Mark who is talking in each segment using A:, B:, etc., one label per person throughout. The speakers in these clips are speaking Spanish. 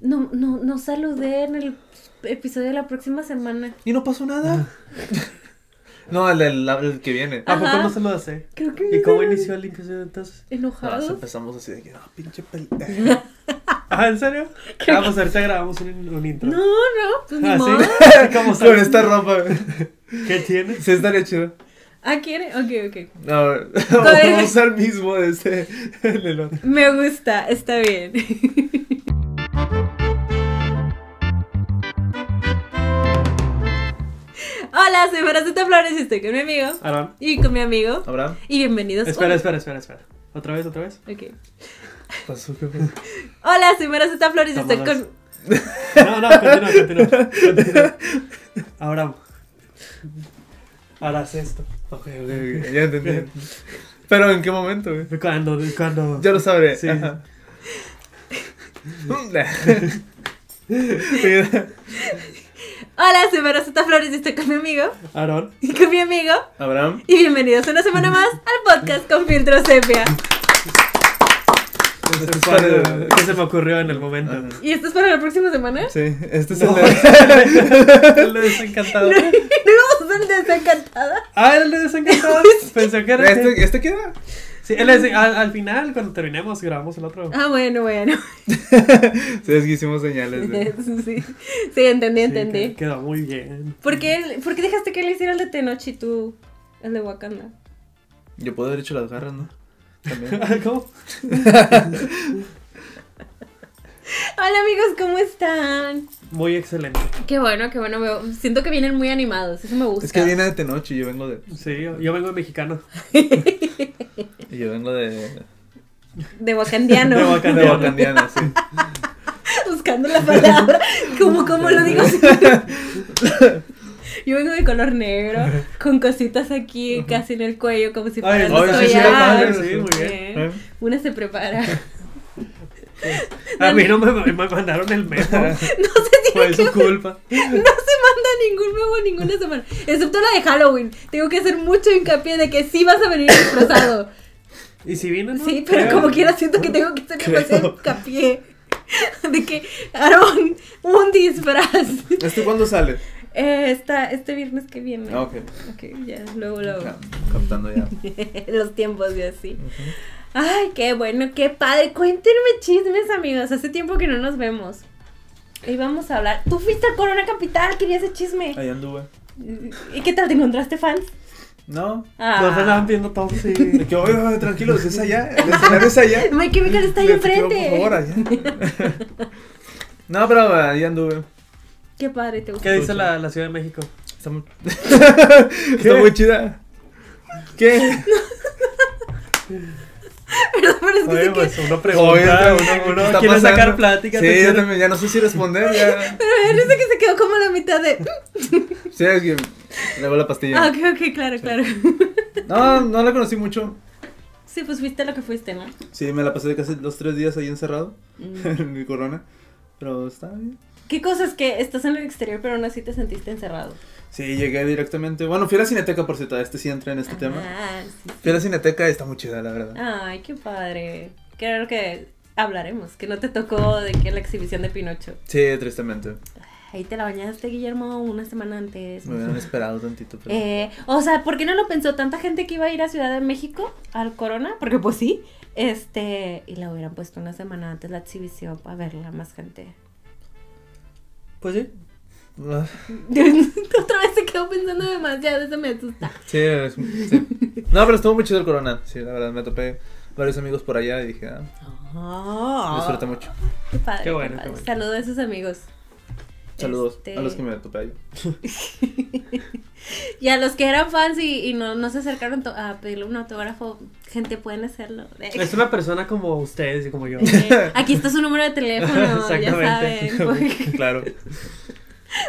A: No, no, no saludé en el episodio de la próxima semana.
B: Y no pasó nada. no, el, el, el que viene.
A: Ah.
B: Ah,
A: Ajá.
C: ¿A poco no se lo hace?
A: Creo que
C: ¿Y cómo
A: era
C: inició Ah, el episodio entonces?
A: Enojado.
B: Ah, empezamos así de que, ah, pinche pelea.
C: Ah, ¿en serio? Ah, pues ahorita grabamos un, un intro.
A: No, no, pues ni
C: Ah,
A: modo.
C: ¿sí? ¿Cómo
B: Con
C: sale?
B: esta ropa.
C: ¿Qué tiene?
B: Sí, estaría chido.
A: Ah, ¿quiere? Ok, ok.
B: A ver, vamos a usar el mismo de este. en el otro.
A: Me gusta, está bien. Hola, soy Maraceta Flores y estoy con mi amigo.
C: Aarón.
A: Y con mi amigo.
B: ¿Habrá?
A: Y bienvenidos.
C: Espera, espera, espera, espera. ¿Otra vez, otra vez?
A: Ok.
B: Pasó, ¿qué pasó?
A: Hola, soy Maraceta Flores y estoy
C: Vámonos.
A: con...
C: No, no, continúa, continúa. continúa. Ahora. Ahora haz esto. Ok,
B: Ok,
C: ok.
B: ok, Eh, Ya entendí. Pero ¿en qué momento, güey?
C: Cuando, cuando.
B: Ya lo sabré.
C: Sí.
B: Ajá. Mira,
A: Hola, soy Maraceta Flores y estoy con mi amigo.
C: Aarón.
A: Y con mi amigo.
B: Abraham.
A: Y bienvenidos una semana más al podcast con filtro sepia.
C: No sé
B: Este es
C: cuál-
B: para-
C: ¿Qué se me ocurrió en el momento?
B: Ajá.
A: ¿Y esto es para la próxima semana?
B: Sí, este es el
C: No.
B: de...
C: el de desencantado.
A: ¿No vamos a ser desencantada?
C: Ah, el de desencantado. Pensé que era.
B: ¿Este, ¿Este queda?
C: Sí, el de desen- al, al final, cuando terminemos, grabamos el otro.
A: Ah, bueno, bueno.
B: Sí, es que hicimos señales. De...
A: Sí, sí entendí,
C: Sí,
A: entendí.
C: que- Quedó muy bien.
A: ¿Por qué, él- por qué dejaste que él hiciera el de Tenoch y tú el de Wakanda?
B: Yo puedo haber hecho las garras, ¿no? También.
C: ¿Cómo?
A: Hola amigos, ¿cómo están?
C: Muy excelente.
A: Qué bueno, qué bueno. veo- Siento que vienen muy animados, eso me gusta.
B: Es que viene de Tenoch y yo vengo de...
C: Sí, yo, yo vengo de mexicano.
B: Y yo vengo de...
A: De wakandiano.
C: De
B: De
C: Wakandiano.
B: Wakandiana, sí.
A: Buscando la palabra. ¿Cómo, cómo lo digo? Yo vengo de color negro, con cositas aquí, casi en el cuello, como si fueran
B: ay,
A: los
B: sí, sí,
A: collares.
B: padre, sí,
C: muy bien.
B: ¿Eh?
A: Una se prepara.
C: A mí no me, me mandaron el memo.
A: No se tiene
C: Fue
A: que
C: su culpa.
A: No se manda ningún nuevo ninguna semana. Excepto la de Halloween. Tengo que hacer mucho hincapié de que sí vas a venir disfrazado.
C: ¿Y si vino? No?
A: Sí, pero
C: Creo.
A: como quiera siento que tengo que hacer
C: Creo.
A: demasiado hincapié. De que, Aarón, un disfraz.
B: ¿Este cuándo sale?
A: Eh, esta- este viernes que viene.
B: Ah, ok.
A: Ok, ya, luego, luego.
B: Ya, captando ya.
A: Los tiempos y así. Ay, qué bueno, qué padre. Cuéntenme chismes, amigos. Hace tiempo que no nos vemos. Y vamos a hablar. Tú fuiste a Corona Capital, quería ese chisme.
B: Ahí anduve.
A: ¿Y qué tal? ¿Te encontraste fans?
B: No.
A: Ah.
C: Nos andaban viendo todos. Sí.
B: De que, oye, oye, tranquilos, es allá. El escenario es allá.
A: My Chemical está ahí
B: mm, Le pido,
A: enfrente.
B: Por favor, allá. No, pero ahí anduve.
A: Qué padre, te gustó.
C: ¿Qué dice la, la Ciudad de México?
B: Está muy, Está muy chida. ¿Qué?
A: Perdón, pero es que
C: Oye,
A: sé que-
C: pues uno pregunta, uno, uno
B: está
C: quiere
B: pasando.
C: sacar plática.
B: Sí,
C: te
B: yo
C: quiere-
B: también ya no sé si responder. Ya.
A: Pero me da risa que se quedó como a la mitad de.
B: Sí, es que le hago la
A: Ah,
B: pastilla.
A: ok, ok, claro, claro.
B: No, no la conocí mucho.
A: Sí, pues fuiste lo que fuiste, ¿no?
B: Sí, me la pasé casi los tres días ahí encerrado
A: Mm.
B: en mi corona. Pero está bien.
A: ¿Qué cosas que estás en el exterior, pero aún así te sentiste encerrado?
B: Sí, llegué directamente. Bueno, fui a la Cineteca, por cierto. Este sí entra en este tema.
A: Ah, sí.
B: Fui a la Cineteca y está muy chida, la verdad.
A: Ay, qué padre. Creo que hablaremos, que no te tocó de que la exhibición de Pinocho.
B: Sí, tristemente.
A: Ahí te la bañaste, Guillermo, una semana antes.
B: Me hubieran esperado tantito. Pero...
A: Eh, o sea, ¿por qué no lo pensó tanta gente que iba a ir a Ciudad de México al Corona? Porque pues sí, este, y la hubieran puesto una semana antes la exhibición para verla más gente.
C: Pues sí.
B: Ah,
A: Otra vez se quedó pensando demasiado, eso me asusta.
B: Sí, es- sí. No, pero estuvo muy chido el corona. Sí, la verdad, me topé varios amigos por allá y dije, ah,
A: Ah.
B: disfruté mucho.
A: Qué padre.
C: Qué
A: Qué
C: bueno,
A: padre.
C: qué bueno.
A: Saludos a sus amigos.
B: Saludos
A: Este,
B: a los que me topé allá.
A: Y a los que eran fans y, y no, no se acercaron to- a pedirle un autógrafo, gente, pueden hacerlo.
C: Es una persona como ustedes y como yo.
A: Eh, Aquí está su número de teléfono, ya
C: Exactamente.
A: saben.
B: claro.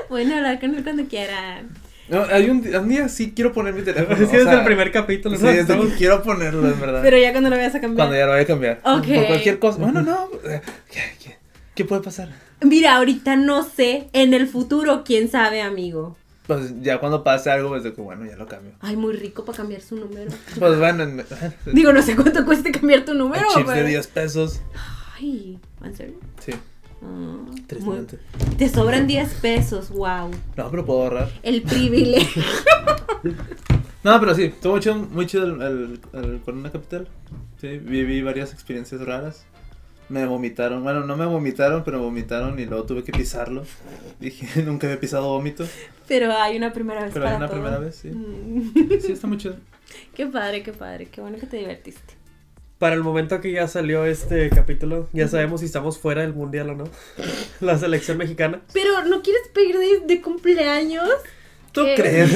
A: Pueden hablar con él cuando quieran.
B: No, hay un, di- un día sí quiero poner mi teléfono.
C: Es
B: o
C: que desde
B: sea,
C: el primer capítulo.
B: Sí,
C: ¿no?
B: desde
C: Estamos-
B: que quiero ponerlo, en verdad.
A: Pero ya cuando lo vayas a cambiar.
B: Cuando ya lo vaya a cambiar.
A: Ok.
B: Por cualquier cosa. Bueno, no. eh, ¿Qué, qué, qué puede pasar?
A: Mira, ahorita no sé, en el futuro, quién sabe, amigo.
B: Pues ya cuando pase algo, pues de que bueno, ya lo cambio.
A: Ay, muy rico para cambiar su número.
B: Pues bueno, en-
A: Digo, no sé cuánto cueste cambiar tu número,
B: chips de
A: pero.
B: 10 pesos.
A: Ay, ¿en serio?
B: Sí.
A: Ah,
B: Tristemente.
A: muy- Te sobran 10 pesos, wow.
B: No, pero puedo ahorrar.
A: El privilegio.
B: No, pero sí, estuvo muy chido, muy chido el, el- el Corona Capital. Sí, viví varias experiencias raras. Me vomitaron, bueno, no me vomitaron, pero vomitaron y luego tuve que pisarlo. Dije, nunca había pisado vómito,
A: Pero hay una primera vez
B: pero
A: para
B: era una
A: todo.
B: primera vez, sí.
A: Mm.
B: Sí, está muy chido.
A: Qué padre, qué padre. Qué bueno que te divertiste.
C: Para el momento que ya salió este capítulo, ya sabemos si estamos fuera del mundial o no. La selección mexicana.
A: Pero, ¿no quieres pedir de, de cumpleaños?
B: ¿Tú
A: ¿Qué?
B: crees?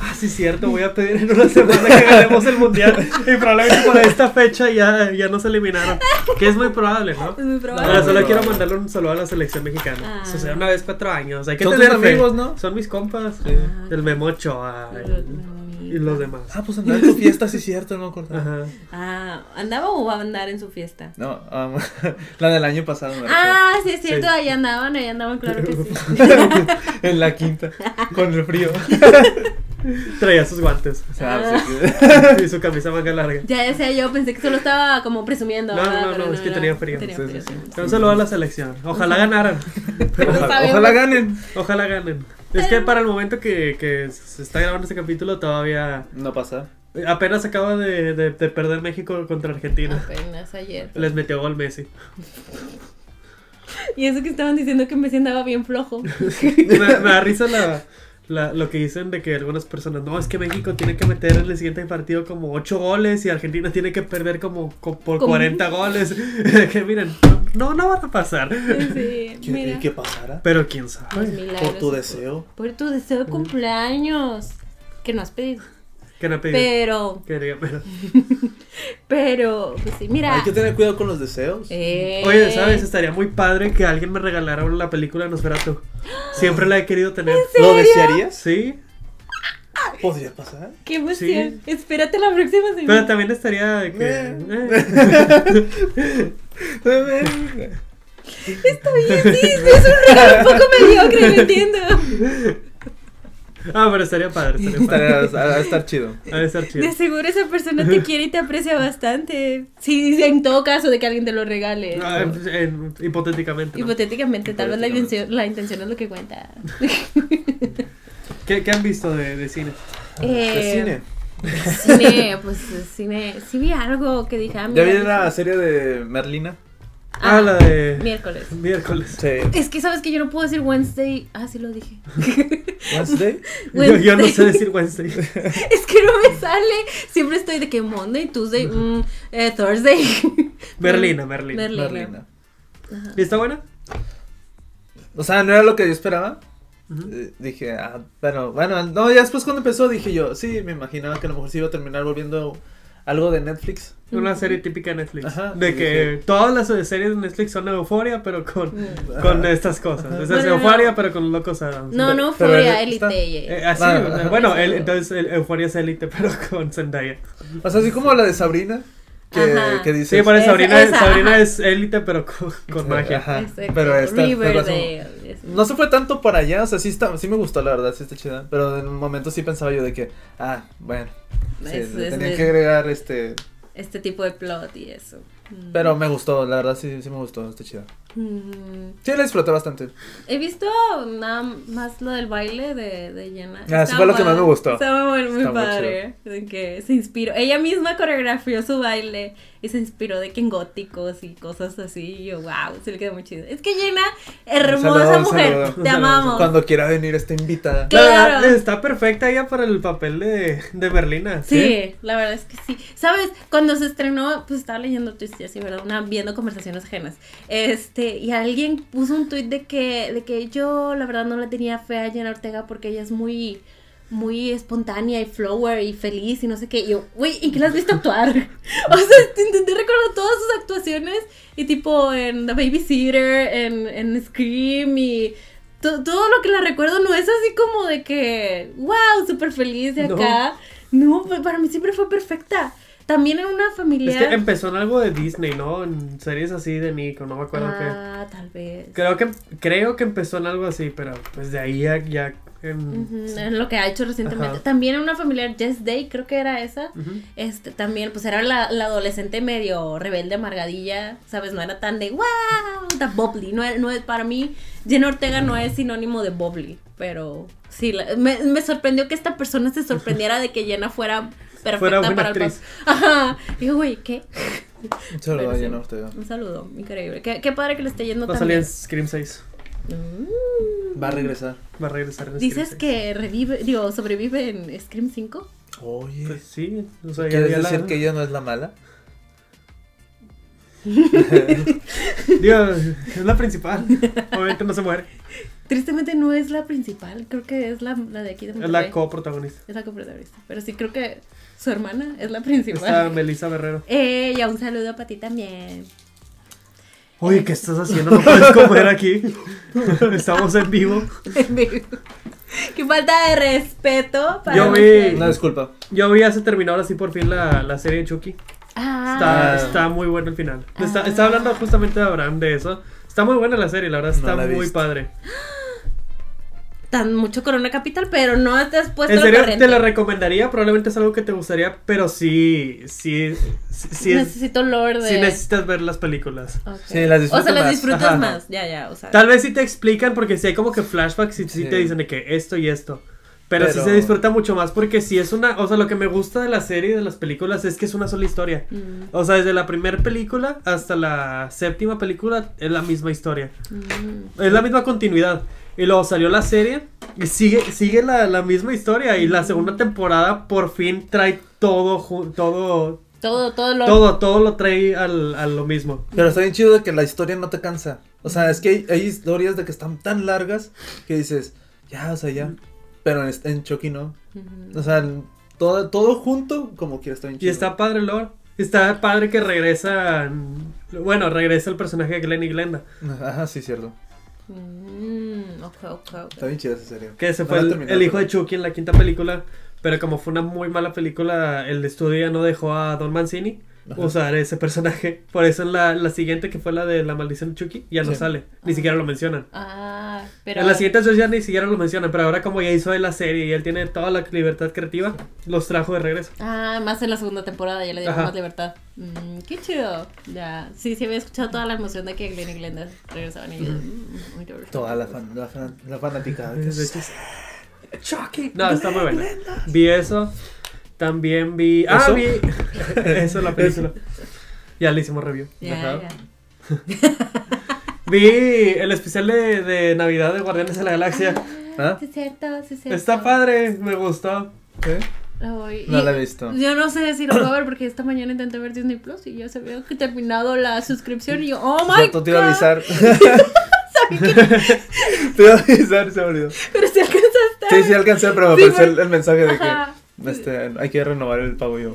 C: Ah, sí, cierto, voy a pedir en una semana que ganemos el mundial. Y probablemente para esta fecha ya, ya nos eliminaron. Que es muy probable, ¿no?
A: Es muy probable.
C: Ahora solo
B: No.
C: quiero mandarle un saludo a la selección mexicana.
A: Ah.
C: Sucedió una vez cuatro años. Hay que
B: Son tus
C: tener fe.
B: amigos, ¿no?
C: Son mis compas.
A: Ah.
C: El Memocho y los demás.
B: Ah, pues andaba en tu fiesta, sí, cierto, no me acordaba.
C: Ajá.
A: Ah, ¿andaba o va a andar en su fiesta?
B: No, ah, la del año pasado. me
A: Ah, sí, es cierto,
C: Sí.
A: ahí andaban, ahí andaban, claro que sí.
B: recuerdo. en la quinta, con el frío.
C: Traía sus guantes
B: O sea, sí, sí.
C: y su camisa manga larga.
A: Ya decía yo, pensé que solo estaba como presumiendo.
C: No,
A: ¿verdad?
C: no,
A: Pero
C: no, es que tenía frío.
A: tenía
B: Sí, sí,
A: frío.
C: Un saludo a la selección. Ojalá ganaran.
A: Pero no
B: ojalá,
A: sabemos.
B: ojalá ganen.
C: Ojalá ganen. Es que para el momento que, que se está grabando este capítulo todavía...
B: No pasa.
C: Apenas acaba de, de- de perder México contra Argentina.
A: Apenas ayer.
C: Les metió gol Messi.
A: Y eso que estaban diciendo que Messi andaba bien flojo.
C: me, me da risa la, la- lo que dicen de que algunas personas, no, es que México tiene que meter en el siguiente partido como 8 goles y Argentina tiene que perder como, co- por
A: Como-
C: 40 goles. que miren, no, no van a pasar.
A: Sí,
B: ¿Qué,
A: mira.
B: ¿Y qué pasará?
C: Pero quién
A: Los
C: sabe.
A: milagros.
B: Por tu deseo. Mm.
A: Por tu deseo de cumpleaños. Que no has pedido.
C: ¿Qué no pedido?
A: Pero,
C: Quería, pero-
A: pero, pues sí, mira.
B: Hay que tener cuidado con los deseos.
A: Eh,
C: Oye, ¿sabes? Estaría muy padre que alguien me regalara la película de Nosferatu. Siempre la he querido tener.
B: ¿Lo desearías?
C: Sí,
B: Podría pasar.
A: Qué emoción. Espérate la próxima
C: pero
A: semana.
C: también estaría de que... eh.
A: Está bien, sí, sí, es un regalo un poco mediocre, lo entiendo.
C: Ah, pero estaría padre, estaría padre.
B: Estaría- a, a estar chido.
C: Ha de estar chido.
A: De seguro esa persona te quiere y te aprecia bastante. Sí, en todo caso de que alguien te lo regale.
C: Ah, en- en- hipotéticamente. ¿no?
A: Hipotéticamente, tal vez la
B: Hipotéticamente.
A: intención, la intención es lo que cuenta.
C: ¿Qué, qué han visto de, de cine?
B: Ah, ¿De
A: Eh,
B: cine?
A: Cine, pues cine. Sí vi algo que dije. Ah,
B: ¿Ya
A: mira,
B: vi la serie de Merlina?
A: Ah,
C: Ah, la de
A: Miércoles.
C: miércoles.
B: Sí.
A: Es que sabes que yo no puedo decir Wednesday. Ah, sí lo dije.
B: ¿Wednesday?
C: Yo, yo no sé decir Wednesday.
A: Es que no me sale. Siempre estoy de que Monday, Tuesday, mm, eh, Thursday.
C: Merlina, Merlina.
A: Merlina.
B: Merlina.
C: ¿Y está buena?
B: O sea, no era lo que yo esperaba. Eh, Dije, ah, pero bueno, no, ya después cuando empezó dije yo, sí, me imaginaba que a lo mejor sí iba a terminar volviendo algo de Netflix.
A: Mm.
C: Una serie típica de Netflix.
B: Ajá,
C: de
B: sí,
C: que todas las series de Netflix son euforia, pero con, con estas cosas. Esa
A: Mm.
C: es
A: Bueno, no.
C: euforia, pero con locos Adams.
A: No, no,
B: Pero
A: fue
B: él está-
A: Elite.
C: Eh, así,
B: Bueno,
C: o sea,
B: ajá.
C: bueno, el- entonces el euforia es élite, pero con Zendaya.
B: O sea, así como la de Sabrina, que,
A: Ajá.
B: que dice...
C: Sí, parece
A: esa,
C: Sabrina,
A: esa,
C: Sabrina
A: ajá.
C: es élite, pero con, con magia.
B: Ajá, ah,
A: este,
B: pero esta pero es un- No se fue tanto para allá, o sea, sí, está, sí me gustó, la verdad, sí está chida. Pero en un momento sí pensaba yo de que, ah, bueno, sí,
A: Es-
B: le
A: es
B: tenía
A: de-
B: que agregar este.
A: Este tipo de plot y eso. Mm.
B: Pero me gustó, la verdad, sí, sí me gustó, está chida.
A: Mm.
B: Sí, la disfruté bastante.
A: He visto nada más lo del baile de, de Jenna.
B: Ah, eso
A: Está
B: fue lo que más
A: padre.
B: me gustó.
A: Estaba muy, muy
B: Está muy
A: padre. de que se inspiró. Ella misma coreografió su baile y se inspiró de que en góticos y cosas así. Y yo, wow, se le quedó muy chido. Es que Jenna, hermosa
B: saludo, un
A: mujer.
B: saludo.
A: Te
C: Un
A: amamos.
B: Cuando quiera venir esta invitada.
A: Claro.
C: La verdad, está perfecta ella para el papel de, de Merlina.
A: Sí, la verdad es que sí. ¿Sabes? Cuando se estrenó, pues estaba leyendo tweets y así, ¿verdad? Una, viendo conversaciones ajenas. Este, y alguien puso un tweet de que, de que yo, la verdad, no le tenía fe a Jenna Ortega porque ella es muy, muy espontánea y flower y feliz y no sé qué. Y yo, güey, ¿y qué la has visto actuar? o sea, te intenté recordar todas sus actuaciones y tipo en The Babysitter, en, en Scream y... to- todo lo que la recuerdo no es así como de que, wow, súper feliz de
C: No.
A: acá. No, pues, para mí siempre fue perfecta. También en una Ah,
C: Es
A: familia.
C: que empezó en algo de Disney, ¿no? En series así de Nico, no me acuerdo qué.
A: ah, tal vez.
C: Creo que creo que empezó en algo así, pero pues de ahí ya, ya en-
A: Ujú, en lo que ha hecho recientemente.
C: Ajá.
A: También en una familiar, Jess Day, creo que era esa.
C: Ujú.
A: Este, también, pues era la, la adolescente medio rebelde, amargadilla, ¿sabes? No era tan de wow, tan bubbly. No, es- no es, para mí, Jen Ortega no es sinónimo de bubbly, pero sí, la- me, me sorprendió que esta persona se sorprendiera de que Jenna fuera perfecta
C: Fuera buena
A: para el
C: actriz.
A: pa- Ajá. Digo, güey, ¿qué?
B: Un saludo
A: Pero
B: a
A: sí.
B: Jenna Ortega.
A: Un saludo, increíble. Qué, qué padre que le esté yendo
C: Va a
A: tan
C: salir en
A: bien.
C: Scream 6.
A: Mm.
B: Va a regresar.
C: Va a regresar en
A: ¿Dices
C: Scream 6.
A: que revive, digo, sobrevive en Scream 5?
B: Oye.
C: Pues sí, o sea, ya,
B: ¿Quieres
C: ya la-
B: decir que ella no es la mala?
C: Digo, es la principal. Obviamente no se muere.
A: Tristemente no es la principal, creo que es la, la de aquí de
C: Es
A: Monterrey.
C: la coprotagonista.
A: Es la coprotagonista. Pero sí creo que su hermana es la
C: Está
A: principal.
C: Melissa Berrero.
A: Eh, y un saludo para ti también.
C: Oye, ¿qué estás haciendo? No puedes comer aquí. Estamos en vivo.
A: Qué falta de respeto para
C: Yo vi-
A: nuestra-
B: Una disculpa.
C: Yo vi ya se terminó ahora sí por fin la, la serie de Chucky. Está,
A: Ah,
B: Ah.
C: está muy bueno el final. Está,
A: Ah.
C: está hablando justamente de Abraham de eso. Está muy buena la serie, la verdad
B: No
C: está
B: la he
C: muy
B: visto.
C: padre.
A: tan mucho Corona Capital, pero no estás puesto
C: en
A: al
C: serio,
A: Pues corriente.
C: te la recomendaría. Probablemente es algo que te gustaría, pero sí, sí, sí, sí es-
A: Necesito lore de...
C: sí necesitas ver las películas.
A: Ok.
B: Sí, las
A: O sea,
B: disfruto
A: las
B: más.
A: disfrutas
C: Ajá.
A: más. Ya, ya, o sea.
C: Tal vez sí te explican, porque si hay como que flashbacks, sí, sí
B: Sí.
C: te dicen de que esto y esto. Pero, sí
B: Pero-
C: se disfruta mucho más porque sí es una, o sea, lo que me gusta de la serie y de las películas es que es una sola historia.
A: Mm,
C: O sea, desde la primera película hasta la séptima película es la misma historia.
A: mm.
C: Es la misma continuidad. Y luego salió la serie. Y sigue, sigue la, la misma historia. Y la segunda temporada por fin trae todo. ju- Todo.
A: Todo, todo lo...
C: Todo, todo lo trae al, a lo mismo.
B: Pero está bien chido de que la historia no te cansa. O sea, es que hay, hay historias de que están tan largas que dices, ya, o sea, ya.
C: Mm.
B: Pero en, en Chucky no.
A: Ujú.
B: O sea, el- todo, todo junto, como quiera, está bien
C: Y
B: chido.
C: está padre, Lord. Está padre que regresa. Bueno, regresa el personaje de Glenn y Glenda.
B: Ajá, sí, cierto.
A: Mm, ok, ok, ok.
B: Está bien chida esa serie.
C: Que se
B: No
C: fue
B: la he
C: el,
B: terminado,
C: el hijo
B: pero-
C: de Chucky en la quinta película. Pero como fue una muy mala película, el estudio ya no dejó a Don Mancini
B: Ajá.
C: usar ese personaje. Por eso en la, la siguiente, que fue la de La Maldición de Chucky, ya no
B: Sí.
C: sale. Ni
A: Ah.
C: siquiera lo mencionan.
A: Ah, pero...
C: En las siguientes dos ya ni siquiera lo mencionan, pero ahora como ya hizo él la serie y él tiene toda la libertad creativa, los trajo de regreso.
A: Ah, más en la segunda temporada ya le dieron
C: Ajá.
A: más libertad. Mm, qué chido. Ya. Sí, sí, había escuchado toda la emoción de que Glenn y Glenda regresaban y yo. mm, muy duro.
B: Toda la, fan, la, fan- la fanática.
C: De hecho,
B: Chucky.
C: No, está muy buena. Vi eso. También vi... Ah,
B: ¿Eso?
C: vi... eso, la película. Ya le hicimos review.
A: Ya,
B: Ajá.
A: ya.
C: Vi el especial de, de Navidad de Guardianes de la Galaxia.
A: Ah,
B: ¿Ah?
A: Sí, es cierto, sí, es cierto.
C: Está padre, me gustó.
B: ¿Eh?
A: La voy-
B: No
A: y-
B: la he visto.
A: Yo no sé si lo voy a ver porque esta mañana intenté ver Disney Plus y ya se había que terminado la suscripción y yo, oh my
B: Cierto, te iba a
A: God.
B: avisar. te iba a avisar, se me olvidó.
A: Pero si alcanzaste.
B: Sí, sí alcancé, pero
A: Sí,
B: me apareció
A: fue-
B: el, el mensaje de
A: Ajá.
B: que este, hay que renovar el pago yo.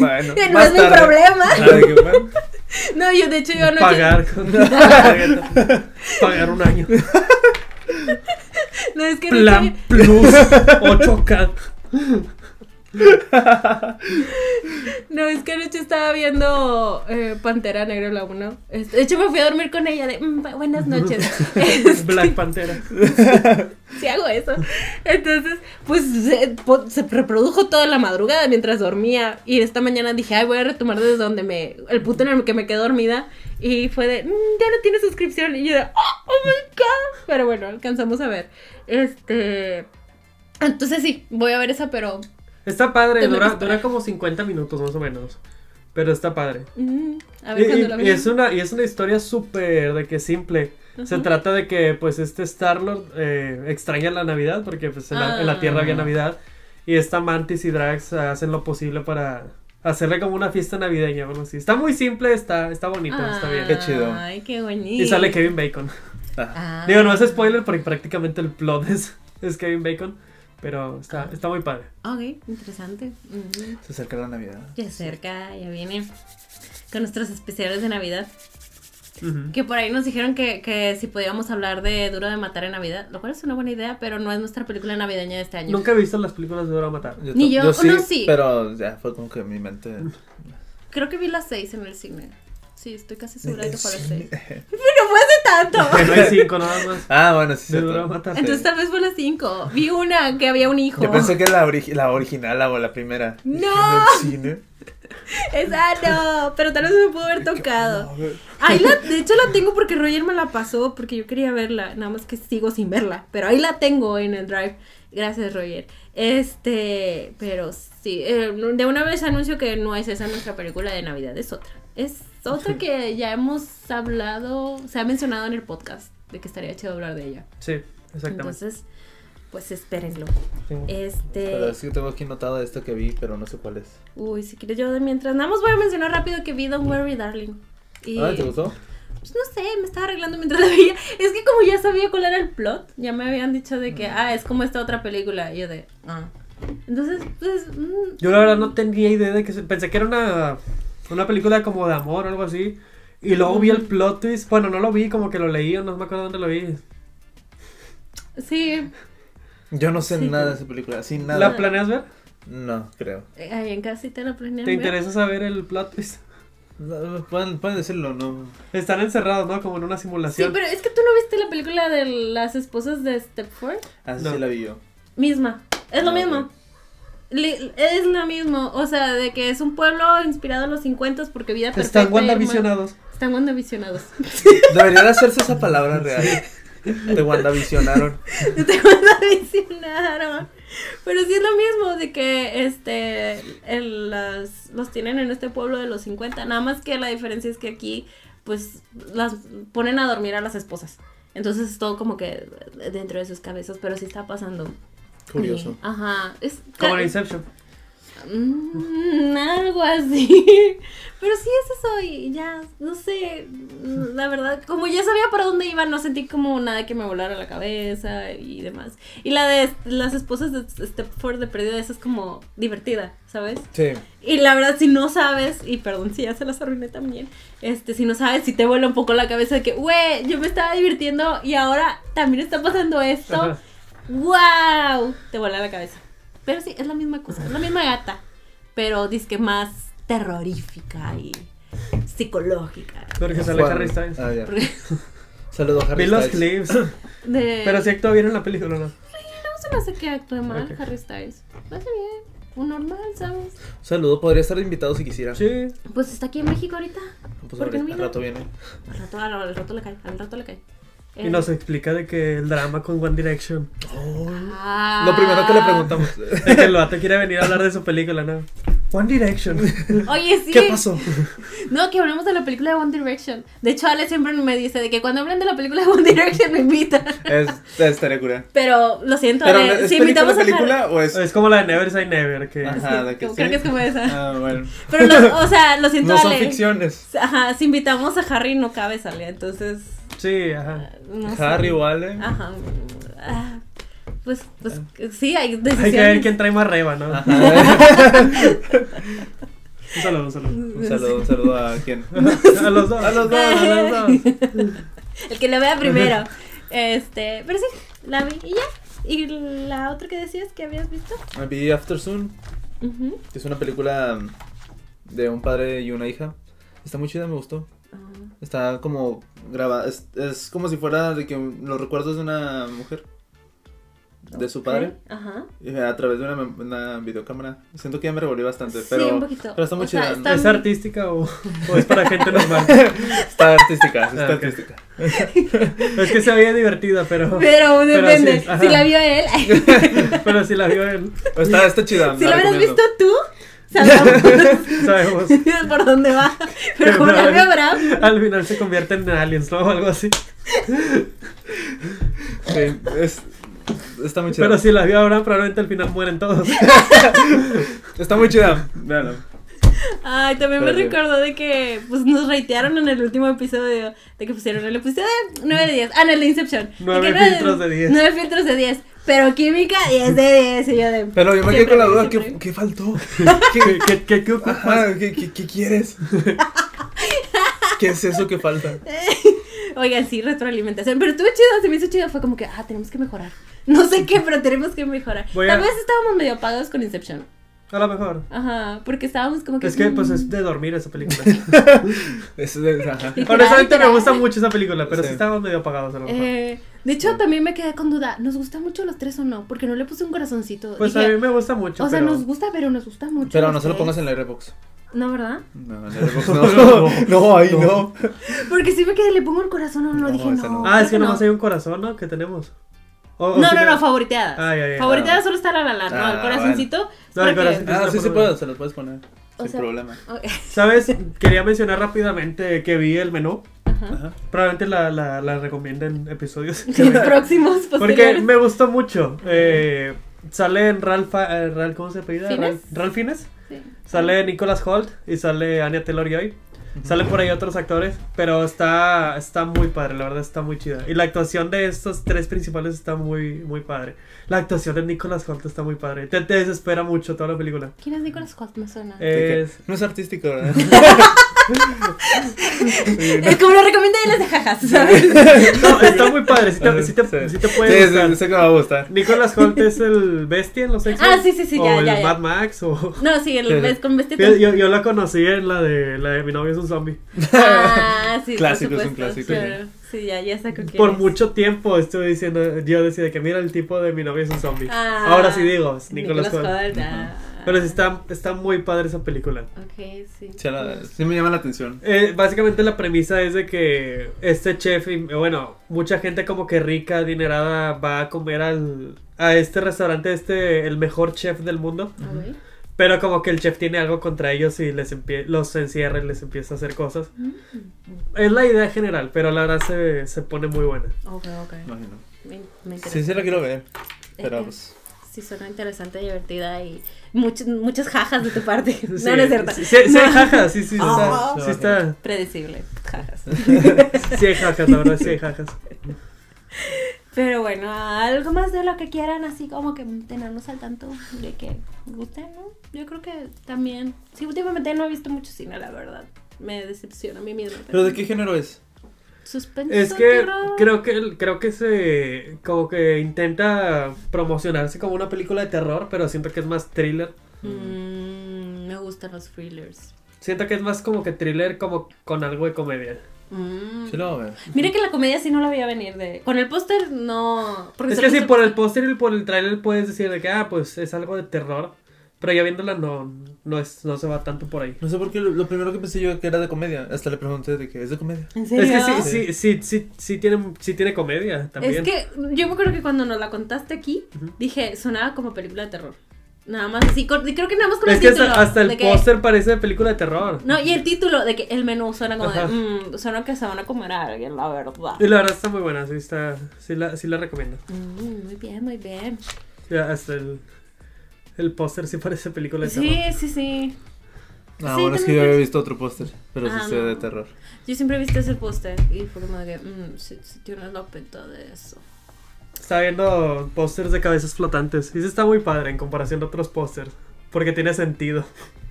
B: Bueno,
A: no
B: más
A: es mi
B: tarde.
A: problema.
B: Ah, de que, bueno,
A: No, yo de hecho yo anoche.
C: Pagar. con- Pagar un año.
A: No, es que anoche-
C: Plan Plus 8K.
A: No, es que anoche estaba viendo eh, Pantera Negra la 1. Este, De hecho, me fui a dormir con ella de "Mm, bu- buenas noches. Este,
C: Black Pantera.
A: si hago eso. Entonces, pues se, po- se reprodujo toda la madrugada mientras dormía. Y esta mañana dije, ay, voy a retomar desde donde me. El punto en el que me quedé dormida. Y fue de, "Mm, ya no tiene suscripción. Y yo de, oh, oh my god. Pero bueno, alcanzamos a ver. Este. Entonces sí, voy a ver esa, pero.
C: Está padre,
A: Tengo que
C: dura,
A: esperar.
C: dura como 50 minutos más o menos. Pero está padre.
A: mm, a
C: Y,
A: ver cuando la
C: y- y
A: vea.
C: es una, y es una historia súper de que simple. Se
A: Ujú.
C: trata de que pues este Star-Lord eh, extraña la Navidad porque pues, en, la, en la
A: Ah.
C: Tierra había Navidad. Y esta Mantis y Drax hacen lo posible para hacerle como una fiesta navideña o algo así. Está muy simple, está, está bonito, está bien.
A: Ah.
B: Qué chido.
A: Ay, qué bonito.
C: Y sale Kevin Bacon.
B: ah,
A: Ah.
C: Digo, no es spoiler porque prácticamente el plot es, es Kevin Bacon. Pero está,
A: Ah.
C: está muy padre.
A: Ok, interesante. Ujú.
B: se acerca la Navidad.
A: Ya cerca, ya viene. Con nuestros especiales de Navidad.
C: Ujú.
A: Que por ahí nos dijeron que, que si podíamos hablar de Duro de Matar en Navidad. Lo cual es una buena idea, pero no es nuestra película navideña de este año.
C: Nunca he visto las películas de Dora Matar.
A: Ni
B: ta-
A: yo, no, sí.
B: Pero ya fue como que mi mente.
A: Creo que vi las seis en el cine. Sí, estoy casi segura de que fue a las
B: Sí.
A: 6. Pero fue hace
C: Que
A: tanto.
C: no hay cinco nada más.
B: Ah, bueno, sí.
C: De
B: cierto.
C: duro a matar.
A: Entonces tal vez fue a las 5. Vi una que había un hijo.
B: Yo pensé que la, ori- la original, la, la primera.
A: No.
B: En el cine.
A: Esa no, pero tal vez me pudo haber tocado. Ahí la, de hecho la tengo porque Roger me la pasó porque yo quería verla, nada más que sigo sin verla, pero ahí la tengo en el drive. Gracias Roger. Este, pero sí, eh, de una vez anuncio que no es esa nuestra película de Navidad, es otra. Es otra que ya hemos hablado, se ha mencionado en el podcast de que estaría chido hablar de ella.
C: Sí, exactamente.
A: Entonces, pues espérenlo.
C: Sí.
B: Pero
A: Este,
B: es que tengo aquí notado esto que vi, pero no sé cuál es.
A: uy, si quieres yo de mientras, nada más voy a mencionar rápido que vi Don't Worry Darling. Y-
B: Ah, ¿te gustó?
A: Pues no sé, me estaba arreglando mientras la veía. Es que como ya sabía cuál era el plot, ya me habían dicho de que, ah, es como esta otra película. Y yo de, ah. Entonces, pues. mm,
C: Yo la verdad no tenía idea de que se- pensé que era una, una película como de amor o algo así. Y luego vi el plot twist. Bueno, no lo vi, como que lo leí, o no me acuerdo dónde lo vi.
A: sí,
B: Yo no sé
A: Sí.
B: nada de esa película, sin nada.
C: ¿La planeas ver?
B: No, creo.
A: eh, ahí en casita la planeé.
C: ¿Te interesa saber el plot twist?
B: No, pueden, pueden decirlo, no.
C: Están encerrados, ¿no? Como en una
A: Sí,
C: simulación.
A: pero es que tú no viste la película de las esposas de Stepford.
B: Así
C: No.
B: Ah, sí la vi yo.
A: Misma. Es lo
B: Ah,
A: mismo.
B: ok.
A: Le- es lo mismo. O sea, de que es un pueblo inspirado en los 50 porque vida perfecta.
C: Están
A: hermano.
C: WandaVisionados.
A: Están WandaVisionados.
B: Debería de hacerse esa palabra real. Te WandaVisionaron.
A: Yo te WandaVisionaron. Pero sí es lo mismo de que este el- las- los tienen en este pueblo de los 50, nada más que la diferencia es que aquí pues las ponen a dormir a las esposas. Entonces es todo como que dentro de sus cabezas, pero sí está pasando.
B: Curioso.
A: Sí, Ajá. Es
C: Como en Inception.
A: Mm, algo así. Pero sí es eso y ya, no sé, mm, la verdad, como ya sabía para dónde iba, no sentí como nada que me volara la cabeza y demás. Y la de las esposas de Stepford de perdida, esa es como divertida, ¿sabes?
B: Sí.
A: Y la verdad, si no sabes, y perdón si ya se las arruiné también, este, si no sabes, si te vuela un poco la cabeza de que, güey, yo me estaba divirtiendo y ahora también está pasando esto.
C: Ajá.
A: ¡Wow! Te vuela la cabeza. Pero sí, es la misma cosa, es la misma gata. Pero disque más terrorífica y psicológica.
C: Porque sale
B: Juan-
C: Harry Styles.
B: Ah, ya.
A: Porque-
B: Saludos, Harry
C: Vi los
B: Styles.
C: clips. Eh.
A: de-
C: Pero sí actúa bien en la película, ¿no?
A: No se me hace que actúe mal
C: Ok.
A: Harry Styles. Lo hace bien. Un normal, ¿sabes?
B: Saludo, podría estar invitado si quisiera.
C: Sí.
A: Pues está aquí en México ahorita.
B: Pues
A: ¿Por qué
B: ahorita,
A: no
B: al
A: vino?
B: rato viene.
A: Al rato, al, al rato le cae, al rato le cae.
C: Y nos explica de que el drama con One Direction.
A: Ah.
B: Lo primero que le preguntamos.
C: De que el vato quiere venir a hablar de su película, ¿no? One Direction.
A: Oye, sí.
B: ¿Qué pasó?
A: No, que hablamos de la película de One Direction. De hecho, Ale siempre me dice de que cuando hablan de la película de One Direction me invitan.
B: Es, estaría cura.
A: Pero lo siento,
B: Pero,
A: Ale,
B: ¿es
A: si
B: película,
A: invitamos a Harry-
B: película o es...?
C: Es como la de Never Say Never, que
B: Ajá.
A: Sí,
B: de que
A: como-
B: sí.
A: Creo que es como esa.
B: Ah, bueno.
A: Pero, lo- o sea, lo siento,
B: No son
A: Ale.
B: ficciones.
A: Ajá, si invitamos a Harry no cabe, Ale. Entonces, ah,
C: sí, ajá.
A: no sé.
B: Harry o Ale.
A: Ajá. Ah, Pues,
B: Ah.
A: pues, sí, hay
C: Hay que ver
A: decisiones.
C: quién trae más reba, ¿no?
B: Ajá.
C: Un saludo, un saludo.
B: Un saludo, un saludo a quién.
C: A los dos.
B: A los dos, a los dos.
A: El que lo vea primero. Este, pero sí, la vi y ya. ¿Y la otra que decías que habías visto?
B: Vi After Soon,
A: Ujú.
B: que es una película mm, de un padre y una hija. Está muy chida, me gustó.
A: Ah.
B: Está como grabada, es, es como si fuera de que un- los recuerdos de una mujer, de su padre,
A: Ok, Ajá.
B: y a través de una, mem- una videocámara. Siento que ya me revolví bastante,
A: Sí,
B: pero,
A: un poquito.
B: pero está muy
A: O sea,
B: chida.
A: está-
C: ¿Es artística o, o es para gente normal?
B: Está artística, está
C: Ah, ok.
B: artística.
C: Es que se veía divertida, pero,
A: Pero
C: así
A: depende.
C: es, ajá.
A: si la vio él,
C: pero si la vio él,
B: Está, está chida.
A: si
B: la
A: la hubieras
B: recomiendo.
A: visto tú, sabemos
C: sabemos.
A: por dónde va. Pero como la vio Abraham,
C: Al final se convierte en aliens, ¿no? O algo así.
B: Sí, es- está muy chida.
C: Pero si la vio ahora, probablemente al final mueren todos.
B: Está muy chida. Véanlo.
A: Ay, también me
B: Pero sí.
A: recordó de que pues nos reitearon en el último episodio de que pusieron el episodio 9 de 10. Ah, no, el de Inception.
C: Nueve
A: Y que
C: filtros de 10.
A: 9 filtros de 10. Pero química 10 de 10. Y yo de.
B: Pero yo me quedé
A: siempre
B: con la
A: vi,
B: duda,
A: siempre
B: ¿qué, ¿qué faltó?
C: ¿Qué, qué, qué, qué ocupas?
B: Ajá, ¿qué, qué, qué quieres? ¿Qué es eso que falta?
A: vi. Oigan, sí, retroalimentación. Pero estuvo chido, se me hizo chido. Fue como que, ah, tenemos que mejorar. No sé qué, pero tenemos que mejorar.
C: Voy
A: Tal
C: a-
A: vez estábamos medio apagados con Inception.
C: A lo mejor.
A: Ajá, porque estábamos como que.
C: Es que,
A: mm,
C: pues, es de dormir esa película.
B: Eso es, ajá.
A: Literal,
C: Honestamente, me
A: literal.
C: gusta mucho esa película, pero sí,
B: Sí.
C: estábamos medio apagados a lo mejor.
A: Eh, de hecho, también me quedé con duda. ¿Nos gusta mucho los tres o no? Porque no le puse un corazoncito.
C: pues
A: Dije,
C: a mí me gusta mucho.
A: o sea,
C: pero-
A: nos gusta, pero nos gusta mucho.
B: Pero
A: los
B: no se lo
A: tres.
B: pongas en la Airbox.
A: No, ¿verdad?
B: No, en la Airbox no. No, ahí no.
A: Porque si me quedé, le pongo el corazón o no,
B: No,
A: dije
B: esa
A: no.
B: no.
C: Ah, es que
A: creo
C: nomás hay un corazón, ¿no? Que tenemos. O- o
A: No,
C: sí
A: no,
C: que-
A: no, favoriteadas.
C: Ah, ya, ya,
A: favoriteadas solo
B: claro.
A: está la la la, no,
B: Ah,
A: el corazoncito. es
C: No, el
A: porque-
C: corazón-
B: Ah, sí, sí
C: O
B: puedes, se lo puedes poner.
A: O
B: sin
A: sea-
B: problema.
A: Ok,
C: ¿Sabes? Quería mencionar rápidamente que vi el menú.
A: Ajá.
B: Ajá.
C: Probablemente la, la, la recomiendo en episodios.
A: En próximos
C: Porque
A: posteriores.
C: me gustó mucho. Eh, sale en Ralph, eh, Ralph- ¿cómo se apellida?
A: ¿Fiennes?
C: Ralph, Ralph Fiennes.
A: Sí.
C: Sale Nicholas Holt y sale Anya Taylor-Joy. Salen por ahí otros actores, pero está, está muy padre, la verdad está muy chida. Y la actuación de estos tres principales está muy, muy padre. La actuación de Nicholas Holt está muy padre. Te, te desespera mucho toda la película.
A: ¿Quién es Nicolas Holt? Me suena.
C: Eh, Es-
B: No es artístico, ¿verdad?
A: es como lo recomienda y las de jajas, ¿sabes?
C: No, está muy padre, si te, sí te-
B: Sí.
C: sí te
B: Sí,
C: puede gustar.
B: sí, sé que me va a gustar.
C: Nicolas Holt es el bestia en los x
A: Ah, sí, sí, sí, ya,
C: o
A: ya, ya.
C: el Mad Max o...
A: No, sí, el ves con
C: Yo,
A: vestido.
C: yo, yo la conocí en la de, la de Mi novio es un zombie.
A: Ah, sí, por
B: Clásico, es un
A: supuesto,
B: clásico.
A: claro. Sí, ya, ya saco que.
C: Por mucho tiempo estuve diciendo, yo decía que mira el tipo de Mi novio es un zombie.
A: Ah,
C: Ahora sí digo, es Nicolas Holt. Pero sí está, está muy padre esa película.
A: Ok, sí.
B: Sí, la- sí me llama la atención.
C: Eh, básicamente la premisa es de que este chef, y, bueno, mucha gente como que rica, adinerada, va a comer al, a este restaurante, este, el mejor chef del mundo.
A: Ok.
C: Pero como que el chef tiene algo contra ellos y les empie- los encierra y les empieza a hacer cosas.
A: Mm.
C: Es la idea general, pero la verdad se, se pone muy buena.
A: Ok, ok.
B: Imagino.
A: Me, me interesa.
B: Sí, sí la quiero ver. Pero
A: Ajá.
B: pues.
A: Sí, suena interesante, divertida y much- muchas jajas de tu parte.
C: Sí,
A: no, no es cierto.
C: Sí, sí, sí hay jajas, sí, sí, sí
A: Ah.
C: está. Sí, está-
A: Predecible, jajas.
C: sí hay jajas, la verdad, sí hay jajas.
A: Pero bueno, algo más de lo que quieran, así como que tenernos al tanto de que gusten, ¿no? Yo creo que también. Sí, últimamente no he visto mucho cine, la verdad. Me decepciona a mí misma.
B: ¿Pero de qué género es?
A: Suspenso,
C: Es que
A: terror.
C: creo que el- creo que se como que intenta promocionarse como una película de terror, pero siento que es más thriller.
A: Mm, me gustan los thrillers.
C: Siento que es más como que thriller como con algo de comedia.
A: Mm.
B: Sí, la voy a ver.
A: Mira que la comedia sí no la veía venir de. Con el póster no. Porque
C: es
A: solo
C: que si
A: se-
C: por el póster y por el tráiler puedes decir de que ah, pues es algo de terror, pero ya viéndola no no es no se va tanto por ahí.
B: No sé por qué lo, lo primero que pensé yo que era de comedia. Hasta le pregunté de que es de comedia.
A: ¿En serio?
C: Es que sí sí sí sí sí tiene sí tiene comedia también.
A: Es que yo me acuerdo que cuando nos la contaste aquí, dije, sonaba como película de terror. Nada más así, con- y creo que nada más con
C: Es
A: el
C: que
A: título.
C: hasta, hasta el
A: de que-
C: póster parece de película de terror.
A: No, y el título de que el menú suena como de,
C: Ajá.
A: "Mm, suena que se van a comer a alguien, la verdad.
C: Y la verdad está muy buena, sí está sí la sí la recomiendo.
A: Mm, muy bien, muy bien.
C: Ya, hasta el, el póster sí parece película de
A: Sí,
C: terror.
A: sí, sí.
B: Ah,
A: Sí,
B: bueno, es que
A: también
B: yo
A: es-
B: había visto otro póster, pero
A: Ah,
B: sí se ve
A: no.
B: de terror.
A: Yo siempre he visto ese póster y fue como de que, mmm, si, tienes la pinta de eso.
C: Estaba viendo pósters de cabezas flotantes. Y sí está muy padre en comparación de otros pósters. Porque tiene sentido.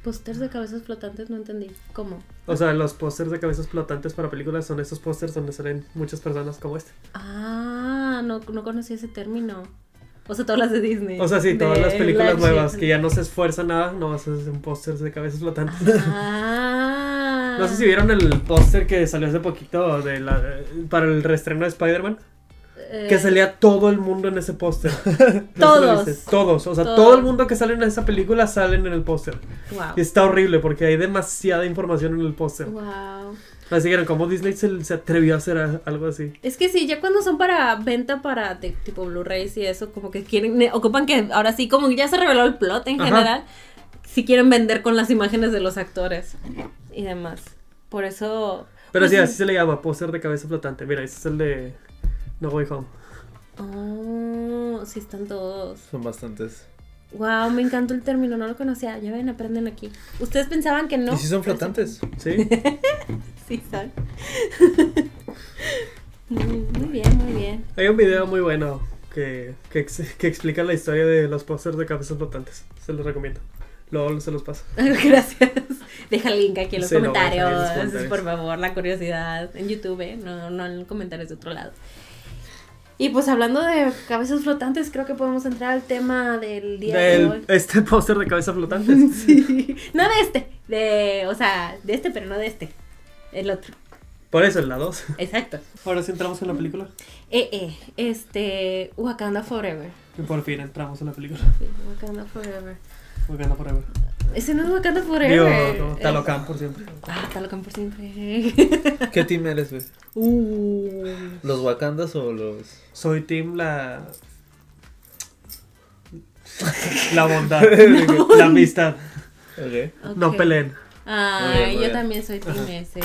A: Pósters pues, de cabezas flotantes, no entendí. ¿Cómo?
C: O sea, los pósters de cabezas flotantes para películas son estos pósters donde salen muchas personas como este.
A: Ah, no, no conocí ese término. O sea, todas las de Disney.
C: O sea, sí, todas
A: De
C: las películas
A: live action.
C: nuevas que ya no se esfuerzan nada, nomás hacen pósters de cabezas flotantes.
A: Ah.
C: No sé si vieron el póster que salió hace poquito de la- para el reestreno de Spider-Man.
A: Eh,
C: Que salía todo el mundo en ese póster. No sé si lo
A: Todos.
C: viste. Todos. O sea,
A: Todos. Ah.
C: todo el mundo que sale en esa película salen en el póster.
A: Wow.
C: Y está horrible porque hay demasiada información en el póster.
A: Wow.
C: Así que era como Disney se, se atrevió a hacer a- algo así.
A: Es que sí, ya cuando son para venta para de- tipo Blu-rays y eso, como que quieren, ne- ocupan que ahora sí, como ya se reveló el plot en
C: Ajá.
A: general, si quieren vender con las imágenes de los actores y demás. Por eso...
C: Pero
A: pues
C: sí, así se le llama, póster de cabeza flotante. Mira, ese es el de No Way Home.
A: Oh, sí están todos.
B: Son bastantes.
A: Wow, me encantó el término, no lo conocía. Ya ven, aprenden aquí. Ustedes pensaban que no.
B: ¿Y si son flotantes?
C: ¿Sí?
A: Sí, son. Mm, muy bien, muy bien.
C: Hay un video muy bueno que, que, ex- que explica la historia de los pósters de cabezas flotantes. Se los recomiendo. Luego se los paso.
A: Gracias. Deja el link aquí en los
C: Sí, lo voy a dejar en los
A: comentarios,
C: comentarios.
A: por favor, la curiosidad en YouTube, ¿eh? no, no en comentarios de otro lado. Y pues hablando de cabezas flotantes, creo que podemos entrar al tema del día de
C: Del-
A: hoy.
C: este póster de cabezas flotantes.
A: Sí. No de este, de, o sea, de este, pero no de este. El otro.
C: Por eso, en la 2.
A: Exacto.
C: Ahora sí entramos en la película.
A: Eh, eh, este, Wakanda Forever.
C: Y por fin entramos en la película.
A: Sí, Wakanda Forever.
C: Wakanda Forever.
A: Ese no es Wakanda
C: Digo,
A: Forever.
C: no, Talocan por siempre.
A: Ah, Talocan por siempre.
B: ¿Qué team eres, güey?
A: uh.
B: ¿Los Wakandas o los.?
C: Soy Team la. La bondad. La amistad.
B: Ok.
C: No
A: Ok.
C: peleen.
A: Ay,
B: Muy bien, muy
A: yo
B: bien.
A: también soy team ese.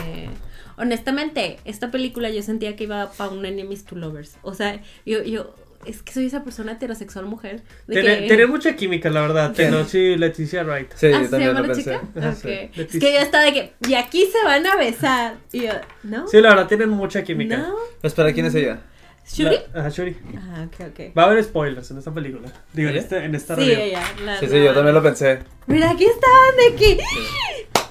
A: Honestamente, esta película yo sentía que iba para un enemies to lovers. O sea, yo, yo, es que soy esa persona heterosexual mujer. de
C: Tiene,
A: que-
C: tiene mucha química, la verdad.
B: ¿Quién?
C: Tenoch y Leticia Wright.
B: Sí,
A: Ah,
B: yo
A: ¿se
B: también
A: llama
B: lo
A: la
B: pensé.
A: chica?
B: Ajá, sí.
A: Ok. Es
C: Leticia.
A: que yo estaba de que, y aquí se van a besar. Y yo, ¿no?
C: Sí, la verdad, tienen mucha química.
A: ¿No?
B: Pues para quién es ella.
A: ¿Shuri?
C: La- ajá, Shuri.
A: Ah, ok, ok.
C: Va a haber spoilers en esta película. Digo, en,
B: ¿Sí?
C: este, en esta
A: Sí,
C: review.
A: ella. la-
B: Sí, sí, yo
A: la-
B: también lo pensé.
A: Mira, aquí estaban de que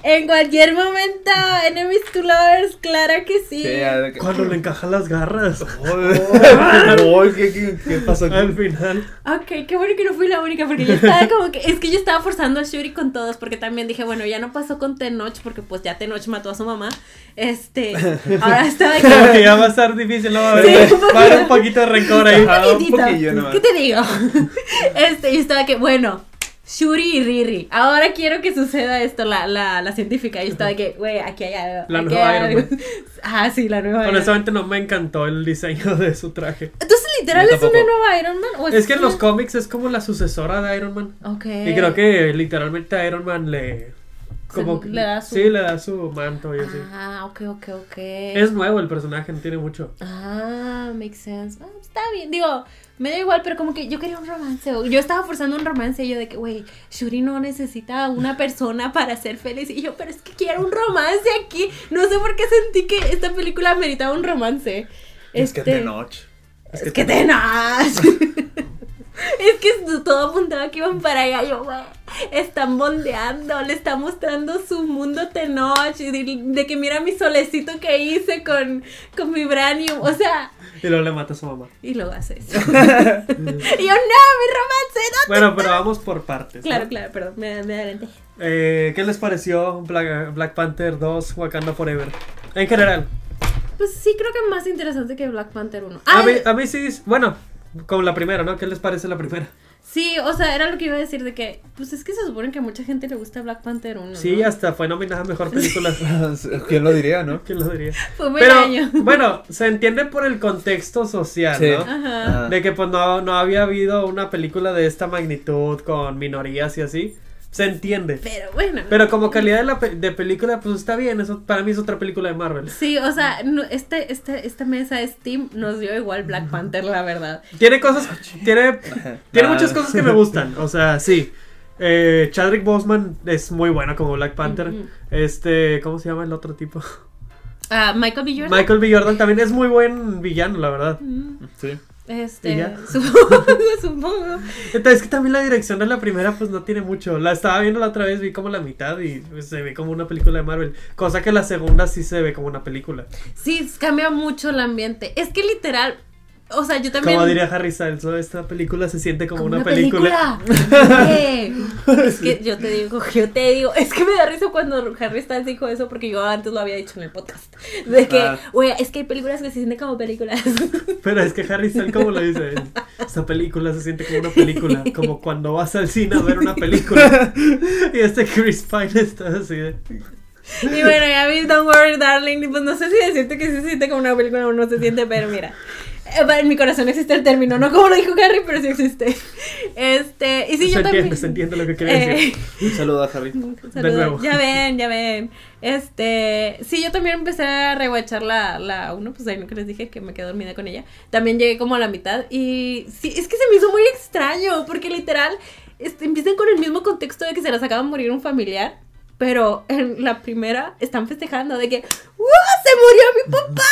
A: en cualquier momento, enemies to lovers, claro que sí.
B: Sí, ya de que-
C: Cuando le encajan las garras.
B: Joder. Uy, ¿qué, qué, qué pasó aquí?
C: Al final.
A: Ok, qué bueno que no fui la única, porque yo estaba como que. Es que yo estaba forzando a Shuri con todos, porque también dije, bueno, ya no pasó con Tenoch, porque pues ya Tenoch mató a su mamá. Este. Ahora estaba
C: Como que
A: aquí.
C: ya va a estar difícil, ¿no? Va a
A: Sí,
C: haber,
A: un poquito.
C: va a haber un poquito de rencor ahí.
B: Ajá, un
A: Poquitito,
B: poquillo nomás.
A: ¿Qué te digo? Este, yo estaba que, bueno. Shuri y Riri, ahora quiero que suceda esto, la, la, la científica. Yo estaba de que, güey, aquí hay algo.
C: La
A: aquí
C: nueva
A: hay
C: Iron
A: algo.
C: Man.
A: Ah, sí, la nueva Iron Man.
C: Honestamente, no me encantó el diseño de su traje.
A: Entonces, literal,
B: Yo
A: es una
B: tampoco.
A: nueva Iron Man. ¿O
C: Es que en los
A: una-
C: cómics es como la sucesora de Iron Man.
A: Ok.
C: Y creo que literalmente a Iron Man le.
A: Eh.
C: Como
A: Se-
C: que-
A: le da su-
C: Sí, le da su manto y así.
A: Ah, ok, ok, ok. eh.
C: Es nuevo el personaje, no tiene mucho.
A: Ah, makes sense. Ah, está bien. Digo, me da igual, pero como que yo quería un romance. o Yo estaba forzando un romance y yo de que, güey, Shuri no necesita a una persona para ser feliz. Y yo, pero es que quiero un romance aquí. No sé por qué sentí que esta película meritaba un romance.
B: Es que
A: Este,
B: de noche.
A: Es que te nas. Es que todo apuntaba que iban para allá. Yo, güey, están bondeando, le está mostrando su mundo Tenoch. y De, de que mira mi solecito que hice con, con vibranium. O sea,
C: Y luego le mata a su mamá.
A: y luego hace eso. y yo, no, mi romance, no.
C: Bueno, pero vamos por partes. ¿no?
A: Claro, claro, perdón, me, me adelanté.
C: Eh, ¿Qué les pareció Black, Black Panther 2, Wakanda Forever? En general.
A: Pues sí, creo que más interesante que Black Panther 1.
C: A
A: Ah,
C: mí, a mí sí, es- bueno, con la primera, ¿no? ¿Qué les parece la primera?
A: sí, o sea, era lo que iba a decir de que, pues es que se supone que a mucha gente le gusta Black Panther 1.
C: Sí,
A: ¿no?
C: hasta fue nominada a mejor película.
B: ¿Quién lo diría, no?
C: ¿Quién lo diría?
A: Fue un buen
C: Pero,
A: año.
C: bueno, se entiende por el contexto social,
B: Sí.
C: ¿no?
A: Ajá.
B: Ah.
C: De que pues no, no había habido una película de esta magnitud con minorías y así. Se entiende.
A: Pero bueno.
C: Pero como calidad de, la pe- de película, pues está bien. Eso para mí es otra película de Marvel.
A: Sí, o sea, no, este, este, esta mesa de Steam nos dio igual Black Panther, la verdad.
C: Tiene cosas, tiene, tiene
B: Ah.
C: muchas cosas que me gustan. O sea, sí. Eh, Chadwick Boseman es muy bueno como Black Panther.
A: Ujú.
C: Este, ¿cómo se llama el otro tipo?
A: Ah, Michael B. Jordan.
C: Michael B. Jordan también es muy buen villano, la verdad.
A: Mm,
B: Sí.
A: Este,
C: ¿Y ya?
A: supongo, supongo.
C: Entonces, es que también la dirección de la primera, pues no tiene mucho. La estaba viendo la otra vez, vi como la mitad y pues, se ve como una película de Marvel. Cosa que la segunda sí se ve como una película.
A: Sí, es- cambia mucho el ambiente. Es que literal, o sea, yo también...
C: Como diría Harry Styles, ¿no? esta película se siente como, una, película.
A: película. Eh, es que yo te digo, yo te digo, es que me da risa cuando Harry Styles dijo eso porque yo antes lo había dicho en el podcast. De que,
B: Ah.
A: güey, es que hay películas que se sienten como películas.
C: Pero es que Harry Styles, como lo dice, esta película se siente como una película. Como cuando vas al cine a ver una película. Y este Chris Pine está así de.
A: Y bueno, ya vi Don't Worry Darling, y pues no sé si decirte que se siente como una película o no se siente, pero mira. eh, En mi corazón existe el término, no como lo dijo Harry, pero sí existe. Este, y sí,
C: se
A: yo
C: entiende,
A: también.
C: se entiende lo que quería
A: Eh,
C: decir.
B: Un saludo a Harry.
A: saludos.
C: nuevo.
A: Ya ven, ya ven. Este, sí, yo también empecé a rewatchar la, la uno, pues ahí no que les dije que me quedé dormida con ella. También llegué como a la mitad y sí, es que se me hizo muy extraño porque literal este, empiezan con el mismo contexto de que se las acaba de morir un familiar. Pero en la primera están festejando de que ¡Wow! ¡Se murió mi papá!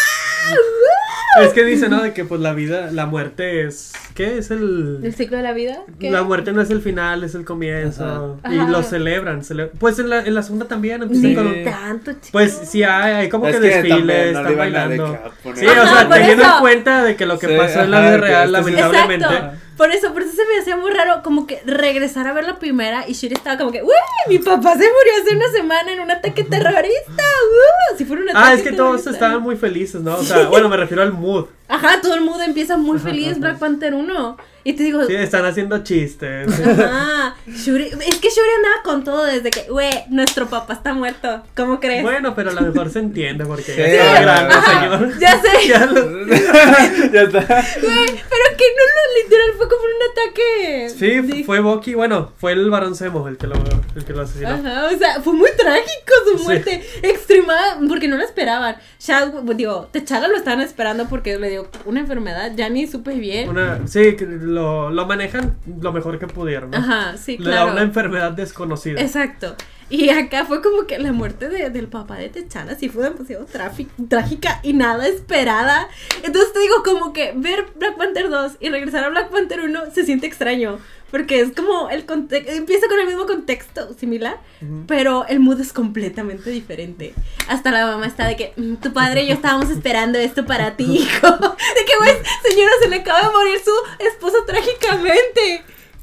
C: Es que dice, ¿no? De que pues la vida, la muerte es. ¿Qué? Es el.
A: ¿El ciclo de la vida? ¿Qué?
C: La muerte no es el final, es el comienzo.
A: Ajá.
C: Y
A: Ajá.
C: lo celebran. cele- Pues en la, en la segunda también empiezan
A: Ni
B: Sí.
C: con un-
A: tanto, chicos.
C: Pues sí, hay, hay como
B: Es
C: que,
B: que
C: desfiles,
B: también no le iban
C: están
B: a
C: bailando.
B: de que a
C: Sí,
B: poner-
C: o sea,
A: Ajá, por
C: teniendo
A: eso.
C: en cuenta de que lo que
B: Sí,
C: pasó en la
B: ajá,
C: vida
B: que este
C: real,
B: esto es-
C: lamentablemente.
A: Exacto. Por eso, por eso se me hacía muy raro como que regresar a ver la primera y Shuri estaba como que, ¡Uy! Mi papá se murió hace una semana en un ataque terrorista. ¡Uh! Si fuera un ataque
C: Ah, es que todos
A: terrorista.
C: estaban muy felices, ¿no? O sea, bueno, me refiero al mood.
A: Ajá, todo el mundo empieza muy
C: Ajá,
A: feliz
C: ajá.
A: Black Panther 1. Y te digo,
C: Sí, están haciendo chistes.
A: ajá, Shuri, es que Shuri andaba con todo desde que, güey, nuestro papá está muerto. ¿Cómo crees?
C: Bueno, pero a lo mejor se entiende porque ya
B: Sí,
C: estaba
B: ajá.
C: grande,
B: Ajá.
C: señor.
A: Ya sé.
C: Ya lo-
B: ya está.
A: Güey, pero que no lo literal fue como un ataque.
C: Sí,
A: De-
C: fue Bucky, bueno, fue el Barón Semo el que lo, el que lo asesinó.
A: Ajá, o sea, fue muy trágico su
C: Sí.
A: muerte. Extremada, porque no la esperaban. Chadwick, digo, T'Challa lo estaban esperando porque le dio una enfermedad. Ya ni supe bien.
C: Una, sí, que lo, lo manejan lo mejor que pudieron. ¿no?
A: Ajá, sí,
C: Le da
A: claro.
C: una enfermedad desconocida.
A: Exacto. Y acá fue como que la muerte de- del papá de Techala sí fue demasiado tráfi- trágica y nada esperada. Entonces te digo, como que ver Black Panther 2 y regresar a Black Panther 1 se siente extraño. Porque es como el contexto. Empieza con el mismo contexto similar,
C: Ujú.
A: pero el mood es completamente diferente. Hasta la mamá está de que "Mm, tu padre y yo estábamos esperando esto para ti, hijo. De que, güey, señora, se le acaba de morir su esposo trágicamente.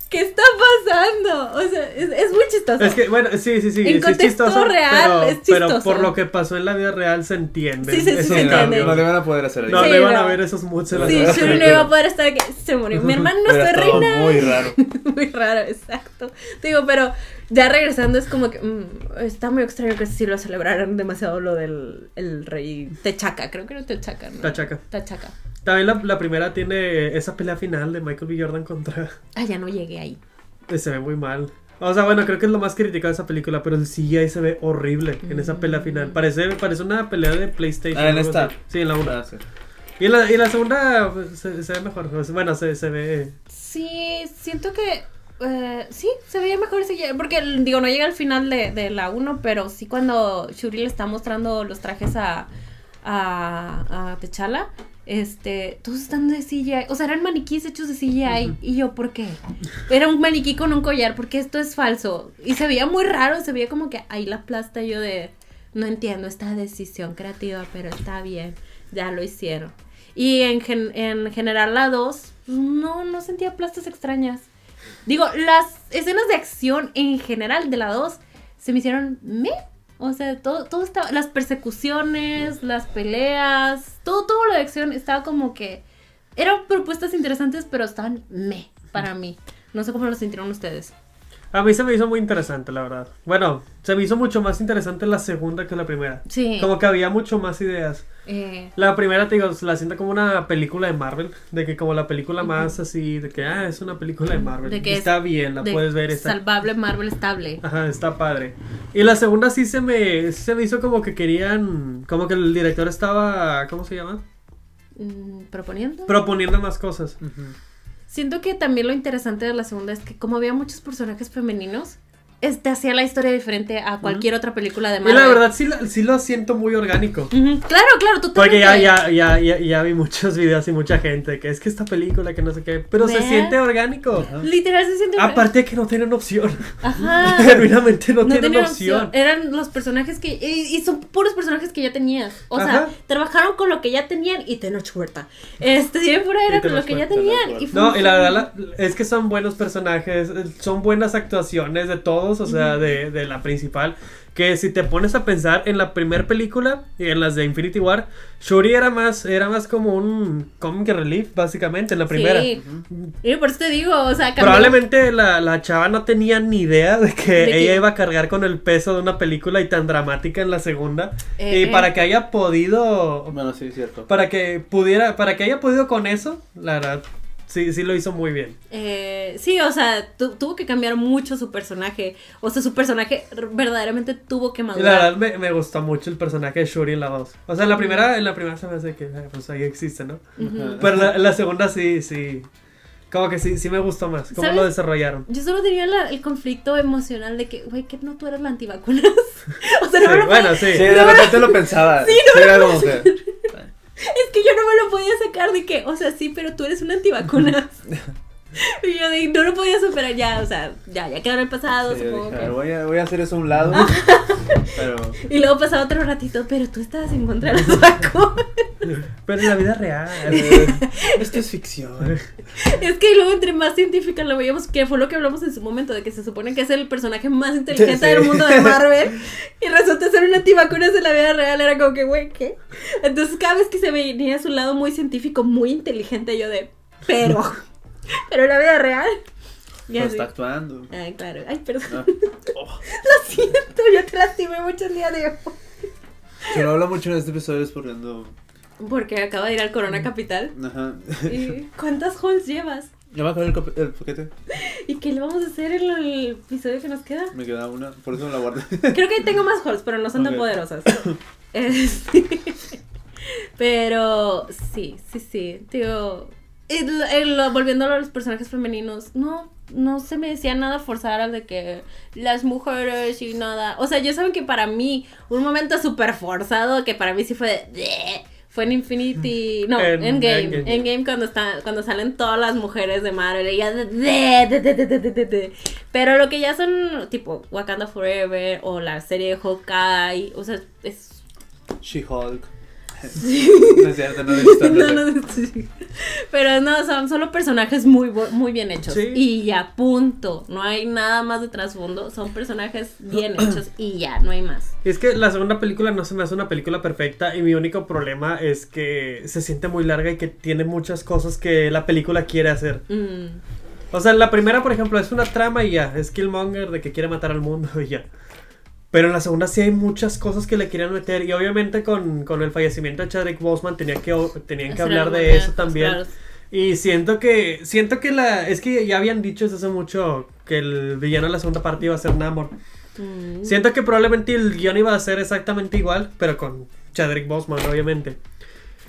A: ¿Qué está pasando? O sea, es, es muy chistoso.
C: Es que, bueno, sí, sí, sí.
A: En
C: sí es
A: contexto
C: chistoso,
A: real,
C: pero,
A: es
C: pero
A: chistoso.
C: por lo que pasó en la vida real se entiende.
A: Sí, sí, sí,
C: esos
A: se
B: no,
A: entiende.
C: cambios.
B: no le van a poder hacer ahí.
C: No,
A: Sí,
C: le van a
A: no.
C: ver esos moods en la
A: sí,
C: vida
A: Shuri
C: real.
A: no iba a poder estar de que se murió. Mi hermano no
B: Hubiera
A: se
B: estado
A: reina.
B: muy raro.
A: Muy raro, exacto. Te digo, pero ya regresando es como que mm, está muy extraño que sí lo celebraron demasiado lo del el rey Techaca, creo que era Techaca, ¿no?
C: Tachaca.
A: Tachaca.
C: También la, la primera tiene esa pelea final de Michael B. Jordan contra. eh,
A: Ah, ya no llegué ahí.
C: Se ve muy mal. O sea, bueno, creo que es lo más criticado de esa película, pero el CGI se ve horrible en esa
A: Mm.
C: pelea final. Parece, parece una pelea de PlayStation.
B: Ah, en
C: o algo
B: esta.
C: así. Sí, en la una.
B: Ah, sí.
C: Y la, y la segunda pues, se, se ve mejor. pues, Bueno, se, se ve.
A: Sí, siento que eh, sí, se veía mejor ese ya- porque digo, no llega al final de, de la 1, pero sí cuando Shuri le está mostrando los trajes a a, a T'Challa, este, todos están de CGI, o sea, eran maniquíes hechos de CGI y yo, ¿por qué? Era un maniquí con un collar, porque esto es falso y se veía muy raro, se veía como que ahí la plasta yo de no entiendo esta decisión creativa, pero está bien, ya lo hicieron. Y en, gen- en general la 2, no, no sentía plastas extrañas. Digo, las escenas de acción en general de la 2 se me hicieron me. O sea, todo, todo estaba, las persecuciones, las peleas, todo, todo lo de acción estaba como que... Eran propuestas interesantes, pero estaban me para mí. No sé cómo lo sintieron ustedes.
C: A mí se me hizo muy interesante, la verdad. Bueno, se me hizo mucho más interesante la segunda que la primera.
A: Sí.
C: Como que había mucho más ideas.
A: Eh,
C: La primera, te digo, la siento como una película de Marvel. De que como la película más así, de que, ah, es una película de Marvel.
A: De que
C: está
A: es-
C: bien, la
A: de
C: puedes ver. Está,
A: Salvable, Marvel estable.
C: Ajá, está padre. Y la segunda sí se me, sí se me hizo como que querían, como que el director estaba, ¿cómo se llama?
A: Mm, ¿Proponiendo?
C: Proponiendo más cosas.
A: Siento que también lo interesante de la segunda es que como había muchos personajes femeninos, este hacía la historia diferente a cualquier otra película de
C: Y
A: Marvel.
C: la verdad sí, la- sí lo siento muy orgánico.
A: Ujú, Claro, claro, totalmente.
C: Porque ya, ya, ya, ya, ya vi muchos videos y mucha gente que es que esta película que no sé qué, pero se
A: ¿Ves?
C: siente orgánico.
A: Literal se siente...
C: Aparte de que no tienen opción.
A: Ajá.
C: Genuinamente no,
A: No
C: tienen
A: tenían
C: opción.
A: opción. Eran los personajes que... Y, y son puros personajes que ya tenías. O
C: Ajá.
A: sea, trabajaron con lo que ya tenían y Tenoch Huerta. Este, siempre fuera era con lo
B: Tenoch
A: que ya
B: Huerta,
A: tenían.
B: Tenoch
A: Y fue
C: No,
A: un-
C: y la verdad la- es que son buenos personajes, eh, son buenas actuaciones de todos, o sea, de, de la principal. Que si te pones a pensar en la primera película y en las de Infinity War, Shuri era más, era más como un comic relief, básicamente, en la primera.
A: Sí. Y por eso te digo, o sea, cambió-
C: Probablemente la, la chava no tenía ni idea de que
A: ¿De qué?
C: ella iba a cargar con el peso de una película y tan dramática en la segunda.
A: Eh,
C: y
A: eh.
C: para que haya podido
B: Bueno, sí, es cierto.
C: para que pudiera, para que haya podido con eso, la verdad, sí, sí lo hizo muy bien.
A: Eh, sí, o sea, tu- tuvo que cambiar mucho su personaje. O sea, su personaje r- verdaderamente tuvo que
C: Y la
A: madurar.
C: verdad me, me gustó mucho el personaje de Shuri en la 2. O sea, en
A: Mm.
C: la primera, en la primera se me hace que eh, pues ahí existe, ¿no?
B: Ajá.
C: Pero la, en la segunda sí, sí. Como que sí, sí me gustó más. Cómo lo
A: ¿Sabes?
C: desarrollaron.
A: Yo solo tenía la- el conflicto emocional de que, güey, que no tú eras la antivacunas. o sea, no me
C: Sí,
A: lo puedo-
C: bueno, sí.
B: Sí, de repente lo pensaba. Sí,
A: no,
B: era como que.
A: Es que que yo no me lo podía sacar de que, o sea, sí, pero tú eres una antivacuna. y yo de, no lo podía superar ya, o sea, ya, ya quedó en el pasado,
B: Sí, yo
A: supongo
B: dije, "Ah, a
A: que-
B: ver, voy, a, voy a hacer eso a un lado. pero
A: Y luego pasaba otro ratito, pero tú estabas en contra de los vacunas.
C: Pero en la vida real.
B: esto es ficción.
A: es que luego entre más científica lo veíamos, que fue lo que hablamos en su momento, de que se supone que es el personaje más inteligente
B: Sí.
A: del mundo de Marvel. Y resulta ser una antivacuna de la vida real, era como que, güey, ¿qué? Entonces cada vez que se venía a su lado muy científico, muy inteligente, yo de, pero, pero en la vida real. Y
B: Pero
A: así.
B: está actuando.
A: Ay, claro. Ay, perdón.
B: No. Oh,
A: Lo siento, yo te lastimé mucho el día de hoy.
B: Si no habla mucho en este episodio es por ando-
A: Porque acaba de ir al Corona Capital.
B: Ajá.
A: ¿Y ¿Cuántas halls llevas?
B: Ya me acabé el, cap- el paquete.
A: ¿Y qué le vamos a hacer en el episodio que nos queda?
B: Me quedaba una, por eso me la guardé.
A: Creo que ahí tengo más halls, pero no son tan
B: Ok.
A: poderosas. Este, pero sí, sí, sí. Digo, el- el- volviendo a los personajes femeninos, no, no se me decía nada forzar al de que las mujeres y nada. O sea, yo saben que para mí, un momento súper forzado que para mí sí fue de. "Bleh", Fue en Infinity, no,
C: En-
A: en, Game,
C: Endgame.
A: en Game cuando está, cuando salen todas las mujeres de Marvel y ya de, de, de, de, de, de, de, de, de. Pero lo que ya son tipo Wakanda Forever o la serie de Hawkeye, o sea, es
B: She-Hulk. no es cierto, no he visto.
A: no, no, no, sí. Pero no, son solo personajes muy, bu- muy bien hechos.
C: Sí.
A: Y ya, punto. No hay nada más de trasfondo. Son personajes bien hechos y ya, no hay más.
C: Es que la segunda película no se me hace una película perfecta y mi único problema es que se siente muy larga y que tiene muchas cosas que la película quiere hacer.
A: Mm.
C: O sea, la primera, por ejemplo, es una trama y ya, es Killmonger de que quiere matar al mundo y ya. Pero en la segunda sí hay muchas cosas que le querían meter y obviamente con, con el fallecimiento de Chadwick Boseman tenía que, o- tenían que
A: Hacer
C: hablar
A: algo
C: de
A: bien,
C: eso
A: pues,
C: también.
A: claro.
C: Y siento que, siento que la, es que ya habían dicho desde hace mucho que el villano de la segunda parte iba a ser Namor.
A: Mm.
C: Siento que probablemente el guión iba a ser exactamente igual, pero con Chadrick Boseman, obviamente.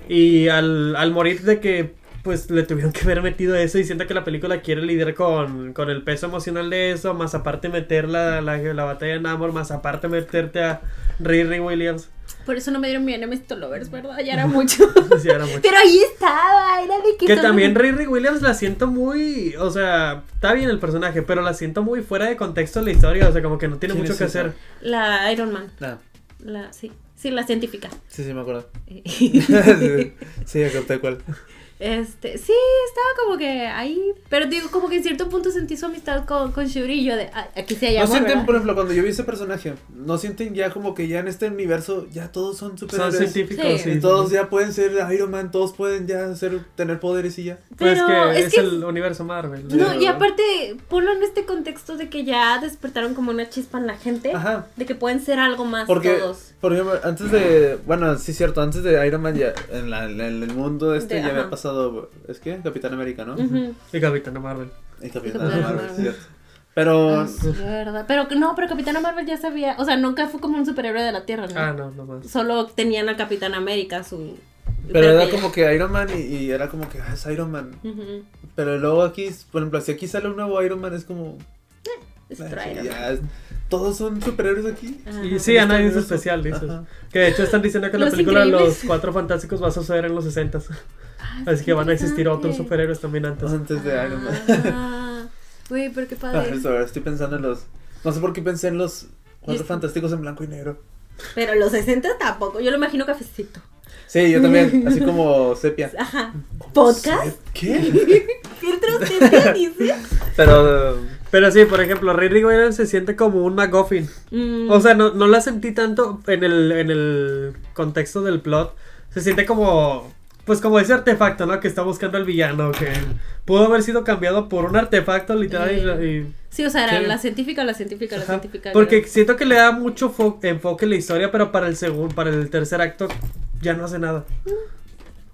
C: Y al, al morir de que, pues, le tuvieron que haber metido eso y siento que la película quiere lidiar con, con el peso emocional de eso, más aparte meter la, la, la batalla de Namor, más aparte meterte a Riri Williams.
A: Por eso no me dieron mi enemies to lovers, ¿verdad? Ya era mucho.
C: Sí, era mucho.
A: Pero ahí estaba, era de que.
C: Que
A: son-
C: también Riri Williams la siento muy, o sea, está bien el personaje, pero la siento muy fuera de contexto de la historia, o sea, como que no tiene
B: ¿Quién
C: mucho
B: es
C: que
B: esa?
C: hacer.
A: La Iron Man.
B: No,
A: La, sí. Sí, la científica.
B: sí, sí, me acuerdo. sí, sí, ya capté cuál.
A: Este, sí, estaba como que ahí. Pero digo, como que en cierto punto sentí su amistad con, con Shuri y yo de "Ah, aquí se
B: No
A: hallaba.
B: sienten, por ejemplo, cuando yo vi ese personaje, no sienten ya como que ya en este universo ya todos son
C: Son
B: superhéroes.
C: científicos,
A: Sí.
C: sí.
B: Y todos ya pueden ser Iron Man, todos pueden ya ser, tener poderes y ya.
C: Pues
A: Pero
C: que
A: es
C: es,
A: que-
C: el universo Marvel.
A: No,
B: Pero-
A: y aparte, ponlo en este contexto de que ya despertaron como una chispa en la gente.
B: Ajá.
A: De que pueden ser algo más
B: Porque,
A: todos.
B: por ejemplo, antes de. Bueno, sí, cierto, antes de Iron Man, ya, en, la- en el mundo este
A: De-
B: ya
A: ajá.
B: había pasado. ¿Es que? Capitán América, ¿no?
A: Ujú.
C: Y Capitana Marvel.
B: Y Capitán
A: Capitán
B: Marvel,
A: Marvel.
B: cierto. Pero.
A: Ah, sí, verdad. Pero que- no, pero Capitana Marvel ya sabía. O sea, nunca fue como un superhéroe de la Tierra, ¿no?
C: Ah, no, no más.
A: Solo tenían al Capitán América, su.
B: Pero era
A: ella-
B: como que Iron Man y, y era como que ah, es Iron Man.
A: Ujú.
B: Pero luego aquí, por ejemplo, si aquí sale un nuevo Iron Man, es como.
A: Es
B: ah,
A: otro
B: sí,
A: Iron Man. Ah.
B: ya, todos son superhéroes aquí.
A: Ajá.
C: Y sí, a
B: Este
C: nadie es
B: universo.
C: especial, dices.
B: Ajá.
C: Que de hecho están diciendo que la
A: Los
C: película de Los
A: Increíbles.
C: Cuatro Fantásticos va a suceder en los 60
A: Ah,
C: Así que van a existir otros
A: interesante.
C: superhéroes también antes.
B: Antes de Iron Man.
A: Ah, Güey, pero qué
B: Ah,
A: padre.
B: eso, estoy pensando en los. No sé por qué pensé en los cuatro
A: Listo.
B: fantásticos en blanco y negro.
A: Pero los 60 tampoco. Yo lo imagino cafecito.
B: Sí, yo también, así como sepia.
A: Ajá. Ah, ¿Podcast?
B: ¿Qué?
A: ¿Filtros de qué dices?
B: Pero. um,
C: Pero sí, por ejemplo, Riri Williams se siente como un MacGuffin.
A: Mm,
C: O sea, no, no la sentí tanto en el, en el contexto del plot. Se siente como. Pues como ese artefacto, ¿no? Que está buscando el villano. Que pudo haber sido cambiado por un artefacto literal y- y
A: sí, o sea, era
C: sí.
A: la científica, la científica, la
C: Ajá,
A: científica.
C: Porque siento que le da mucho fo- enfoque a la historia, pero para el segundo, para el tercer acto ya no hace nada.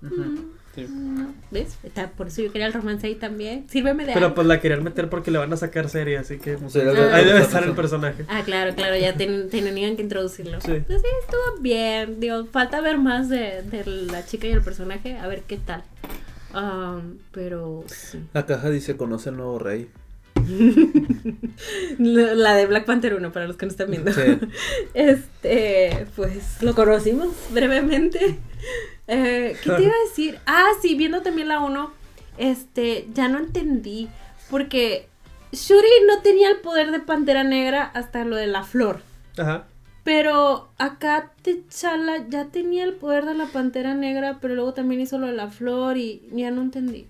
B: ujú, sí.
A: No, ¿Ves? Está- por eso yo quería el romance ahí también. Sírveme de
C: Pero
A: algo.
C: pues la querían meter porque le van a sacar serie, así que
B: Sí, debe-
A: Ah.
C: ahí debe
B: debe
C: estar el
B: estar.
C: personaje.
A: Ah, claro, claro, ya ten- tenían que introducirlo.
C: Sí.
A: Pues sí, estuvo bien. Digo, falta ver más de, de la chica y el personaje, a ver qué tal. Am, pero sí.
B: La caja dice: Conoce al nuevo rey.
A: La la de Black Panther 1, para los que no están viendo.
B: Sí.
A: Este, pues lo conocimos brevemente. Eh, ¿Qué te iba a decir? Ah, sí, viendo también la 1, este, ya no entendí. Porque Shuri no tenía el poder de Pantera Negra hasta lo de la flor.
C: Ajá.
A: Pero acá T'Challa ya tenía el poder de la Pantera Negra, pero luego también hizo lo de la flor y ya no entendí.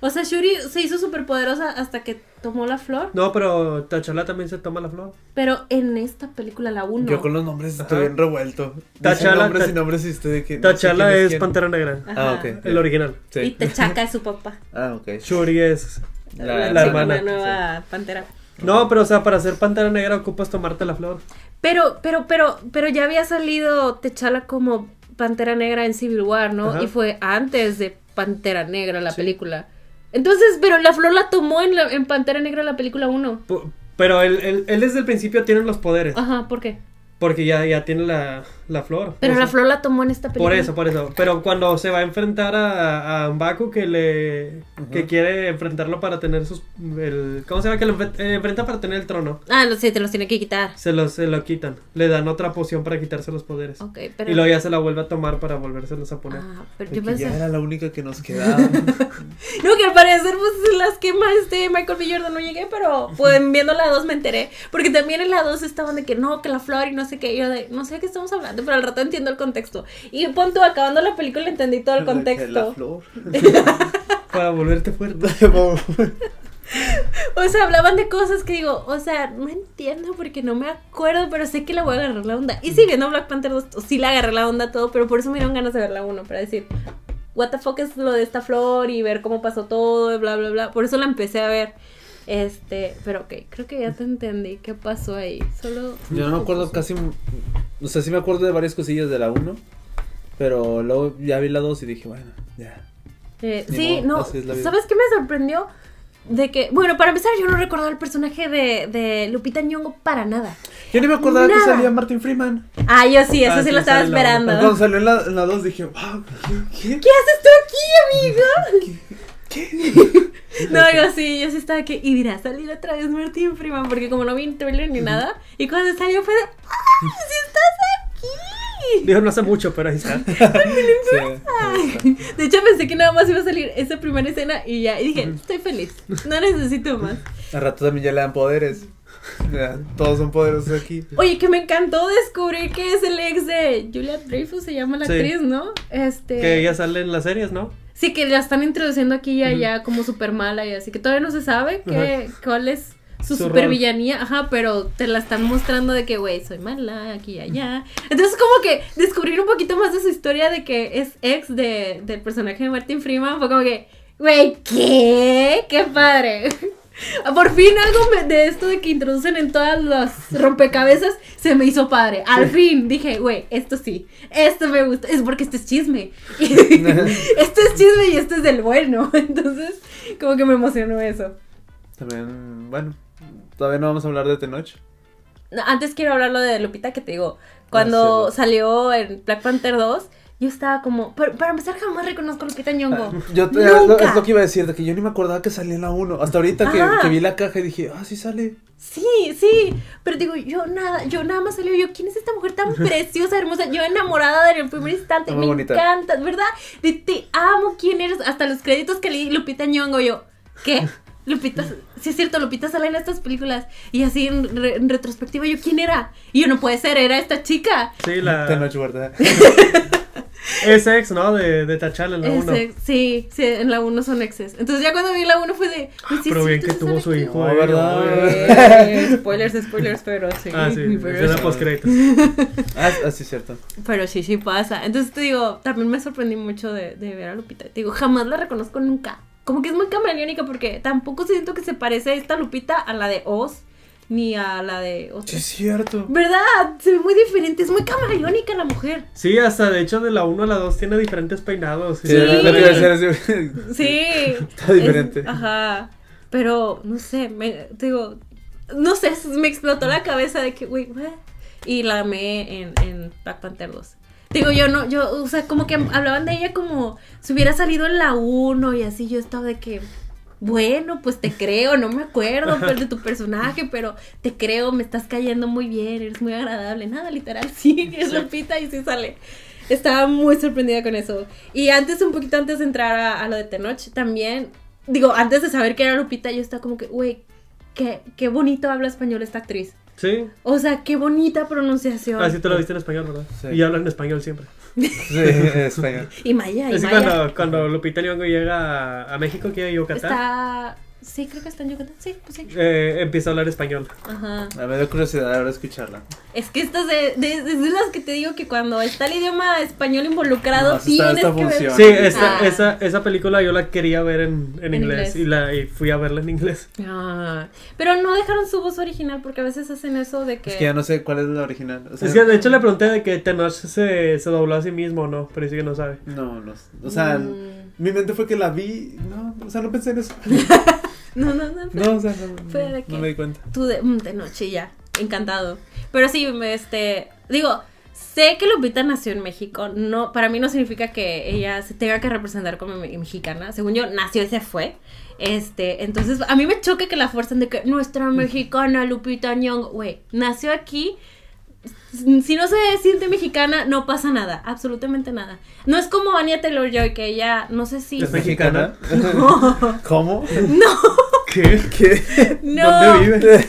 A: O sea, Shuri se hizo súper poderosa hasta que tomó la flor,
C: No, pero Tachala también se toma la flor.
A: pero en esta película, la 1.
B: Yo con los nombres estoy bien revuelto.
C: T'Challa,
B: Tachala. Nombres
C: Ta-
B: y nombres y usted de que. no sé
C: Tachala
B: quién
C: es
B: quién.
C: Pantera Negra.
A: Ajá.
B: Ah, ok.
C: El original.
B: Sí.
A: Y T'Chaka es su papá.
B: Ah, ok.
C: Shuri es.
A: La,
C: la
A: hermana.
C: hermana,
A: nueva pantera.
C: No, pero o sea, para ser Pantera Negra ocupas tomarte la flor.
A: Pero, pero, pero, pero ya había salido T'Challa como Pantera Negra en Civil War, ¿no?
C: Ajá.
A: Y fue antes de Pantera Negra la película. Entonces, pero la flor la tomó en, la- en Pantera Negra la película 1.
C: Pu- Pero él, él, él desde el principio tiene los poderes.
A: Ajá, ¿por qué?
C: Porque ya, ya tiene la, la flor.
A: Pero
C: O sea,
A: la flor la tomó en esta película.
C: Por eso, por eso. Pero cuando se va a enfrentar a, a Mbaku que le. que quiere enfrentarlo para tener sus. El, ¿Cómo se llama? Que lo enfren- eh, enfrenta para tener el trono.
A: Ah, lo, sí, te los tiene que quitar.
C: Se, los, se lo quitan. Le dan otra poción para quitarse los poderes.
A: Ok, Oh, pero.
C: Y luego ya se la vuelve a tomar para volvérselos a poner.
A: Ah, pero
B: De
A: yo
B: que
A: pensé.
B: ya era la única que nos quedaba.
A: No, que al parecer, pues las que más de Michael B. Jordan no llegué, pero pues viendo la 2 me enteré. Porque también en la 2 estaban de que no, que la flor y no sé qué. y yo de, no sé de qué estamos hablando, pero al rato entiendo el contexto. Y pon tú, acabando la película entendí todo el
B: La
A: contexto.
B: flor. Este,
C: Para volverte fuerte.
A: O sea, hablaban de cosas que digo, o sea, no entiendo porque no me acuerdo, pero sé que la voy a agarrar la onda. Y sí, viendo Black Panther 2, sí la agarré la onda todo, pero por eso me dieron ganas de ver la 1, para decir, what the fuck es lo de esta flor y ver cómo pasó todo, y bla, bla, bla. Por eso la empecé a ver. Este, pero ok, creo que ya te entendí qué pasó ahí. Solo.
B: Yo no me
C: pues,
B: acuerdo casi. O sea, sí me acuerdo de varias cosillas de la 1. Pero luego ya vi la 2 y dije, bueno, ya.
A: Eh,
B: Ni
A: sí,
B: modo,
A: no.
B: así es la vida.
A: ¿Sabes qué me sorprendió? De que, bueno, para empezar, yo no recordaba el personaje de, de Lupita Nyong'o para nada.
B: Yo ni me acordaba que
A: Nada.
B: salía Martin Freeman.
A: Ah, yo sí, eso
C: Ah,
A: sí
C: sí,
A: lo estaba
C: sale la-
A: esperando.
B: Cuando salió en la, en la 2 dije, wow, ¿qué?
A: ¿Qué haces tú aquí, amigo? No, yo sí, yo sí estaba que. Y dirá, salir otra vez Martín Freeman, porque como no vi el trailer ni nada, y cuando salió fue de. ¡Ay, sí estás aquí!
C: Digo, no hace mucho, pero ahí está.
B: Sí,
A: Ay, De hecho, pensé que nada más iba a salir esa primera escena y ya. Y dije, estoy feliz, no necesito más.
B: Al rato también ya le dan poderes. Ya, todos son poderosos aquí.
A: Oye, que me encantó descubrir que es el ex de Julia Dreyfus, se llama la
C: Sí.
A: actriz, ¿no? Este.
C: que ella sale en las series, ¿no?
A: Sí, que la están introduciendo aquí y allá como super mala y así que todavía no se sabe qué, cuál es su,
C: Su
A: supervillanía, ajá, pero te la están mostrando de que, güey, soy mala aquí y allá. Entonces, como que descubrir un poquito más de su historia de que es ex de, del personaje de Martin Freeman fue como que, güey, ¿qué? ¡Qué padre! Por fin algo me- de esto de que introducen en todas las rompecabezas se me hizo padre. Al fin dije, güey, esto sí, esto me gusta. Es porque este es chisme. este es chisme y este es del bueno. Entonces, como que me emocionó eso.
B: También, bueno, todavía no vamos a hablar de Tenoch.
A: No, Antes quiero hablarlo de Lupita, que te digo, cuando
B: Ah, sí.
A: salió en Black Panther 2, yo estaba como, para, para empezar jamás reconozco a Lupita Nyong'o.
B: Ah, Yo te-
A: Nunca.
B: es, lo, es lo que iba a decir, de que yo ni me acordaba que salía en la 1. Hasta ahorita que,
A: Ajá.
B: que vi la caja y dije, ah, sí sale.
A: Sí, sí, pero digo, yo nada, yo nada más salió yo, ¿quién es esta mujer tan preciosa, hermosa? Yo enamorada del primer instante,
B: Muy
A: me
B: bonita.
A: encanta, ¿verdad? De- te amo, ¿quién eres? Hasta los créditos que leí, Lupita Nyong'o, yo, ¿qué? Lupita, sí es cierto, Lupita sale en estas películas, y así en, re- en retrospectiva, yo, ¿quién era? Y yo, no puede ser, era esta chica.
C: Sí, la.
A: Ah.
B: Tenoch, ¿verdad?
C: Es ex, ¿no? De, de T'Challa en la
A: Es
C: 1.
A: ex- Este, sí, sí, en la 1 son exes. Entonces ya cuando vi la 1 fue de... "Ay, sí es
C: Ah, Pero bien
A: cierto,
C: que
A: sí
C: tuvo
A: sale
C: su
A: aquí".
C: hijo.
B: No,
C: eh,
B: ¿verdad?
C: güey.
A: Eh, spoilers, spoilers, pero sí.
C: Ah, sí,
A: pero
C: escena
A: sí.
C: postcréditos.
B: Ah, ah, sí, cierto.
A: Pero sí, sí pasa. Entonces te digo, también me sorprendí mucho de, de ver a Lupita. Te digo, jamás la reconozco nunca. Como que es muy camaleónica porque tampoco siento que se parece esta Lupita a la de Oz ni a la de
B: Sí,
A: otra.
B: es cierto.
A: ¿Verdad? Se ve muy diferente. Es muy camaleónica la mujer.
C: Sí, hasta de hecho de la 1 a la 2 tiene diferentes peinados.
B: Sí,
A: Sí.
B: lo que iba a decir es-
A: Sí.
B: Está diferente.
A: Es- ajá. Pero, no sé, me, te digo, no sé, me explotó la cabeza de que, güey, what? Y la amé en, en Black Panther 2. Te Digo, yo no, yo, o sea, como que hablaban de ella como si hubiera salido en la 1 y así, yo estaba de que, bueno, pues te creo, no me acuerdo pues, de tu personaje, pero te creo, me estás cayendo muy bien, eres muy agradable, nada, literal, sí, es Lupita y sí sale. Estaba muy sorprendida con eso. Y antes, un poquito antes de entrar a, a lo de Tenoch, también, digo, antes de saber que era Lupita, yo estaba como que, güey, qué, qué bonito habla español esta actriz.
C: Sí.
A: O sea, qué bonita pronunciación.
B: Ah,
C: Así te lo viste en español, ¿verdad?
B: Sí.
C: Y hablan en español siempre.
B: Sí, español.
A: Y Maya, y
C: es que
A: Maya.
C: cuando, cuando Lupita Nyong'o llega a, a México, que a Yucatán,
A: Está... Sí, creo que está en Yucatán. Sí, pues sí.
C: eh, empieza a hablar español.
A: Ajá.
B: A ver, curiosidad ahora escucharla.
A: Es que estas de, de, es de las que te digo que cuando está el idioma español involucrado,
B: No, sí está
A: tienes
B: esta
A: que ver.
B: función.
C: Sí, esa,
A: Ah.
C: esa, esa película yo la quería ver en, en
A: En
C: inglés,
A: inglés.
C: Y, la, y fui a verla en inglés.
A: Ah, pero no dejaron su voz original porque a veces hacen eso de que.
B: Es que ya no sé cuál es la original. O sea,
C: Es que de hecho le pregunté de que Tenoch se, se dobló a sí mismo o no, pero dice que no sabe.
B: No, no. O sea,
A: Mm,
B: mi mente fue que la vi. No, o sea, no pensé en eso.
A: No, no, no. fue-
B: No, o sea, no,
A: Fue de
B: no,
A: que-
B: no me di cuenta.
A: Tú de, mm, de noche ya. Encantado. Pero sí, me, este. Digo, sé que Lupita nació en México. No, para mí no significa que ella se tenga que representar como me- mexicana. Según yo, nació y se fue. Este, entonces a mí me choca que la fuerzan de que nuestra mexicana Lupita Nyong'o, güey, nació aquí, si no se siente mexicana, no pasa nada, absolutamente nada. No es como Anya Taylor-Joy, que ella, no sé si...
C: ¿Es mexicana?
A: No,
B: ¿Cómo?
C: ¿Qué?
B: ¿Qué?
A: no,
B: ¿Dónde vive?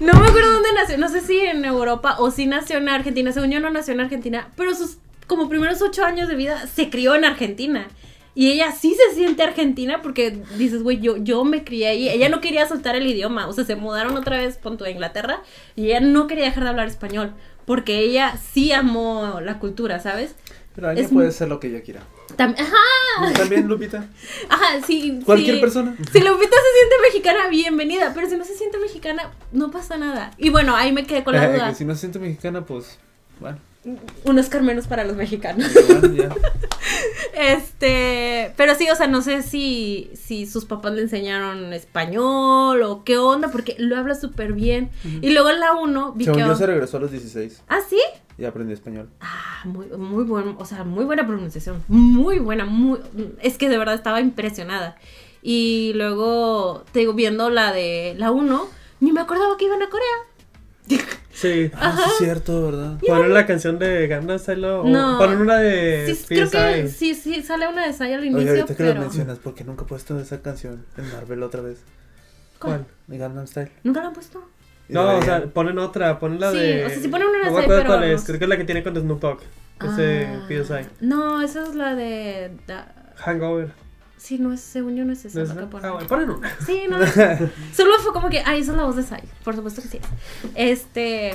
A: no me acuerdo dónde nació, no sé si en Europa o si nació en Argentina, según yo no nació en Argentina, pero sus como primeros ocho años de vida se crió en Argentina. Y ella sí se siente argentina porque dices, güey, yo, yo me crié ahí. Ella no quería soltar el idioma. O sea, se mudaron otra vez punto, a Inglaterra y ella no quería dejar de hablar español porque ella sí amó la cultura, ¿sabes?
B: Pero Anya
A: Es-
B: puede ser lo que yo quiera.
A: Tam- ajá,
B: También, Lupita.
A: ajá, sí.
B: Cualquier
A: sí.
B: persona.
A: Si Lupita se siente mexicana, bienvenida. Pero si no se siente mexicana, no pasa nada. Y bueno, ahí me quedé con la
B: Eh,
A: duda.
B: que si no se siente mexicana, pues. Bueno.
A: unos carmenos para los mexicanos.
B: pero bueno, ya.
A: Este, pero sí, o sea, no sé si, si sus papás le enseñaron español o qué onda, porque lo habla súper bien. Y luego en la 1 vi
B: Según
A: que...
B: yo, se regresó a los 16
A: Ah, sí.
B: y aprendí español.
A: Ah, muy, muy buen, o sea, muy buena pronunciación. Muy buena, muy... Es que de verdad estaba impresionada. Y luego, te digo, viendo la de la 1, ni me acordaba que iban a Corea.
C: Sí.
B: Ah, sí, es cierto, ¿verdad?
C: ¿Ponen la canción de Gangnam Style o
A: No.
C: ponen una
B: Eh,
C: de
A: Sí, creo que sí,
C: PSI?
A: sí, sale una de Sai al
B: Oye,
A: inicio,
B: ahorita que lo
A: pero...
B: mencionas, porque nunca he puesto esa canción en Marvel otra vez.
A: ¿Cuál?
C: ¿Cuál?
B: De Gangnam Style.
A: ¿Nunca la han puesto?
B: Y
C: No, o
B: debería-
C: sea, ponen otra, ponen la
A: Sí,
C: de...
A: o sea, sí ponen una
C: no
A: de
C: me
A: esa,
C: acuerdo
A: pero
C: cuál es,
A: no-
C: creo que es la que tiene con Snoop Dogg, ese
A: Ah.
C: PSI.
A: No, esa es la de. da-
C: Hangover.
A: Sí, no es, según yo no es esa
C: ¿No es
A: la que
C: esa?
A: pone.
C: Ah, bueno, ponen una.
A: Sí, no. Solo fue como que, ah, esa es la voz de Sai. Por supuesto que sí. Este.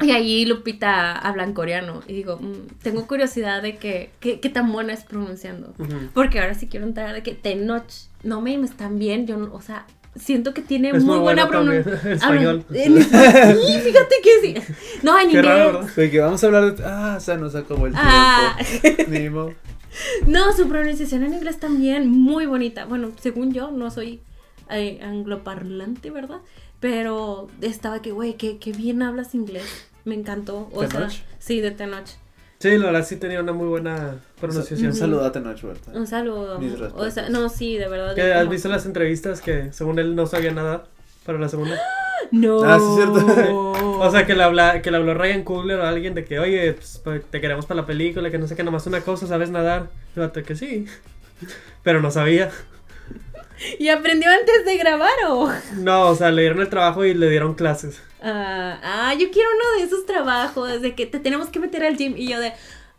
A: Y ahí Lupita habla en coreano. Y digo, mm, tengo curiosidad de que, que- qué tan buena es pronunciando.
C: Ujú.
A: Porque ahora sí quiero entrar de que Tenoch, no me es tan bien. Yo, no- o sea, siento que tiene
C: Es
A: muy
C: muy
A: buena Ah,
C: bueno también,
A: pronunciación.
C: en español.
A: Sí, fíjate que sí. No, en
C: Qué
A: inglés.
C: raro, ¿verdad?
B: De que vamos a hablar de. Ah, se nos acabó el tiempo.
A: Ah.
B: Ni modo.
A: No, su pronunciación en inglés también muy bonita. Bueno, según yo, no soy eh, angloparlante, ¿verdad? Pero estaba que, güey, que, que bien hablas inglés. Me encantó. O sea,
B: ¿Tenoch?
A: sí, de Tenoch.
C: Sí, la verdad sí tenía una muy buena
B: Un
C: pronunciación.
B: saludo a Tenoch Huerta.
A: Un saludo.
B: Mis
A: O
B: respetos.
A: sea, no, sí, de verdad.
C: Que has
A: como-
C: visto las entrevistas que según él no sabía nada para la segunda.
A: No.
B: Ah, sí, cierto.
C: O sea, que le, habla, que le habló Ryan Coogler a alguien de que, oye, pues, pa- te queremos para la película, que no sé qué, nomás una cosa, ¿sabes nadar? Y el vato que sí, pero no sabía.
A: ¿Y aprendió antes de grabar o?
C: No, o sea, le dieron el trabajo y le dieron clases.
A: Ah, ah, yo quiero uno de esos trabajos, de que te tenemos que meter al gym. Y yo de,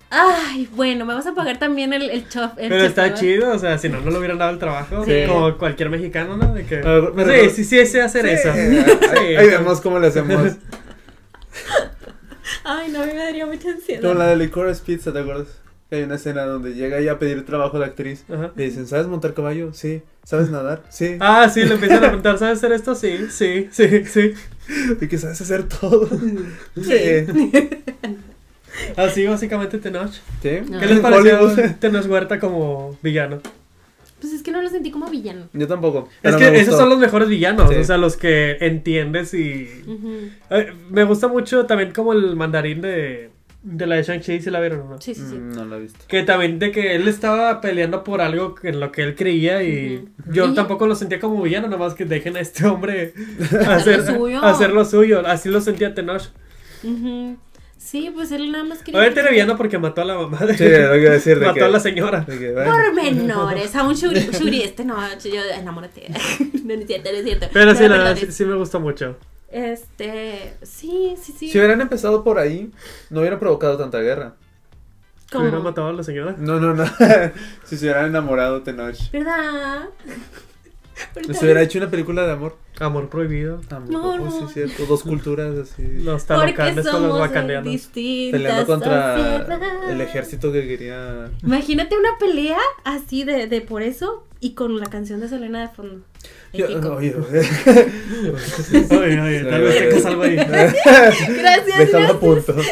A: ay, bueno, me vas a pagar también el, el chof. el
C: Pero está
A: chofeo".
C: chido, o sea, si no, no le hubieran dado el trabajo,
A: Sí.
C: como cualquier mexicano, ¿no? De que,
B: A ver, me
C: sí,
B: recuerdo-
C: sí, sí, sé hacer eso.
B: Eh, ahí, ahí vemos cómo le hacemos.
A: Ay, no, a mí me daría mucha ansiedad.
B: Como la de Licorice Pizza, ¿te acuerdas? Que hay una escena donde llega ella a pedir trabajo de actriz.
C: Ajá.
B: Le dicen, ¿sabes montar caballo? Sí. ¿Sabes nadar? Sí.
C: Ah, sí, le empiezan a preguntar, ¿sabes hacer esto? Sí, sí, sí, sí.
B: Y que sabes hacer todo.
A: Sí.
C: Así básicamente Tenoch.
B: ¿Sí?
A: No.
C: ¿Qué les
B: En
C: pareció
B: Hollywood.
C: Tenoch Huerta como villano?
A: Pues es que no lo sentí como villano.
B: Yo tampoco.
C: Es
B: pero
C: que
B: me
C: esos
B: gustó.
C: son los mejores villanos,
B: Sí.
C: o sea, los que entiendes y...
A: Ujú.
C: Eh, me gusta mucho también como el mandarín de, de la de Shang-Chi, si la vieron o no.
A: Sí, sí, sí.
B: Mm, No lo he visto.
C: Que también de que él estaba peleando por algo que- en lo que él creía y
A: Ujú.
C: yo
A: Y-
C: tampoco lo sentía como villano, nomás que dejen a este hombre
A: Hacer
C: hacer,
A: lo suyo.
C: hacer lo suyo. Así lo sentía Tenoch.
A: Ujú. Sí, pues él nada más quería.
C: Obviamente era villano porque mató a la mamá de.
B: Sí, lo que iba a decir de
C: mató
B: que-
C: a la señora.
B: De que, bueno.
A: Pormenores, a un Shuri, Shuri este no, yo enamórate. no, no es cierto, no es cierto.
C: Pero sí,
A: No,
C: la
A: perdón,
C: verdad, sí, sí me gustó mucho.
A: Este, sí, sí, sí.
B: Si hubieran empezado por ahí, no hubiera provocado tanta guerra.
C: ¿Cómo? Hubiera matado a la señora.
B: No, no, no. si se hubieran enamorado Tenoch.
A: ¿Verdad?
B: Les hubiera hecho una película de amor.
C: Amor prohibido.
B: Amor,
A: No,
B: oh,
A: no.
B: sí, cierto. Dos culturas así.
C: Los
A: Porque
C: talocanes con los
A: somos de
C: bacaneanos.
A: distintas
B: Peleando contra
A: sociedades.
B: el ejército que quería.
A: Imagínate una pelea así de, de por eso y con la canción de Selena de fondo.
B: Yo-
A: Épico.
B: oye,
C: Oye, oye, tal vez tengas algo ahí.
A: Gracias,
B: Déjalo
A: gracias.
B: a punto.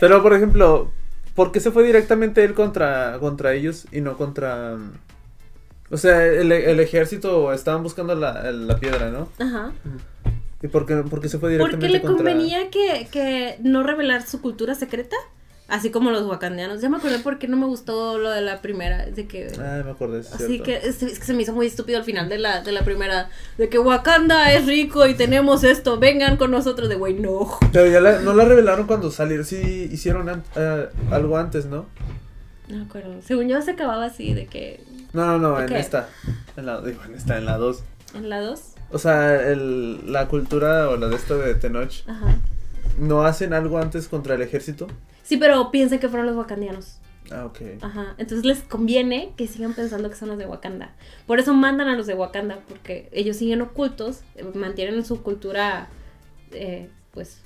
B: Pero, por ejemplo, ¿por qué se fue directamente él contra, contra ellos y no contra... mm, O sea, el, el ejército estaban buscando la, el- la piedra, ¿no?
A: Ajá.
B: ¿Y por qué, por qué se fue
A: Porque
B: directamente
A: le
B: contra...?
A: convenía que, que no revelar su cultura secreta, así como los wakandianos. Ya me acordé por qué no me gustó lo de la primera, de que...
B: Ah, me acordé, sí, es
A: Así
B: cierto.
A: que es, es que se me hizo muy estúpido al final de la, de la primera, de que Wakanda es rico y tenemos esto, vengan con nosotros de güey, no.
B: Pero ya la- no la revelaron cuando salieron, sí hicieron an- eh, algo antes, ¿no?
A: No me acuerdo. Según yo se acababa así, de que
B: No, no, no,
A: Ok.
B: en esta. En la, digo, en esta, en la 2.
A: en la 2.
B: O sea, el- la cultura o la de esta de Tenoch,
A: Ajá.
B: ¿no hacen algo antes contra el ejército?
A: Sí, pero piensen que fueron los wakandianos.
B: Ah, ok.
A: Ajá. Entonces les conviene que sigan pensando que son los de Wakanda. Por eso mandan a los de Wakanda, porque ellos siguen ocultos, eh, mantienen su cultura, eh, pues,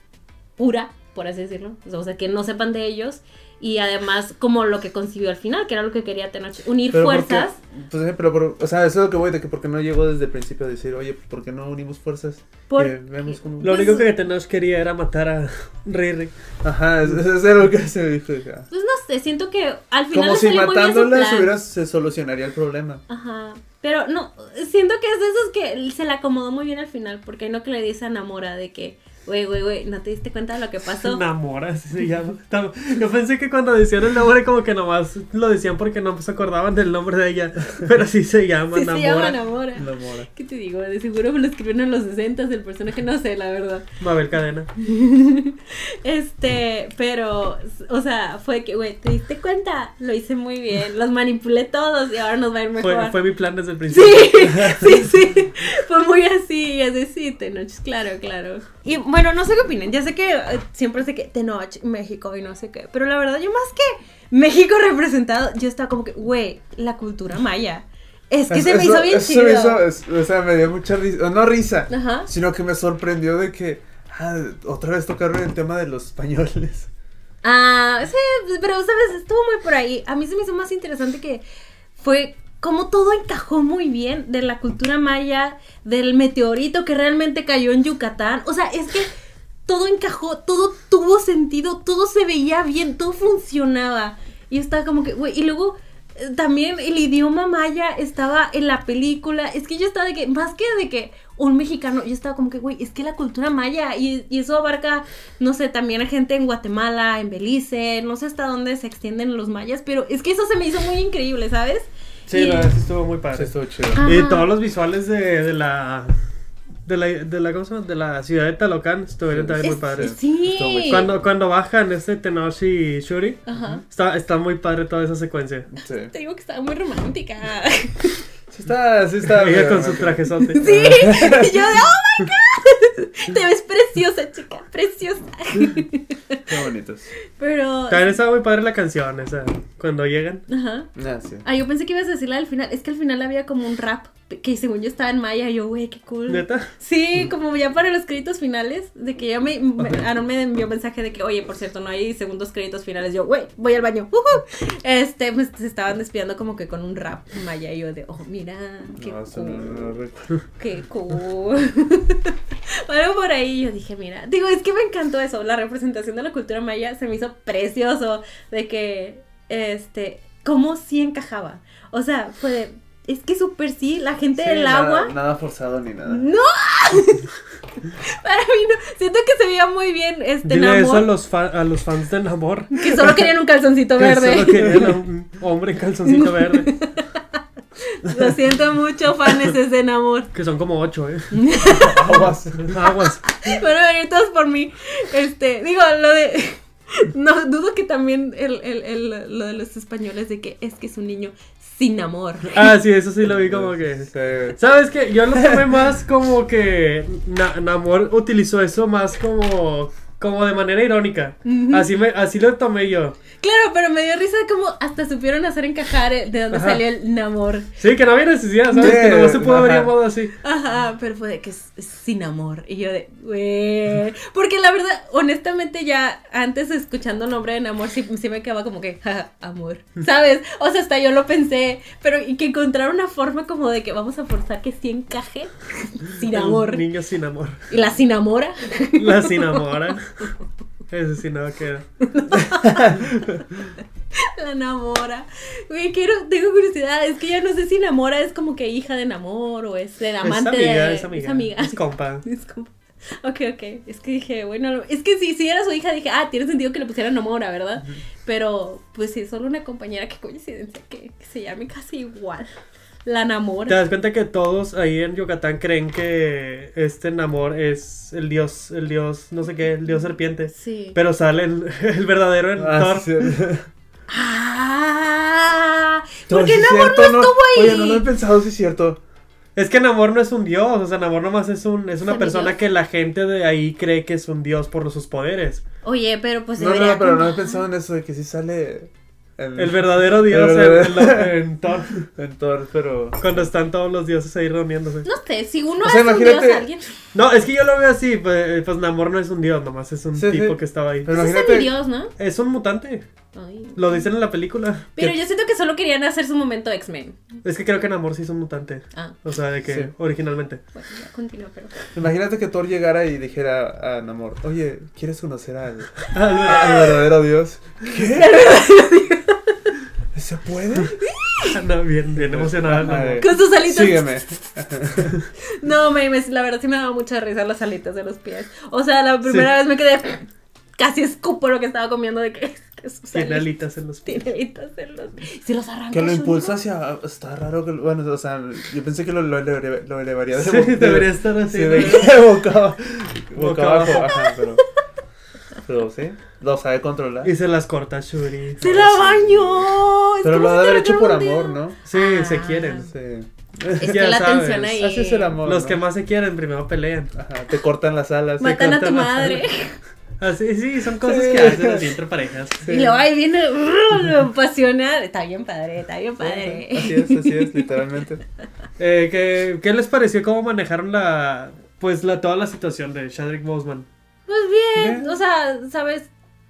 A: pura, por así decirlo. O sea, que no sepan de ellos. Y además, como lo que concibió al final, que era lo que quería tener, unir
B: ¿por qué?
A: fuerzas.
B: Pues, eh, pero, por- o sea, eso es lo que voy de que porque no llegó desde el principio a decir, oye, ¿por qué no unimos fuerzas?
A: Por- pues,
B: Eh, vemos cómo...
C: Lo único que Tenoch quería era matar a Riri.
B: Ajá, eso, eso es lo que se dijo. hija.
A: Pues no sé, siento que al final
B: Como
A: les
B: si
A: salió muy bien su
B: matándolas
A: plan.
B: hubiera, se solucionaría el problema.
A: Ajá. Pero no, siento que es de esos que él se le acomodó muy bien al final, porque no que le dice a Namora de que, güey, güey, güey, ¿no te diste cuenta de lo que pasó?
C: Namora, así se llama. Tam- Yo pensé que cuando decían el nombre, como que nomás lo decían porque no se acordaban del nombre de ella. Pero sí se llama
A: Sí, se llama
C: Namora.
A: Namora.
B: La mora.
A: ¿Qué te digo? De seguro lo escribieron en los 60 el personaje, no sé, la verdad.
C: Mabel Cadena.
A: Este, pero, o sea, fue que, güey, ¿te diste cuenta? Lo hice muy bien, los manipulé todos y ahora nos va a ir mejor.
C: Fue, fue mi plan desde el principio.
A: Sí, sí, sí. Fue muy así, así sí, Tenoch, claro, claro. Y bueno, no sé qué opinen. Ya sé que eh, siempre sé que Tenoch, México y no sé qué. Pero la verdad, yo más que México representado, yo estaba como que, güey, la cultura maya. Es que se me
B: Eso-
A: hizo bien
B: eso
A: chido.
B: me hizo- es- o sea, me dio mucha risa, no risa,
A: Ajá.
B: sino que me sorprendió de que ah, otra vez tocaron el tema de los españoles.
A: Ah, sí, pero sabes, estuvo muy por ahí. A mí se me hizo más interesante que fue como todo encajó muy bien de la cultura maya, del meteorito que realmente cayó en Yucatán. O sea, es que todo encajó, todo tuvo sentido, todo se veía bien, todo funcionaba. Y estaba como que, güey, y luego eh, también el idioma maya estaba en la película. Es que yo estaba de que, más que de que un mexicano, yo estaba como que, güey, es que la cultura maya, y, y eso abarca, no sé, también a gente en Guatemala, en Belice, no sé hasta dónde se extienden los mayas, pero es que eso se me hizo muy increíble, ¿sabes?
C: Sí,
A: Y-
C: la verdad sí estuvo muy padre.
B: Sí, estuvo chido.
A: Ah.
C: Y
A: Ajá.
C: todos los visuales de, de la. De la, de la, ¿cómo se llama? De la ciudad de Talocán estuvieron también muy
A: Es-
C: padres.
B: Estuvo
A: Sí.
B: muy-
C: Cuando, cuando bajan este Tenoch y Shuri,
A: Ajá.
C: está, está muy padre toda esa secuencia.
B: Sí.
A: Te digo que estaba muy romántica.
B: Sí está, sí está.
C: Ella con
B: pero-
C: su trajezote.
A: Sí. Y yo de, oh my god. Te ves preciosa, chica. Preciosa.
B: Qué bonitos.
A: Pero.
C: También estaba muy padre la canción esa, cuando llegan.
A: Ajá.
B: Ah, sí.
A: Ah, yo pensé que ibas a decirla al final. Es que al final había como un rap que según yo estaba en maya. y Yo, güey, qué cool.
C: ¿Neta?
A: Sí, como ya para los créditos finales, de que ya me, me- Aaron me envió mensaje de que, oye, por cierto, no hay segundos créditos finales. Yo, güey, voy al baño. ujú". Este, pues se estaban despidiendo como que con un rap maya. Y yo de, oh, mira, qué
B: No, eso
A: cool.
B: no, no recuerdo.
A: Qué cool. Bueno, por ahí yo dije, mira, digo, es que me encantó eso, la representación de la cultura maya se me hizo precioso, de que, este, cómo sí encajaba. O sea, fue de, es que súper sí, la gente
B: Sí,
A: del
B: nada-
A: agua...
B: Nada forzado ni nada.
A: ¡No! Para mí no, siento que se veía muy bien este
C: Dile eso a
A: Namor,
C: los, fa- a los fans de Namor.
A: que solo querían un calzoncito
C: Que
A: verde.
C: solo querían a un hombre en calzoncito verde.
A: Lo siento mucho, fans de ese amor.
C: Que son como ocho, ¿eh?
D: Aguas.
C: Aguas.
A: Bueno, venir todos por mí. Este, digo, lo de. No, dudo que también el, el, el- lo de los españoles de que es que es un niño sin amor.
C: Ah, sí, eso sí lo vi como que... este,
D: Sí.
C: ¿Sabes qué? Yo lo tomé más como que Na- Namor utilizó eso más como como de manera irónica. Así me así lo tomé yo.
A: Claro, pero me dio risa como hasta supieron hacer encajar eh, de dónde
C: Ajá.
A: salió el namor.
C: Sí, que no había necesidad, ¿sabes?
D: Sí,
C: que no se pudo haber
D: ajá.
C: llamado así.
A: Ajá, pero fue de que es, es sin amor. Y yo de, güey. Porque la verdad, honestamente, ya antes escuchando el nombre de Namor, sí, sí me quedaba como que, jaja, amor. ¿Sabes? O sea, hasta yo lo pensé. Pero y que encontrar una forma como de que vamos a forzar que sí encaje sin amor.
C: Un niño sin amor.
A: Y la sin amora.
C: La sin amor. Eso sí no queda.
A: La enamora. Güey, quiero, tengo curiosidad. Es que ya no sé si enamora es como que hija de enamor o es el amante
C: es amiga,
A: de.
C: es amiga. Es compa.
A: Es como- Ok, ok. Es que dije, bueno, es que si, si era su hija, dije, ah, tiene sentido que le pusieran Nomura, ¿verdad? Pero, pues sí, solo una compañera, qué coincidencia, que, que se llame casi igual. La
C: Te
A: Namora.
C: das cuenta que todos ahí en Yucatán creen que este Namor es el dios, el dios, no sé qué, el dios serpiente.
A: Sí.
C: Pero sale el, el verdadero en
D: Ah,
C: Thor.
D: sí, sí.
A: ¡Ah!
D: No,
A: ¿Por qué
D: sí es
A: Namor no
D: cierto,
A: estuvo ahí?
D: Oye, no lo he pensado, sí es cierto.
C: Es que Namor no es un dios, o sea, Namor nomás es un es una
A: Semidios.
C: persona que la gente de ahí cree que es un dios por sus poderes.
A: Oye, pero pues
D: No,
A: debería
D: no, pero no he
A: como-
D: pensado en eso, de que sí sale Mm. el,
C: El verdadero dios en-
D: verdadero-
C: en, en Thor,
D: en Thor, pero...
C: cuando están todos los dioses ahí reuniéndose.
A: No sé, si uno
D: O sea,
A: hace un
D: imagínate-
A: dios a alguien. pues,
C: No, es que yo lo veo así, pues, pues Namor no es un dios nomás, es un
D: Sí, sí.
C: tipo que estaba ahí.
D: Pero
A: Ese es
D: imagínate-
A: mi dios, ¿no?
C: Es un mutante,
A: Ay.
C: lo dicen en la película.
A: Pero
C: Que-
A: yo siento que solo querían hacer su momento X-Men.
C: Es que creo que Namor sí es un mutante.
A: Ah,
C: O sea, de que
D: Sí.
C: originalmente.
A: bueno, ya continúa, pero.
D: Imagínate que Thor llegara y dijera a Namor, oye, ¿quieres conocer al,
C: Ah,
D: al verdadero Dios? ¿Qué? ¿Se puede?
C: no, bien, bien emocionada.
D: Ajá,
C: Namor.
D: eh.
A: Con sus alitas.
D: Sígueme.
A: No, me, me- la verdad sí me daba mucha risa las alitas de los pies. O sea, la primera vez me quedé casi escupo lo que estaba comiendo de que, que sus
C: Tiene
A: alitas-
C: alitas en los pies.
A: Tiene alitas en los pies. Si los arranca.
D: Que lo
A: yo
D: impulsa
A: Ah, no.
D: hacia... Está raro que... lo- Bueno, o sea, yo pensé que lo, lo elevaría, lo elevaría de
C: Sí,
D: bo- de-
C: debería estar así.
D: Sí,
C: ¿no?
D: de que boca,
C: Boca
D: boca
C: abajo.
D: abajo. Ajá, pero... Pero sí, lo sabe controlar.
C: Y se las corta Shuri.
A: Se la bañó. Es
D: Pero
A: como
D: lo
A: si
D: ha
A: te
D: de haber hecho por
A: arrancaron un
D: amor,
A: dedo.
D: ¿no?
C: Sí,
A: Ah.
C: se quieren.
D: Sí.
A: Es
C: Ya
A: que la
C: sabes,
A: tensión ahí.
D: así es el amor.
C: Los
D: ¿no?
C: que más se quieren primero pelean.
D: Ajá, te cortan las alas.
C: Ma-
A: Matan a tu
C: cortan las
A: madre.
C: Así, sí, son cosas
D: Sí.
C: que hacen así entre parejas.
A: Y luego ahí viene brr, lo apasionado. Está bien padre, está bien padre.
D: Así es, así es, literalmente.
C: Eh, ¿qué, qué les pareció cómo manejaron la pues la toda la situación de Chadwick Boseman?
A: Pues bien,
D: Bien.
A: o sea, sabes,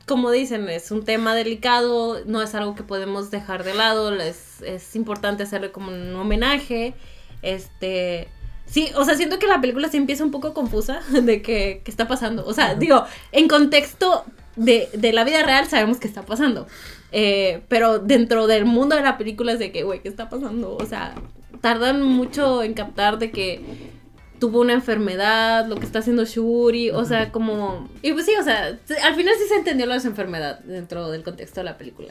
A: como dicen, es un tema delicado, no es algo que podemos dejar de lado, es, es importante hacerle como un homenaje, este... Sí, o sea, siento que la película sí empieza un poco confusa de que, qué está pasando. O sea, digo, en contexto de, de la vida real sabemos qué está pasando. Eh, pero dentro del mundo de la película es de que, güey, ¿qué está pasando? O sea, tardan mucho en captar de que tuvo una enfermedad, lo que está haciendo Shuri, o sea, como... Y pues sí, o sea, se- al final sí se entendió la enfermedad dentro del contexto de la película.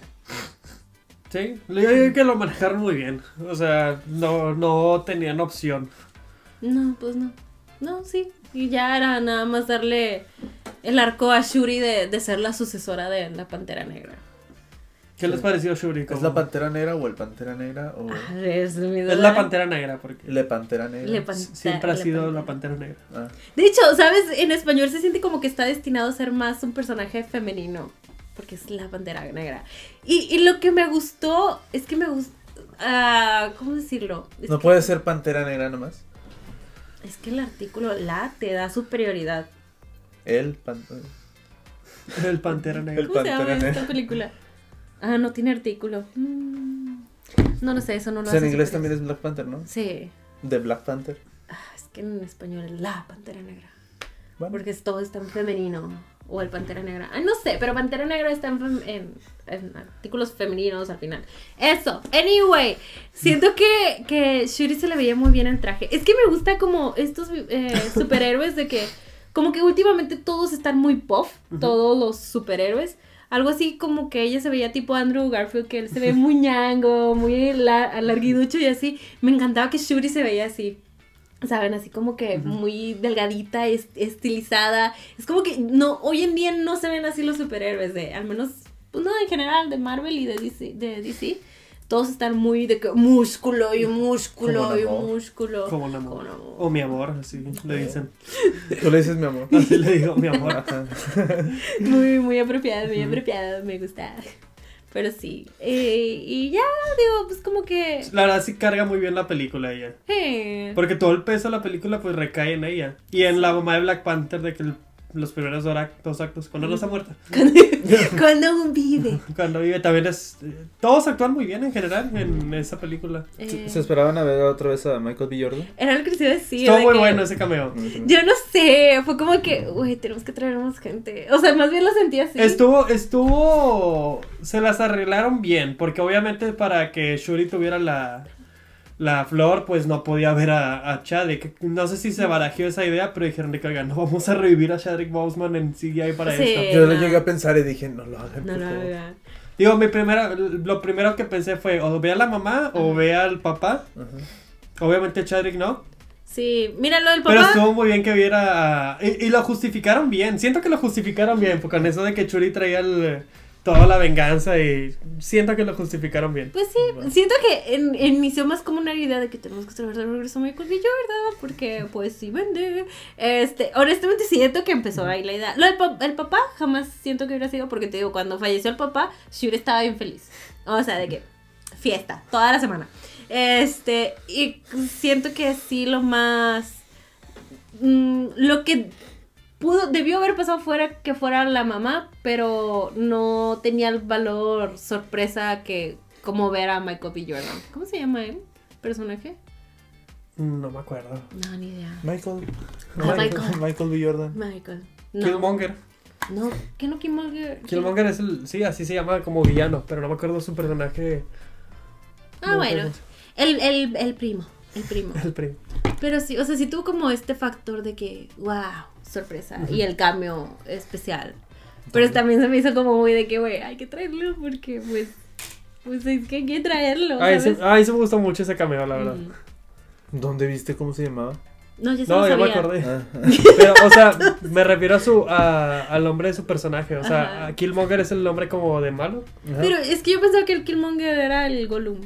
C: Sí, yo digo que lo manejaron muy bien. O sea, no, no tenían opción.
A: No, pues no. No, sí. Y ya era nada más darle el arco a Shuri de, de ser la sucesora de la Pantera Negra.
C: ¿Qué les pareció Shuri?
D: ¿Es
C: ¿Cómo-
D: la pantera negra o el pantera negra o
A: Ah, es mi
C: es
A: duda.
C: la pantera negra, porque
D: le pantera negra?
A: Le pan-
C: siempre ha
A: la
C: sido
A: Pantera.
C: la pantera negra.
D: Ah,
A: De hecho, ¿sabes? En español se siente como que está destinado a ser más un personaje femenino. Porque es la bandera negra. Y, y lo que me gustó es que me gustó. ¿Cómo decirlo? Es
D: no
A: que-
D: puede ser pantera negra nomás.
A: Es que el artículo la te da superioridad.
D: El pan-
C: El pantera negra.
D: El
A: ¿Cómo se llama
D: Pantera
A: esta
D: Negra.
A: película? Ah, no tiene artículo. Mm. No, no sé, eso no
D: O
A: lo
D: sea, Pues en
A: hace
D: inglés
A: superior.
D: también es Black Panther, ¿no?
A: Sí.
D: De Black Panther.
A: Ah, es que en español es la pantera negra.
D: Bueno,
A: Porque es todo es tan femenino. O el Pantera Negra. Ah, no sé, pero Pantera Negra está en, fem- en- en artículos femeninos al final. Eso. Anyway, siento que, que Shuri se le veía muy bien el traje. Es que me gusta como estos eh, superhéroes de que, como que últimamente todos están muy puff, todos los superhéroes. Algo así como que ella se veía tipo Andrew Garfield, que él se ve muy ñango, muy lar- larguiducho y así. Me encantaba que Shuri se veía así. Saben, así como que muy delgadita, es- estilizada. Es como que no, hoy en día no se ven así los superhéroes de, al menos, pues no, en general, de Marvel y de DC. De DC. Todos están muy de que músculo y músculo
B: Como
A: y
B: Namor.
A: músculo.
C: Como un
A: Como
C: amor.
A: un amor.
C: O mi amor, así le dicen.
D: Tú le dices mi amor.
C: Así le digo, mi amor.
D: Ajá.
A: Muy, muy apropiado, muy apropiado, me gusta. Pero sí. eh, y ya, digo, pues como que.
C: La verdad sí carga muy bien la película ella.
A: eh,
C: Porque todo el peso de la película pues recae en ella. Y en la mamá de Black Panther de que el- los primeros dos act- dos actos, cuando no está muerta,
A: cuando aún vive.
C: cuando vive también es... eh, Todos actúan muy bien en general en esa película.
A: Eh,
D: ¿Se esperaban a ver otra vez a Michael B. Jordan?
A: era lo que les iba a decir.
C: Estuvo
A: de
C: muy
A: que-
C: bueno ese cameo.
A: Yo no sé, fue como que, güey, tenemos que traer más gente. O sea, más bien lo sentí así.
C: Estuvo, estuvo, se las arreglaron bien, porque obviamente para que Shuri tuviera la, la flor, pues no podía ver a, a Chadwick. No sé si se barajeó esa idea, pero dijeron de que, oigan, no vamos a revivir a Chadwick Boseman en CGI para
A: Sí.
C: esto.
D: Yo le
A: no.
D: llegué a pensar y dije, no lo hagan.
A: No
D: por
A: lo
D: favor.
A: hagan.
C: Digo, mi primera, lo primero que pensé fue, o ve a la mamá, o ve al papá.
D: Ajá.
C: Obviamente Chadwick no,
A: Sí, mira lo del
C: pero
A: papá.
C: estuvo muy bien que viera a- y, y lo justificaron bien, siento que lo justificaron bien, porque con eso de que Shuri traía el- toda la venganza y siento que lo justificaron bien.
A: Pues sí, siento que en, inició más como una idea de que tenemos que traer de regreso a Michael B. Jordan, porque pues sí vende. Este, honestamente siento que empezó ahí la idea. Lo del pa- el papá jamás siento que hubiera sido, porque te digo, cuando falleció el papá, Shuri estaba bien feliz. O sea, de que fiesta, toda la semana. Este, y siento que sí lo más... mm, lo que pudo, debió haber pasado fuera que fuera la mamá, pero no tenía el valor sorpresa que como ver a Michael B. Jordan. ¿Cómo se llama el personaje?
C: No me acuerdo.
A: No, ni idea.
D: Michael.
A: Ah,
D: Michael.
A: Michael.
D: Michael B. Jordan.
A: Michael. No,
C: Killmonger.
A: no, ¿qué no Killmonger?
C: Killmonger es el. Sí, así se llama como villano, pero no me acuerdo su personaje.
A: Ah, bueno. El, el, el primo, el primo.
C: El primo.
A: Pero sí, o sea, sí tuvo como este factor de que, wow, sorpresa. Y el cambio especial. Pero también se me hizo como muy de que, güey, hay que traerlo porque, pues, pues es que hay que traerlo.
C: Ah, ese,
A: ¿sabes? Mm.
C: ah, ese me gustó mucho ese cameo, la verdad.
A: Ujú.
D: ¿Dónde viste cómo se llamaba?
A: No, ya se
C: No,
A: lo
C: ya me
A: sabía.
C: acordé.
D: Ah,
C: Pero, o sea, me refiero a su, a- al nombre de su personaje. O sea,
A: Ajá.
C: a Killmonger es el nombre como de malo.
D: ajá.
A: Pero es que yo pensaba que el Killmonger era el Gollum.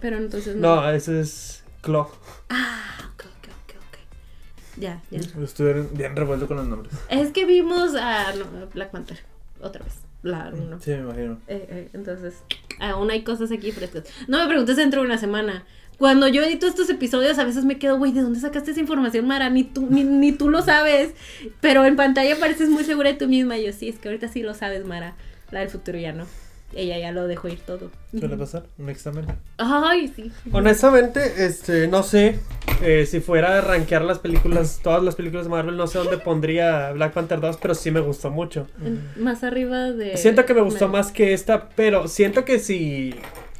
A: Pero entonces no.
C: No, ese es Claw.
A: Ah, ok, ok, ok, ok. Ya, ya.
D: Estuvieron bien revuelto con los nombres.
A: Es que vimos a no, Black Panther otra vez. La uno.
D: Sí, me imagino.
A: Eh, eh, entonces, aún hay cosas aquí frescas. No me preguntes dentro de una semana. Cuando yo edito estos episodios, a veces me quedo, güey, ¿de dónde sacaste esa información, Mara? Ni tú, ni, ni tú lo sabes. Pero en pantalla pareces muy segura de tú misma. Y yo, sí, es que ahorita sí lo sabes, Mara. La del futuro ya no. Ella ya lo dejó ir todo.
D: ¿Suele pasar? ¿Un examen?
A: Ay, sí.
C: Honestamente, este, no sé eh, si fuera a rankear las películas, todas las películas de Marvel, no sé dónde pondría Black Panther 2, pero sí me gustó mucho.
A: En- Más arriba de.
C: Mm. Siento que me gustó
A: Mel.
C: más que esta, pero siento que si,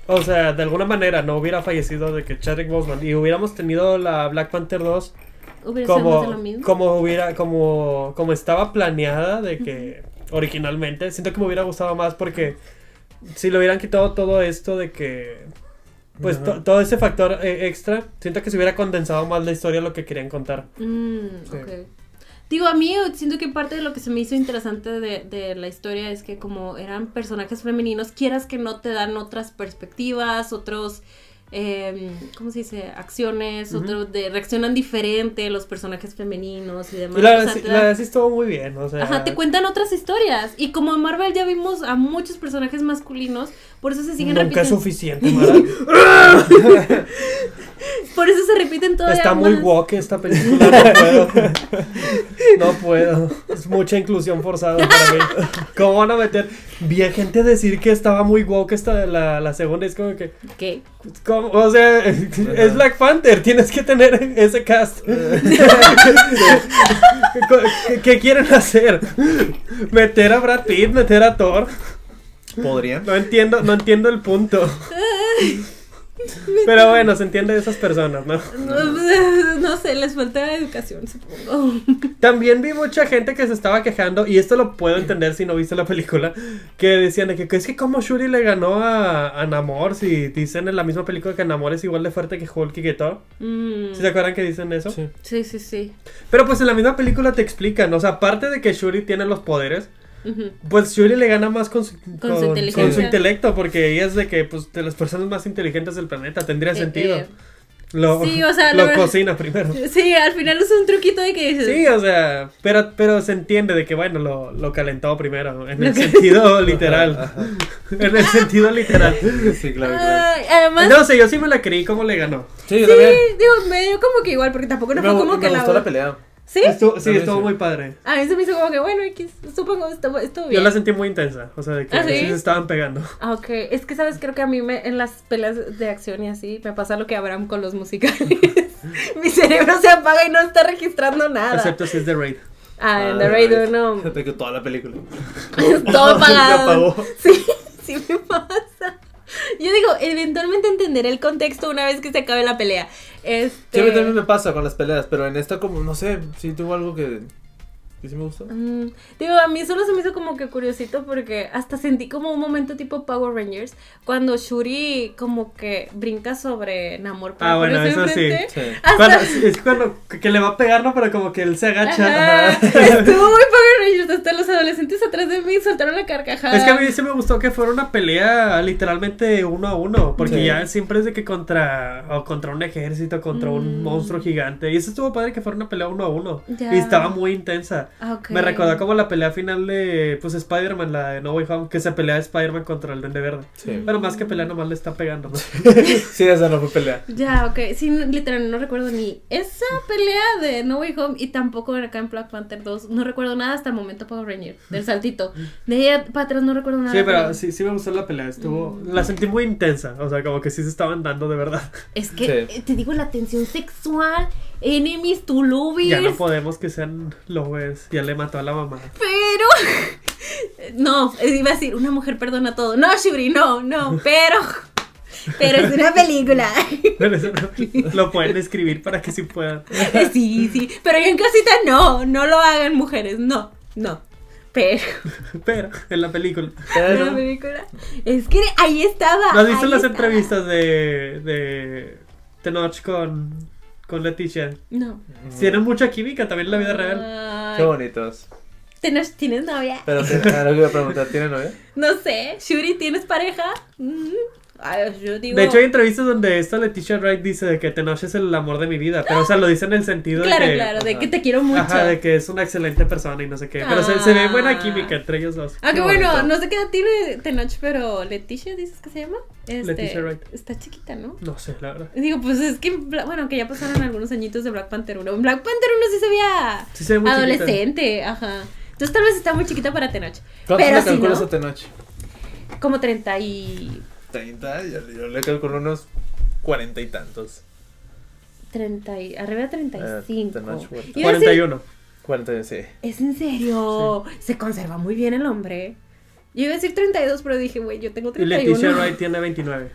C: o sea, de alguna manera no hubiera fallecido de que Chadwick Boseman y hubiéramos tenido la Black Panther 2
A: Hubiera sido más de lo
C: como,
A: mismo.
C: como hubiera, como, como estaba planeada de que originalmente, siento que me hubiera gustado más porque si le hubieran quitado todo esto de que, pues to-
D: Ajá.
C: todo ese factor eh, extra, siento que se hubiera condensado más la historia lo que querían contar.
A: Mm,
D: Sí.
A: ok. Digo, a mí eh, siento que parte de lo que se me hizo interesante de, de la historia es que como eran personajes femeninos, quieras que no te dan otras perspectivas, otros, eh, ¿cómo se dice? Acciones,
C: Ujú.
A: otros de, reaccionan diferente los personajes femeninos y demás.
C: Y la
A: O
C: verdad,
A: sea,
C: sí-
A: te
C: la
A: dan-
C: verdad sí estuvo muy bien, o sea.
A: Ajá, te cuentan otras historias. Y como en Marvel ya vimos a muchos personajes masculinos, por eso se siguen
C: Nunca es
A: repitiendo.
C: suficiente, Mara.
A: Por eso se repiten todavía
C: Está muy
A: más.
C: woke esta película, no puedo. No puedo. Es mucha inclusión forzada para mí. ¿Cómo van a meter? Vi a gente decir que estaba muy woke esta de la, la segunda. Es como que.
A: ¿Qué?
C: ¿cómo? O sea, es Black Panther. Tienes que tener ese cast. ¿Qué, qué quieren hacer? ¿Meter a Brad Pitt? ¿Meter a Thor?
D: ¿Podrían?
C: No entiendo, no entiendo el punto. Pero bueno, se entiende de esas personas, ¿no?
A: No, no sé, les falta educación, supongo.
C: También vi mucha gente que se estaba quejando, y esto lo puedo entender si no viste la película, que decían de que es que como Shuri le ganó a, a Namor, si dicen en la misma película que Namor es igual de fuerte que Hulk y que todo.
A: Mm,
C: ¿Sí se acuerdan que dicen eso?
D: Sí.
A: Sí, sí, sí.
C: Pero pues en la misma película te explican, o sea, aparte de que Shuri tiene los poderes,
A: Ujú.
C: pues Shuri le gana más con su,
A: su
C: con-
A: inteligencia.
C: con su intelecto, porque ella es de que, pues, de las personas más inteligentes del planeta, tendría
A: Eh,
C: sentido.
A: eh.
C: lo
A: Sí, o sea, la
C: lo
A: verdad-
C: cocina primero.
A: Sí, al final es un truquito de que dices.
C: Sí, o sea, pero, pero se entiende de que, bueno, lo, lo calentó primero, en el sentido literal.
B: Ajá.
C: en el sentido literal.
B: Sí, claro, claro.
A: Ay, además,
C: No sé, yo sí me la creí, ¿cómo le ganó?
D: Sí, yo
A: Ah, sí,
D: también.
A: digo, medio como que igual, porque tampoco no
D: me,
A: fue como
D: me
A: que
D: gustó la... pelea.
A: ¿Sí?
C: Estuvo- sí,
D: También
C: estuvo
D: sí.
C: muy padre.
A: A mí se me hizo como que, bueno, X, supongo, estuvo, estuvo
C: Yo
A: bien.
C: la sentí muy intensa, o sea, de que
A: ¿Ah, sí?
C: sí se estaban pegando.
A: Ah, Ok, es que sabes, creo que a mí me, en las pelas de acción y así me pasa lo que Abraham con los musicales. Mi cerebro se apaga y no está registrando nada.
C: Excepto si es de Raid.
A: Ah, en
B: Ah,
A: The Radio, no.
B: Fíjate que toda la película.
A: Todo
B: apagado.
A: apagado. Sí, sí me pasa. Yo digo, eventualmente entenderé el contexto una vez que se acabe la pelea. Este...
D: Sí, a mí también me pasa con las peleas, pero en esta como, no sé, sí tuvo algo que, que sí me gustó.
A: Mm, Digo, a mí solo se me hizo como que curiosito porque hasta sentí como un momento tipo Power Rangers cuando Shuri como que brinca sobre Namor
C: Ah, bueno,
A: ponerse
C: eso sí.
A: enfrente.
D: Sí.
A: Hasta...
C: Cuando- es cuando que le va a pegar, ¿no? Pero como que él se agacha.
A: Ajá, Estuvo muy Power Rangers, hasta los adolescentes atrás de mí soltaron la carcajada.
C: Es que a mí sí me gustó que fuera una pelea literalmente uno a uno, porque
D: Sí.
C: ya siempre es de que contra o contra un ejército, contra un
A: Mm.
C: monstruo gigante. Y eso estuvo padre que fuera una pelea uno a uno.
A: Ya.
C: Y estaba muy intensa.
A: Ah, ok.
C: Me recordó como la pelea final de pues Spider-Man, la de No Way Home, que se pelea Spider-Man contra el Duende Verde.
D: Sí.
C: Pero más que pelea nomás le está pegando. ¿no?
D: Sí, esa no fue pelea.
A: Ya, ok. Sí, no- literal, no recuerdo ni esa pelea de No Way Home y tampoco acá en Black Panther 2. No recuerdo nada hasta el momento Power Ranger, del saltito. De ella para atrás no recuerdo nada. Mm.
C: Sí, pero sí, sí me gustó la pelea, estuvo... La sentí muy intensa, o sea, como que sí se estaban dando de verdad.
A: Es que
D: Sí.
A: eh, te digo, la tensión sexual, enemies to lovers.
C: Ya no podemos que sean lovers, ya le mató a la mamá.
A: pero. No, eh, iba a decir, una mujer perdona todo. No, Shuri, no, no, pero. Pero es una película.
C: Pero eso no- lo pueden escribir para que sí puedan.
A: Sí, sí. Pero yo en casita no, no lo hagan mujeres, no, no. Pero.
C: Pero, en la película.
A: Pero la
D: Pero,
A: película. Es que ahí estaba.
C: ¿No has visto
A: ahí
C: las
A: estaba.
C: entrevistas de, de Tenoch con, con Leticia?
A: No.
C: Tienen mucha química también en la vida
A: Ah,
C: real.
A: Ay,
D: qué bonitos.
A: ¿Tienes, ¿Tienes novia?
D: Pero sí, ahora que iba a preguntar, ¿tiene novia?
A: No sé. Shuri, ¿tienes pareja? Mm. Ay, yo digo.
C: De hecho, hay entrevistas donde esta Leticia Wright dice de que Tenoch es el amor de mi vida. Pero, o sea, lo dice en el sentido
A: Claro,
C: de que.
A: claro, de
D: ajá.
A: que te quiero mucho.
C: Ajá, de que es una excelente persona y no sé qué. Pero se, se ve buena
A: Ah.
C: química entre ellos dos.
A: Aunque
D: Qué
A: bueno,
D: bonito.
A: no sé qué edad tiene Tenoch, pero Leticia, ¿dices que se llama? Este,
C: Leticia Wright.
A: Está chiquita, ¿no?
C: No sé, la verdad.
A: Digo, pues es que, en Bla- bueno, que ya pasaron algunos añitos de Black Panther 1. En Black Panther 1 sí se veía
C: Sí, se ve muy chiquita.
A: adolescente, ajá. Entonces tal vez está muy chiquita para Tenoch.
D: ¿Cuánto
A: Pero
D: le
A: si
D: calculas
A: no-
D: a Tenoch?
A: Como 30 y...
D: 30, yo, yo le calculo unos cuarenta y tantos.
A: 30 y... Arriba de 35.
D: Eh, Tenoch Huerta.
A: Y iba a decir,
C: 41.
D: Cuarenta, y- sí.
A: es en serio. Se conserva muy bien el hombre. Yo iba a decir 32, pero dije, güey, yo tengo
C: Y
A: 31.
C: Leticia Wright tiene 29.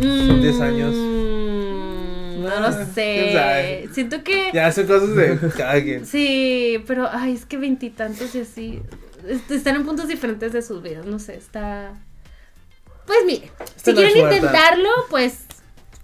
A: Son
D: 10 años.
A: Mm, No
D: Ah,
A: lo
D: quién
A: sé.
D: sabe.
A: Siento que.
D: Ya hacen cosas de cada quien.
A: Sí, pero ay, es que veintitantos y así. est- Están en puntos diferentes de sus vidas. No sé, está. Pues mire, si
D: no
A: quieren
D: es muerta.
A: intentarlo, pues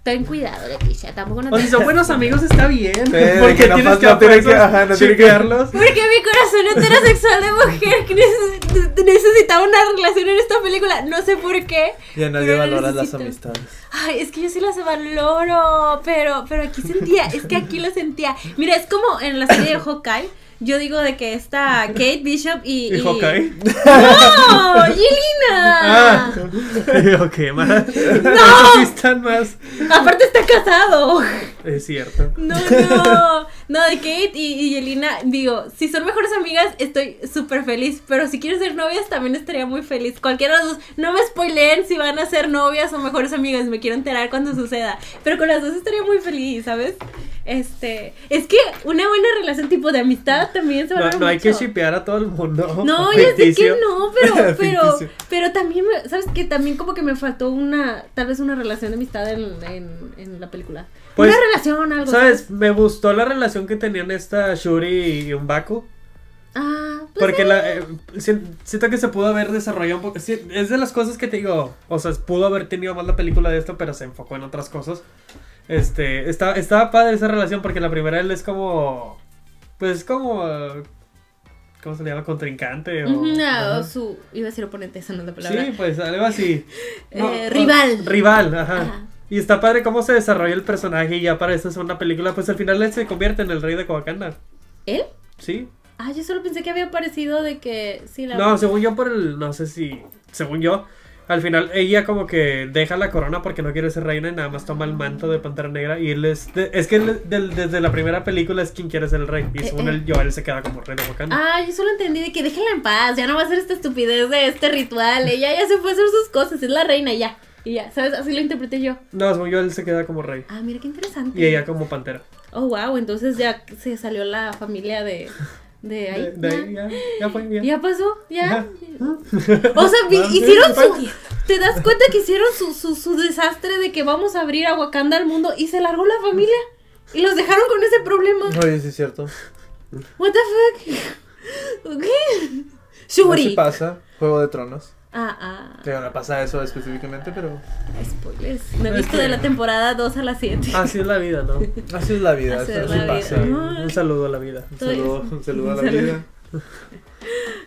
A: ten cuidado, Leticia. Tampoco no
C: O si
A: te-
C: son buenos amigos está bien.
D: de
C: porque
D: que
C: tienes
D: nomás
C: que
D: no tiene
C: aprender
D: que- ajá, no tiene que-
A: Porque mi corazón heterosexual de mujer que neces- necesitaba una relación en esta película. No sé por qué.
D: Ya nadie
A: pero la
D: valora las
A: necesito.
D: amistades.
A: Ay, es que yo sí las valoro, pero, pero aquí sentía, es que aquí lo sentía. Mira, es como en la serie de Hawkeye, yo digo de que está Kate Bishop y...
C: ¿Y Hawkeye?
A: ¡No! ¡Yelena!
C: Ah, ok, más.
A: No.
C: Sí están más.
A: Aparte está casado.
C: Es cierto.
A: No, no. No, de Kate y, y Yelena, digo, si son mejores amigas, estoy súper feliz. Pero si quieren ser novias, también estaría muy feliz. Cualquiera de las dos, no me spoileen si van a ser novias o mejores amigas. Me quiero enterar cuando suceda. Pero con las dos estaría muy feliz, ¿sabes? Este, es que una buena relación tipo de amistad también se
C: No,
A: valora
C: no hay que
A: mucho.
C: shipear a todo el mundo.
A: No, ya sé que
C: Ficticio.
A: no, pero, pero,
D: Ficticio.
A: pero también, me- ¿sabes que También como que me faltó una, tal vez una relación de amistad en, en, en la película.
C: Pues,
A: una relación, algo.
C: ¿Sabes? Me gustó la relación que tenían esta Shuri y un Baku.
A: Ah, pues
C: Porque
A: sí.
C: la, eh, sien- siento que se pudo haber desarrollado un poco. sí, Es de las cosas que te digo. O sea, pudo haber tenido más la película de esto, pero se enfocó en otras cosas. Este, está, estaba padre esa relación porque la primera él es como. Pues como. eh, ¿Cómo se le llama? Contrincante. O,
A: Ujú,
C: ajá.
A: o su, iba a decir oponente, esa no es la palabra.
C: Sí, pues algo así.
A: Eh,
C: o-
A: rival.
C: rival, ajá.
A: Ajá.
C: Y está padre cómo se desarrolla el personaje y ya para esta segunda película, pues al final él se convierte en el rey de Coacanda.
A: ¿Él?
C: Sí.
A: Ah, yo solo pensé que había parecido de que, sí, la...
C: No, según yo por el, no sé si, según yo, al final ella como que deja la corona porque no quiere ser reina y nada más toma el manto de Pantera Negra y él es, de- es que él del- desde la primera película es quien quiere ser el rey y
A: Eh,
C: según
A: eh.
C: él, Joel se queda como rey de Wakanda.
A: Ah, yo solo entendí de que déjenla en paz, ya no va a hacer esta estupidez de este ritual, ella ya se fue a hacer sus cosas, es la reina y ya. Y ya, ¿sabes? Así lo interpreté yo.
C: No, según yo él se queda como rey
A: Ah, mira qué interesante.
C: y ella como Pantera.
A: Oh, wow, entonces ya se salió la familia de, de ahí.
C: De- de ahí,
A: ya.
C: ya, ya fue, ya.
A: Ya pasó, ya.
C: Ya.
A: O sea, vi-
C: Ah, sí,
A: hicieron
C: sí,
A: su. ¿Te das cuenta que hicieron su, su, su desastre de que vamos a abrir a Wakanda al mundo y se largó la familia? Y los dejaron con ese problema.
D: Oye, sí es cierto.
A: What the fuck? ¿Qué?
D: Así
A: Shuri.
D: pasa, Juego de Tronos.
A: Ah, ah.
D: Digo, no pasa eso específicamente, pero
A: Spoilers. No he
C: Es
A: visto
C: que-
A: de la temporada 2 a la 7.
C: Así es la vida, ¿no?
D: así es la vida.
A: Así
D: eso
A: es
D: sí
A: la
D: pasa.
A: vida.
C: Un saludo a la vida.
D: Un saludo, un saludo a la
A: Un saludo.
D: vida.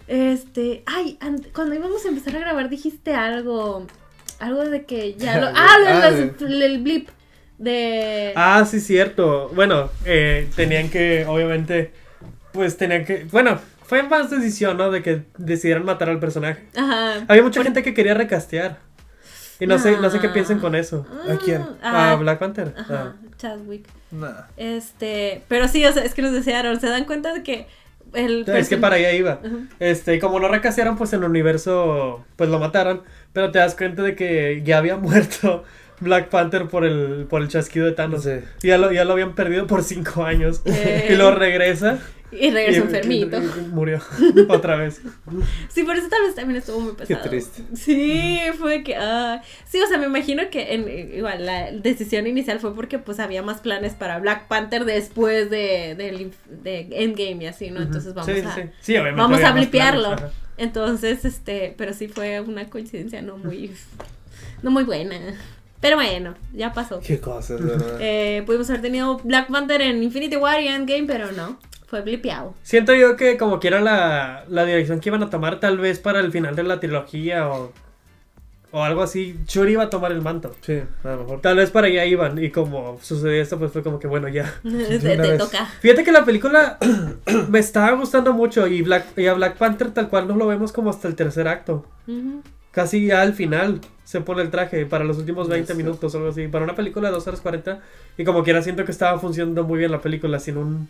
A: Este, ay, an- cuando íbamos a empezar a grabar dijiste algo, algo de que ya lo,
D: Ah,
A: ah, lo-
D: ah,
A: los- el blip de,
C: Ah, sí, cierto. Bueno, eh, tenían que, obviamente, pues tenían que... Bueno, fue más decisión, ¿no? De que decidieran matar al personaje.
A: ajá,
C: Había mucha gente que quería recastear. Y no, sé, no sé qué
A: Ah.
C: piensen con eso.
A: Ah,
D: ¿A quién?
A: ah,
C: Ah, Black Panther.
A: ajá,
C: Ah.
A: Chadwick,
D: Nah.
A: este, pero sí, o sea, es que nos desearon, se dan cuenta de que el,
C: Es que
A: person-
C: para allá iba.
A: Ajá.
C: Este, y como no recastearon, pues en el universo, pues lo mataron. Pero te das cuenta de que ya había muerto Black Panther por el, por el chasquido de
D: No
C: Thanos.
D: sé.
C: Ya lo, ya lo habían perdido por cinco años.
A: Eh.
C: Y lo regresa.
A: y regresó
C: y-
A: enfermito,
C: y- y murió otra vez.
A: sí, por eso tal vez también estuvo muy
D: Qué
A: pesado,
D: triste.
A: Sí, fue que. ah, sí, o sea, me imagino que en, igual la decisión inicial fue porque pues había más planes para Black Panther después de, del inf- de Endgame y así, ¿no? Entonces vamos
C: Sí,
A: a.
C: sí, sí, obviamente
A: Vamos
C: había
A: a
C: más
A: blipearlo.
C: planes, ajá.
A: Entonces, este, pero sí fue una coincidencia no muy, no muy buena. Pero bueno, ya pasó.
D: Qué cosas, ¿verdad?
A: Eh, pudimos haber tenido Black Panther en Infinity War y Endgame, pero no, fue blipeado.
C: Siento yo que como quiera la, la dirección que iban a tomar tal vez para el final de la trilogía o, o algo así, Shuri iba a tomar el manto.
D: Sí, a lo mejor.
C: Tal vez para allá iban y como sucedió esto pues fue como que bueno ya.
A: te
D: una
A: te
D: vez.
A: toca.
C: Fíjate que la película me estaba gustando mucho y, Black, y a Black Panther tal cual no lo vemos como hasta el tercer acto.
A: Ujú.
C: Casi ya al final se pone el traje para los últimos 20 minutos o algo así. Para una película de 2 horas 40 y como quiera siento que estaba funcionando muy bien la película sin un...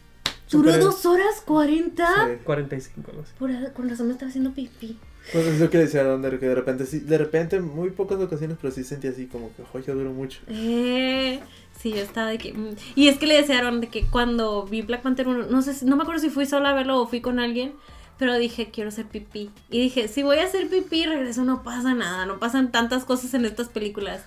A: Duró
C: super-
A: dos horas cuarenta.
D: Sí.
C: 45 algo así.
A: Por- con razón me estaba haciendo pipí.
D: Pues es lo que decía Donder, que de repente sí, de repente muy pocas ocasiones, pero sí sentía así como que, joya, duró mucho.
A: Eh, sí, yo estaba de que. mm. Y es que le desearon de que cuando vi Black Panther 1, no sé, si- no me acuerdo si fui sola a verlo o fui con alguien, pero dije, quiero hacer pipí. Y dije, si voy a hacer pipí, regreso, no pasa nada, no pasan tantas cosas en estas películas.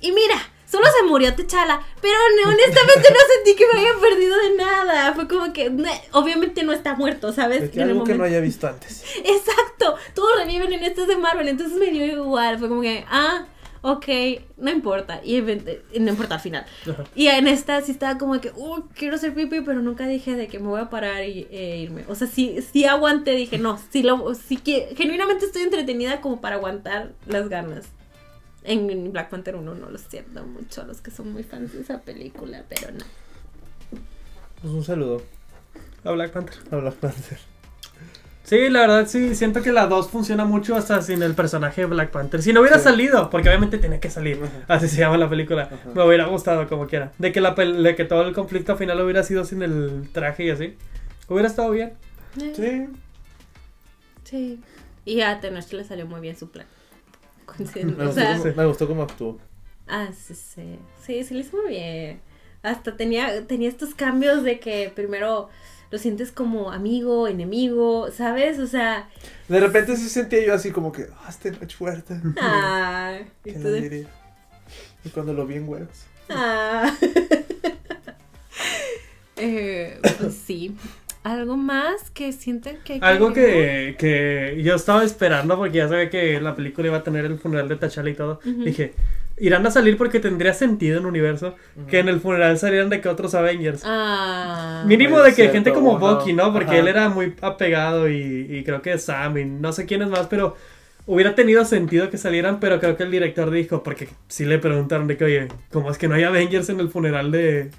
A: Y mira, solo se murió T'Challa, pero no, honestamente no sentí que me haya perdido de nada. Fue como que, "Ne, obviamente no está muerto, ¿sabes?
D: Es que
A: En el
D: algo que no
A: momento-
D: haya visto antes.
A: Exacto, todos reviven en estas de Marvel, entonces me dio igual, fue como que, ah, ok, no importa, y event- no importa al final.
C: Ajá.
A: Y en esta sí estaba como que, uh, quiero ser pipi, pero nunca dije de que me voy a parar y, e irme. O sea, sí, sí aguanté, dije, no, sí lo, sí que, genuinamente estoy entretenida como para aguantar las ganas. En Black Panther 1 no lo siento mucho a los que son muy fans de esa película, pero no.
D: Pues un saludo
C: A Black Panther.
D: a Black Panther.
C: Sí, la verdad sí, siento que la 2 funciona mucho hasta sin el personaje de Black Panther. Si no hubiera
D: Sí.
C: salido, porque obviamente tenía que salir, así se llama la película,
D: Ajá.
C: me hubiera gustado como quiera. De que, la pel- de que todo el conflicto final hubiera sido sin el traje y así. Hubiera estado bien.
A: Eh,
D: Sí.
A: sí. Y a Tenoch le salió muy bien su plan. Considero-
D: Me,
A: o
D: gustó
A: sea,
D: cómo, me gustó cómo actuó.
A: Ah, sí, sí. Sí, sí, lo hizo muy bien. Hasta tenía, tenía estos cambios de que primero lo sientes como amigo, enemigo, ¿sabes? O sea,
B: De repente sí sentía yo así como que, ah, este no es fuerte.
A: ah, y
B: ¿Quién
A: tú
B: lo
A: de-
B: diría? Y cuando lo vi en huevos.
A: Ah. Eh, pues sí. ¿Algo más que sienten que... hay
C: Algo
A: agregar?
C: que, que yo estaba esperando porque ya sabía que la película iba a tener el funeral de T'Challa y todo.
A: Ujú.
C: Dije, irán a salir porque tendría sentido en el universo que en el funeral salieran de que otros Avengers.
A: Ah.
C: Mínimo
B: es
C: de
B: Pues
C: que
B: cierto,
C: gente como
B: uno-
C: Bucky, ¿no? Porque
B: ajá.
C: él era muy apegado y, y creo que Sam y no sé quiénes más, pero hubiera tenido sentido que salieran, pero creo que el director dijo, porque sí le preguntaron de que, oye, ¿cómo es que no hay Avengers en el funeral de,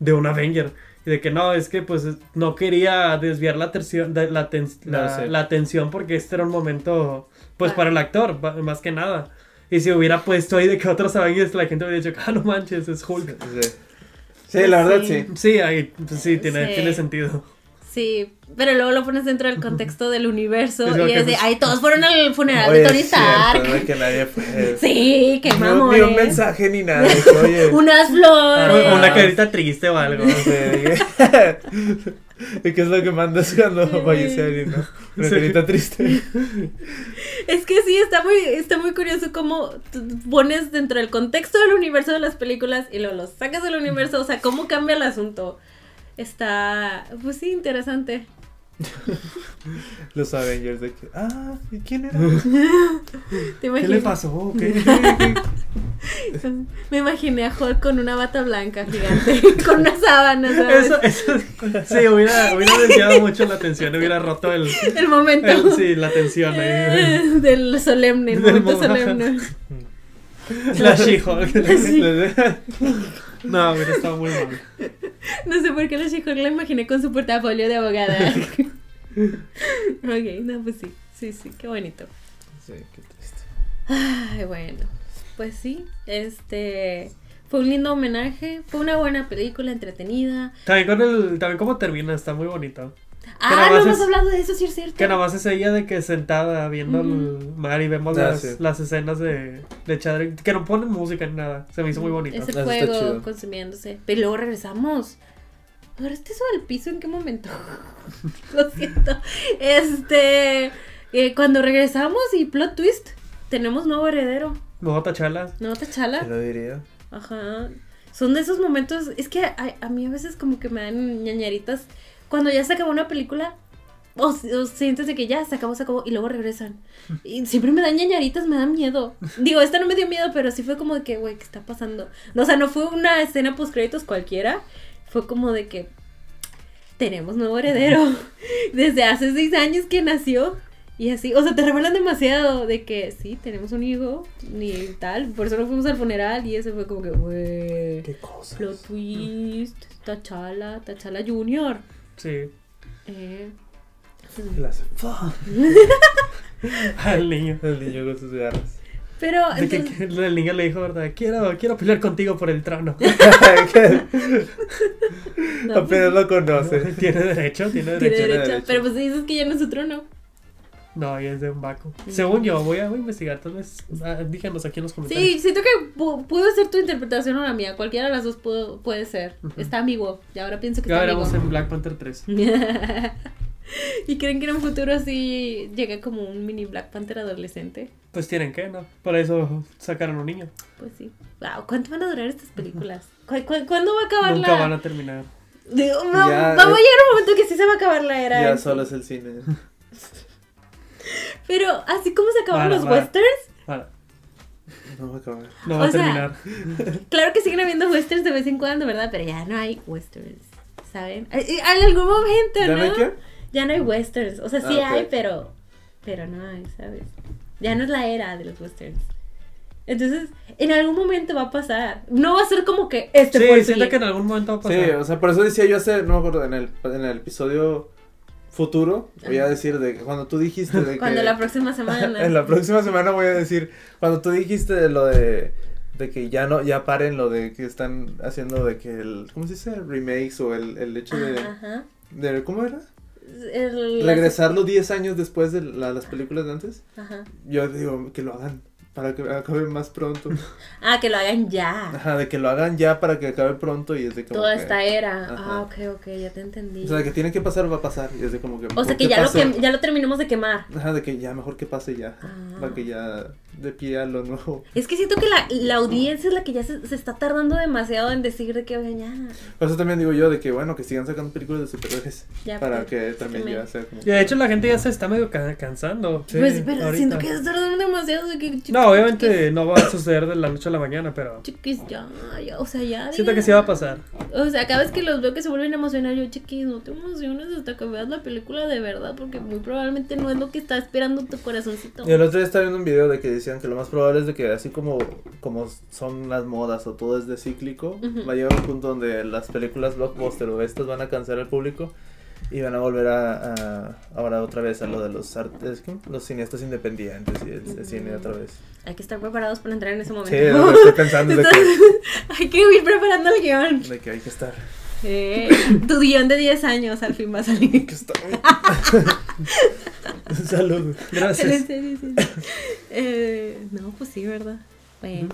C: de un Avenger? Y de que no, es que pues es- no quería desviar la, tercio- de- la, ten- la-
B: No sé.
C: la atención porque este era un momento, pues
A: Claro.
C: para el actor, ba- más que nada. Y si hubiera puesto ahí de que otros Avengers, la gente hubiera dicho, ah, no manches, es Hulk.
B: Sí,
A: Pues
B: Sí, la verdad sí.
C: Sí, ahí pues, sí, tiene,
A: Sí.
C: tiene sentido.
A: Sí, pero luego lo pones dentro del contexto del universo
C: Es lo
A: y
C: que
A: es de,
C: pues-
A: ay, todos fueron al funeral
B: Oye,
A: de Tony
B: es cierto,
A: Stark.
B: no hay que nadie fue.
A: Sí, qué
B: Ni un-
A: mamón. ¿eh?
B: Ni un mensaje ni nada. dije, Oye.
A: Unas
C: O-
A: flores.
C: o una carita triste o algo.
B: Sí, dije, ¿Y qué es lo que mandas cuando fallece alguien, no? Una
C: Sí.
B: carita triste.
A: Es que sí, está muy, está muy curioso cómo t- pones dentro del contexto del universo de las películas y luego los sacas del universo, o sea, cómo cambia el asunto. Está, pues sí, interesante.
B: Los Avengers de que, ah, ¿y quién era?
A: ¿Te
C: ¿Qué le
A: imaginas?
C: pasó? ¿Qué- qué- qué-
A: Me imaginé a Hulk con una bata blanca gigante, con una sábana, ¿sabes?
C: Eso, eso, sí, hubiera, hubiera desviado mucho la atención, hubiera roto el,
A: El momento.
C: el- sí, la tensión
A: Eh,
C: ahí.
A: Del solemne, el
C: Del
A: momento
C: momento.
A: solemne.
C: La She-Hulk.
A: Sí.
C: No, hubiera estado muy mal.
A: No sé por qué la She-Hulk la imaginé con su portafolio de abogada. ok, no, pues sí, sí, sí, qué bonito.
B: Sí, qué triste.
A: Ay, bueno, pues sí, este fue un lindo homenaje, fue una buena película, entretenida.
C: También, con el, también cómo termina, está muy bonito.
A: Ah,
C: nada
A: no
C: más
A: hemos
C: es-
A: hablado de eso, sí es cierto.
C: Que nada más es ella de que sentada viendo el mar y vemos
B: Ah,
C: las,
B: sí.
C: las escenas de, de Chadwick, que no ponen música ni nada, se me hizo muy bonito.
A: Mm, Ese
B: Eso está
A: fuego
B: chido.
A: consumiéndose. Pero luego regresamos. este ¿Lograste eso del piso en qué momento? Lo siento. Este. eh, cuando regresamos y plot twist, tenemos nuevo heredero.
C: Luego T'Challa,
A: ¿No,
B: ¿Te
A: Tachala?
B: lo diría?
A: Ajá. Son de esos momentos. Es que a, a mí a veces como que me dan ñañaritas. Cuando ya se acabó una película. O, o sientes de que ya se acabó, se acabó. Y luego regresan. Y siempre me dan ñañaritas, me da miedo. Digo, esta no me dio miedo, pero sí fue como de que, güey, ¿qué está pasando? No, o sea, no fue una escena post créditos cualquiera. Fue como de que. Tenemos nuevo heredero. Desde hace seis años que nació. Y así, o sea, te revelan demasiado de que sí, tenemos un hijo, ni tal, por eso no fuimos al funeral y eso fue como que, güey,
B: ¿Qué cosa?
A: plot twist, Tachala, Tachala Junior.
C: sí,
A: Eh,
B: Las... ¡Fua!
C: al niño.
B: El niño con sus garras.
A: pero
C: De que,
A: entonces,
C: que el niño le dijo, ¿verdad? Quiero, quiero pelear contigo por el trono.
A: no, pues,
B: Apenas lo conoce.
C: Tiene derecho, tiene
A: tiene
B: tiene
C: derecho.
A: derecho,
B: derecho.
A: pero pues dices que ya no es su trono.
C: No, y es de un Baco. Según yo, voy a, voy a investigar. Tal vez ah, díganos aquí en los comentarios.
A: Sí, siento que pu- pudo ser tu interpretación o la mía, cualquiera de las dos pudo- puede ser.
C: Ujú.
A: Está ambiguo, y ahora pienso que
C: ya
A: está
C: veremos
A: ambiguo.
C: en Black Panther 3.
A: ¿Y creen que en un futuro así llega como un mini Black Panther adolescente?
C: Pues tienen que, ¿no? Para eso sacaron un niño.
A: Pues sí. Wow, ¿cuánto van a durar estas películas? ¿Cu cu- cuándo va a acabar
C: Nunca
A: la.?
C: van a terminar.
A: Digo, va-
B: Ya,
A: va- va a llegar
B: eh.
A: un momento que sí se va a acabar la era.
B: Ya solo es el cine.
A: Pero así como se acabaron
C: Van a-
A: los
C: van a-
A: westerns,
C: Para-
B: No va a acabar.
C: no
A: O
C: va a
A: sea-
C: terminar.
A: claro que siguen habiendo westerns de vez en cuando, ¿verdad? Pero ya no hay westerns, ¿saben? Eh, eh, En algún momento,
B: ¿Ya
A: ¿no?
B: no hay qué?
A: Ya no hay westerns. O sea, sí
B: Ah, ok.
A: hay, pero. Pero no hay, ¿sabes? Ya no es la era de los westerns. Entonces, en algún momento va a pasar. No va a ser como que este fue
C: Sí,
A: el
C: siento
A: fin.
C: que en algún momento va a pasar.
B: Sí, o sea, por eso decía yo hace, no me acuerdo, en el, en el episodio futuro, voy a decir de cuando tú dijiste de que...
A: Cuando la próxima semana.
B: en la próxima semana voy a decir, cuando tú dijiste de lo de, de que ya no, ya paren lo de que están haciendo de que el, ¿cómo se dice? Remakes o el, el hecho de,
A: Ajá.
B: de, ¿cómo era?
A: El-
B: Regresarlo 10 años después de la- las películas de antes.
A: Ajá.
B: Yo digo que lo hagan para que acabe más pronto.
A: Ah, que lo hagan ya.
B: Ajá, de que lo hagan ya para que acabe pronto y es de como
A: Toda
B: que-
A: esta era.
B: Ajá.
A: Ah, ok, ok, ya te entendí.
B: O sea, de que tiene que pasar, va a pasar. Y es de como que.
A: O
B: ¿por
A: sea
B: qué
A: que ya lo,
B: pasó?
A: que, ya lo terminamos de quemar.
B: Ajá, de que ya mejor que pase ya.
A: Ah.
B: Para que ya de pie a lo nuevo.
A: Es que siento que la, la audiencia es la que ya se, se está tardando demasiado en decir de que oigan ya.
B: Por eso también digo yo de que bueno, que sigan sacando películas de superhéroes.
A: Ya,
B: para
A: pues,
B: que también
A: que me-
B: ya sea como.
C: Y de hecho la gente ya se está medio ca- cansando.
A: pues, pero
C: ahorita.
A: siento que se tardaron demasiado de que.
C: No, obviamente no va a suceder de la noche a la mañana, pero
A: Chiquis, ya, ya, o sea, ya.
C: siento que
A: digan.
C: sí va a pasar.
A: O sea, cada vez que los veo que se vuelven a emocionar, yo, chiquis, no te emociones hasta que veas la película de verdad, porque muy probablemente no es lo que está esperando tu corazoncito.
B: Y el otro día estaba viendo un video de que decían que lo más probable es de que así como, como son las modas o todo es de cíclico,
A: Ujú.
B: va a llegar un punto donde las películas blockbuster o estas van a cansar al público y van a volver a, a- ahora otra vez a lo de los artes, ¿qué? los cineastas independientes y el, el cine otra vez.
A: Hay que estar preparados para entrar en ese momento.
B: Sí, es lo que estoy pensando de
A: Entonces,
B: que,
A: hay que ir preparando el guión.
B: de que hay que estar.
A: Eh, tu guión de 10 años al fin va a salir.
B: que estar. Salud.
A: Sí,
C: Gracias.
A: sí, sí, sí. Eh, no, pues sí, ¿verdad? Bueno.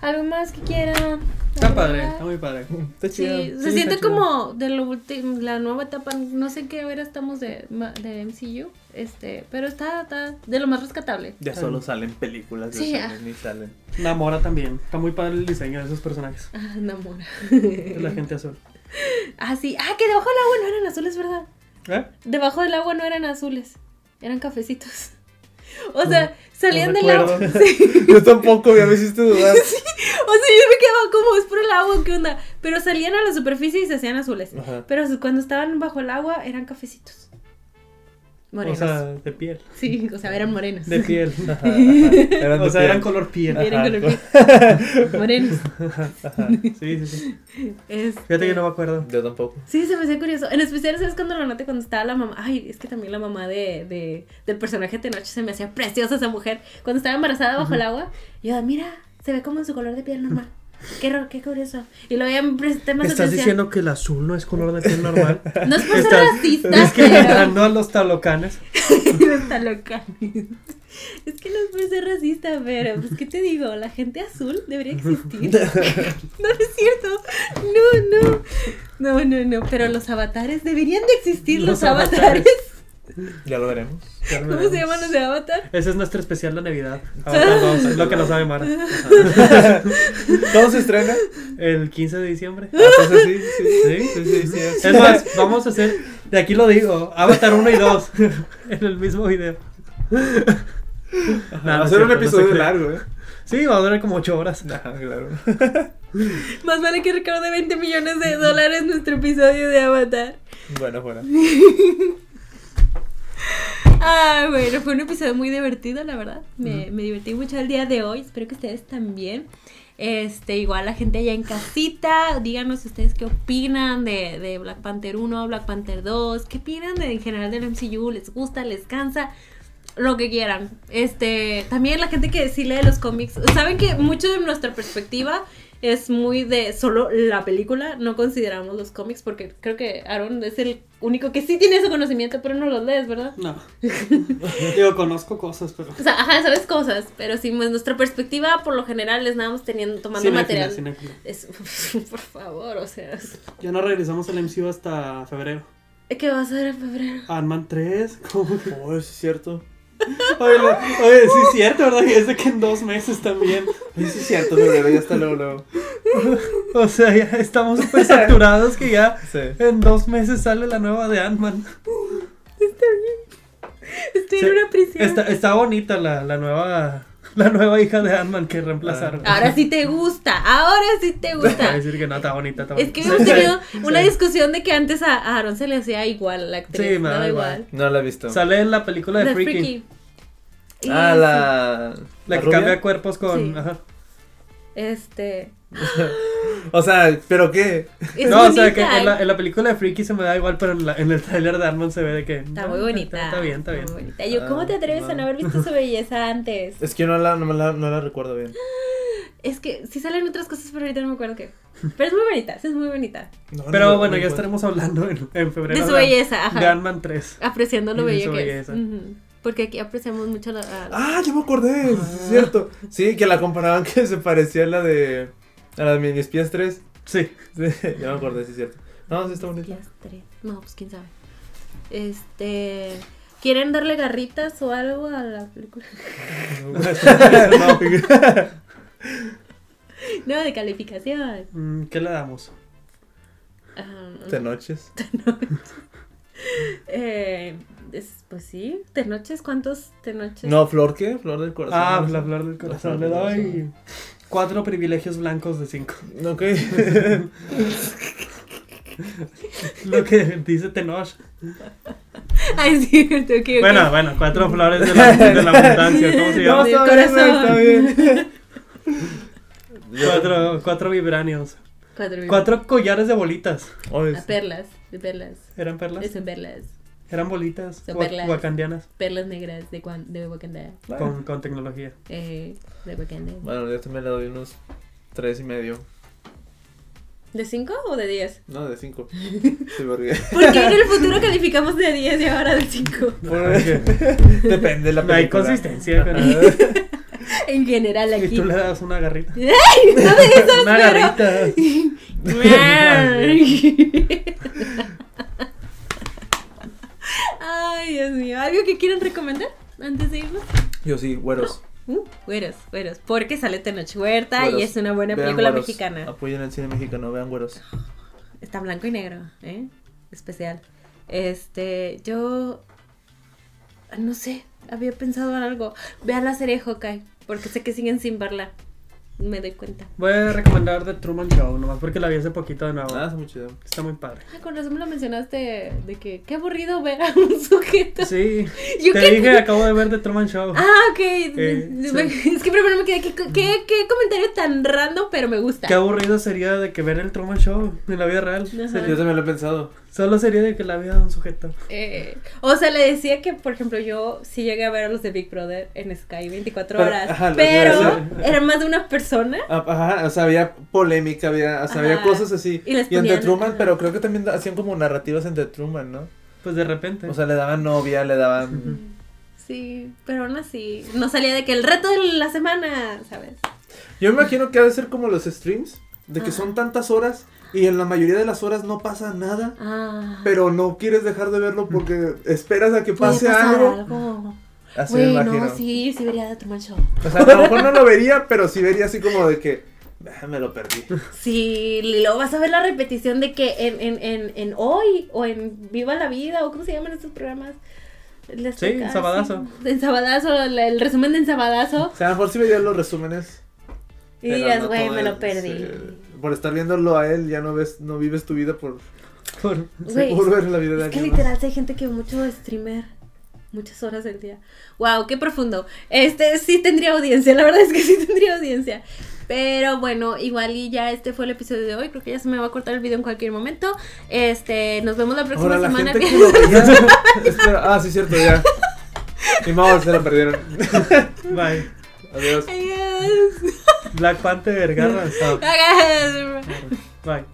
A: ¿Algo más que quiera?
C: Está padre,
A: agregar?
C: está muy padre.
B: Está
A: Sí,
B: chido.
A: se
C: sí,
A: siente
C: está chido.
A: como de lo ulti- la nueva etapa, no sé qué hora estamos de, ma- de MCU, este, pero está, está de lo más rescatable.
B: Ya solo salen películas de
A: Sí, ah. ya.
B: cine, ni salen.
C: Namora también. Está muy padre el diseño de esos personajes.
A: Ah, Namora.
C: De la gente azul.
A: Ah, sí. Ah, que debajo del agua no eran azules, ¿verdad?
C: ¿Eh?
A: Debajo del agua no eran azules, eran cafecitos. O sea, salían del
C: recuerdo.
A: agua. Sí.
B: Yo tampoco, ya me hiciste
A: O
B: dudar.
A: sea, yo me quedaba como, es por el agua, ¿qué onda? Pero salían a la superficie y se hacían azules.
B: Ajá.
A: Pero su- cuando estaban bajo el agua eran cafecitos.
C: O
A: Morenos.
C: sea, de piel.
A: sí, o sea, eran morenos.
C: De piel.
B: Ajá, ajá. Eran
C: O
B: de
C: sea,
B: piel.
C: eran color piel.
A: Eran
B: Ajá,
A: color- morenos.
C: Sí, sí, sí.
A: Este,
C: Fíjate que no me acuerdo.
B: Yo tampoco.
A: Sí, se me hacía curioso. En especial, ¿sabes cuando lo noté? Cuando estaba la mamá. Ay, es que también la mamá de, de- del personaje de Tenoch se me hacía preciosa esa mujer. Cuando estaba embarazada bajo el agua, yo, mira, se ve como en su color de piel normal. Qué, ro- qué curioso. Y luego ya me presté más
C: ¿Estás
A: atención.
C: diciendo que el azul no es color de piel normal?
A: No es por ser
C: Estás
A: racista, pero.
C: discriminando a los talocanes.
A: Está loca. Es que no es por ser racista, pero. Pues, ¿Qué te digo? La gente azul debería existir. No, no es cierto. No, no. No, no, no. Pero los avatares deberían de existir. Los,
C: Los
A: avatares.
C: avatares.
B: Ya lo veremos.
C: Ya lo
A: ¿Cómo
C: veremos.
A: se llaman los de Avatar?
C: Ese es nuestro especial de Navidad. Avatar 2, es lo que nos sabe Mara.
B: ¿Todo se estrena?
C: El 15 de diciembre. Ah,
B: Entonces sí, sí, sí, sí, sí, sí, sí.
C: Es más, vamos a hacer, de aquí lo digo, Avatar 1 y 2 en el mismo video.
B: Ajá,
C: No, no es
B: hacer un
C: cierto, no
B: episodio
C: se crea.
B: largo, ¿eh?
C: Sí, va a durar como 8 horas.
B: Ajá, claro.
A: Más vale que recaude 20 millones de dólares nuestro episodio de Avatar.
B: Bueno, bueno.
A: Ah, bueno, fue un episodio muy divertido, la verdad. Me, me divertí mucho el día de hoy. Espero que ustedes también. Este, igual la gente allá en casita, díganos ustedes qué opinan de, de Black Panther 1, Black Panther 2, qué opinan de- en general del MCU, les gusta, les cansa, lo que quieran. Este, también la gente que sí lee los cómics, saben que mucho de nuestra perspectiva es muy de solo la película, no consideramos los cómics porque creo que Aaron es el único que sí tiene ese conocimiento, pero no los lees, ¿verdad?
C: No. Digo, conozco cosas, pero...
A: O sea, ajá, sabes cosas, pero sí, pues, nuestra perspectiva por lo general es nada más teniendo, tomando material. Es, por favor, o sea, es-
C: Ya no regresamos al MCU hasta febrero.
A: ¿qué vas a ver en febrero?
C: Ant-Man 3.
B: Oh, es cierto.
C: Oye, lo- oye, sí es cierto, ¿verdad? Es de que en dos meses también.
B: Sí, sí, es cierto, pero ya está luego, luego.
C: O sea, ya estamos súper saturados que ya
B: Sí.
C: en dos meses sale la nueva de Ant-Man.
A: Estoy
C: Sí,
A: en una prisión.
C: Está, está bonita la, la nueva la nueva hija de Ant-Man que reemplazaron.
A: Ah, Ahora sí te gusta, ahora sí te
C: Voy a
A: gusta.
C: decir que no, está bonita, está
A: Es
C: bonita.
A: que hemos tenido una discusión de que antes a, a Aaron se le hacía igual la actriz.
C: Sí, me
A: me
C: da
A: da
C: igual.
B: No la he visto.
C: Sale en la película de
A: La
C: Freaky.
A: Freaky. Y
B: Ah,
A: sí,
B: la.
C: La que
B: rubia?
C: cambia cuerpos con.
A: Sí.
C: Ajá.
A: Este.
B: O sea, ¿pero qué?
A: es
C: no, o sea,
A: bonita,
C: que en la,
A: ¿eh?
C: en la película de Freaky se me da igual, pero en, la- en el trailer de Ant-Man se ve de que.
A: Está
C: no,
A: muy bonita.
C: Ah, Está, está bien, está bien.
A: muy bonita. Yo, ¿cómo te
B: Ah,
A: atreves a
B: no.
A: no haber visto su belleza antes?
B: Es que no la, no la, no la recuerdo bien.
A: Es que sí salen otras cosas, pero ahorita no me acuerdo qué. Pero es muy bonita, sí es muy bonita.
B: No,
C: Pero
B: no,
C: bueno,
B: no recuerdo.
C: ya estaremos hablando en, en febrero.
A: De su belleza,
C: De
A: ajá.
C: Ant-Man 3.
A: Apreciando lo
C: De
A: bello
C: su
A: que
C: belleza.
A: es. Ujú. Porque aquí apreciamos mucho la. a-
B: Ah, ya me acordé, es cierto. Sí, que la comparaban que se parecía a la de. A la de Minispias 3.
C: Sí.
B: Sí, ya me acordé, sí, es cierto. No, sí está bonito.
A: Las tres. No, pues quién sabe. Este. ¿Quieren darle garritas o algo a la película? No, de calificación.
C: Mm, ¿Qué le damos?
A: Ah,
B: De noches.
A: eh, es- pues sí, ¿te noches? ¿Cuántos te noches?
B: No, Flor, ¿qué? Flor del corazón.
C: Ah,
B: No
C: la
B: sé.
C: flor del corazón.
B: La
C: Le
B: flor del
C: doy cuatro privilegios blancos de cinco.
B: Ok.
C: Lo que dice Tenoch.
A: Ay, sí, ok, ok.
C: Bueno, bueno, cuatro flores de la, de la abundancia. ¿Cómo se
B: No,
C: llama?
A: Del
B: está bien, güey, está
A: corazón.
B: bien.
C: Cuatro, cuatro vibranios.
A: Cuatro,
C: Cuatro collares de bolitas.
B: Oye,
A: A perlas, de perlas.
C: ¿Eran perlas?
A: Son perlas.
C: Eran bolitas.
A: Son
C: gua-
A: perlas.
C: Wakandianas.
A: Perlas negras de, Guan- de Wakanda.
C: Con, con tecnología.
A: Eh, de Wakanda.
B: Bueno, yo también le doy unos tres y medio.
A: ¿De 5 o de 10?
B: No, de cinco. Sí, porque...
A: ¿Por qué en el futuro calificamos de 10 y ahora de 5?
B: Depende de la
C: No
B: película.
C: hay consistencia con eso.
A: En general
C: Y
A: aquí.
C: tú le das una garrita.
A: ¡Ay! No de esas,
C: Una garrita.
A: pero... Ay, Dios mío. ¿Algo que quieran recomendar antes de irnos?
B: Yo sí, güeros.
A: Uh, güeros, güeros. Porque sale Tenoch Huerta y
B: Güeros.
A: es una buena
B: Vean
A: película
B: Güeros.
A: mexicana.
B: Apoyen el cine mexicano, vean güeros.
A: Está blanco y negro, ¿eh? Especial. Este, yo. ah, No sé, había pensado en algo. Vean la serie Hawkeye, porque sé que siguen sin verla. Me doy cuenta.
C: Voy a recomendar The Truman Show nomás porque la vi hace poquito de nuevo.
B: Nada, está muy chido.
C: Está muy padre.
A: Ah, con razón me lo mencionaste de que qué aburrido ver a un sujeto.
C: Sí.
A: Yo
C: Te
A: qué-
C: dije, acabo de ver The Truman Show.
A: Ah, ok.
B: Eh,
C: sí.
A: Es que primero me quedé, ¿qué, qué, qué comentario tan random, pero me gusta.
C: Qué aburrido sería de que ver el Truman Show en la vida real.
A: Ajá.
B: Yo también lo he pensado.
C: Solo sería de que la vida de un sujeto.
A: Eh, o sea, le decía que, por ejemplo, yo sí llegué a ver a los de Big Brother en Sky 24
B: Pero,
A: horas,
B: ajá, lo que iba
A: pero
B: a
C: decir.
A: era más de una persona.
B: Ah, Ajá, o sea, había polémica, había, o sea, había
A: Ajá.
B: cosas así.
A: Y les
B: entre
A: ponían-
B: Truman,
A: ajá.
B: pero creo que también hacían como narrativas entre Truman, ¿no?
C: Pues de repente.
B: O sea, le daban novia, le daban...
A: Sí, pero aún así, no salía de que el reto de la semana, ¿sabes?
B: Yo me imagino que ha de ser como los streams, de que son tantas horas y en la mayoría de las horas no pasa nada.
A: Ah,
B: Pero no quieres dejar de verlo porque esperas a que
A: puede
B: pase
A: pasar
B: algo.
A: algo.
B: Así me
A: Güey,
B: imagino.
A: no, sí, sí vería de Truman Show.
B: O sea, a lo mejor no lo vería, pero sí vería así como de que "Ah, me lo perdí.
A: Sí, y luego vas a ver la repetición de que en, en, en, en Hoy o en Viva la Vida o cómo se llaman estos programas. El de
C: Sí,
A: Azteca,
C: en Sabadazo.
A: sí. En Sabadazo, el, el resumen de En Sabadazo.
B: O sea, a lo mejor sí vería los resúmenes.
A: Y
B: pero
A: dirás,
B: no
A: güey,
B: todo eh,
A: me
B: el-
A: lo perdí.
B: sí. Por estar viéndolo a él, ya no ves, no vives tu vida por,
C: Por-
A: Güey,
B: por ver la vida de
A: es que
B: alguien más.
A: literal sí hay gente que mucho streamer. Muchas horas del día. Wow, qué profundo. Este sí tendría audiencia, la verdad es que sí tendría audiencia. Pero bueno, igual y ya este fue el episodio de hoy. Creo que ya se me va a cortar el video en cualquier momento. Este, nos vemos la próxima
B: Ahora la
A: semana.
B: gente
A: que-
B: que lo veía. espera, ah, sí, cierto, ya. Y Maul se la perdieron.
C: Bye.
B: Adiós.
A: Adiós.
C: Black Panther, garras.
A: Adiós.
C: Bye.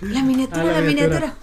A: La miniatura,
C: Ah, la
A: la
B: Ah,
C: miniatura.
A: miniatura.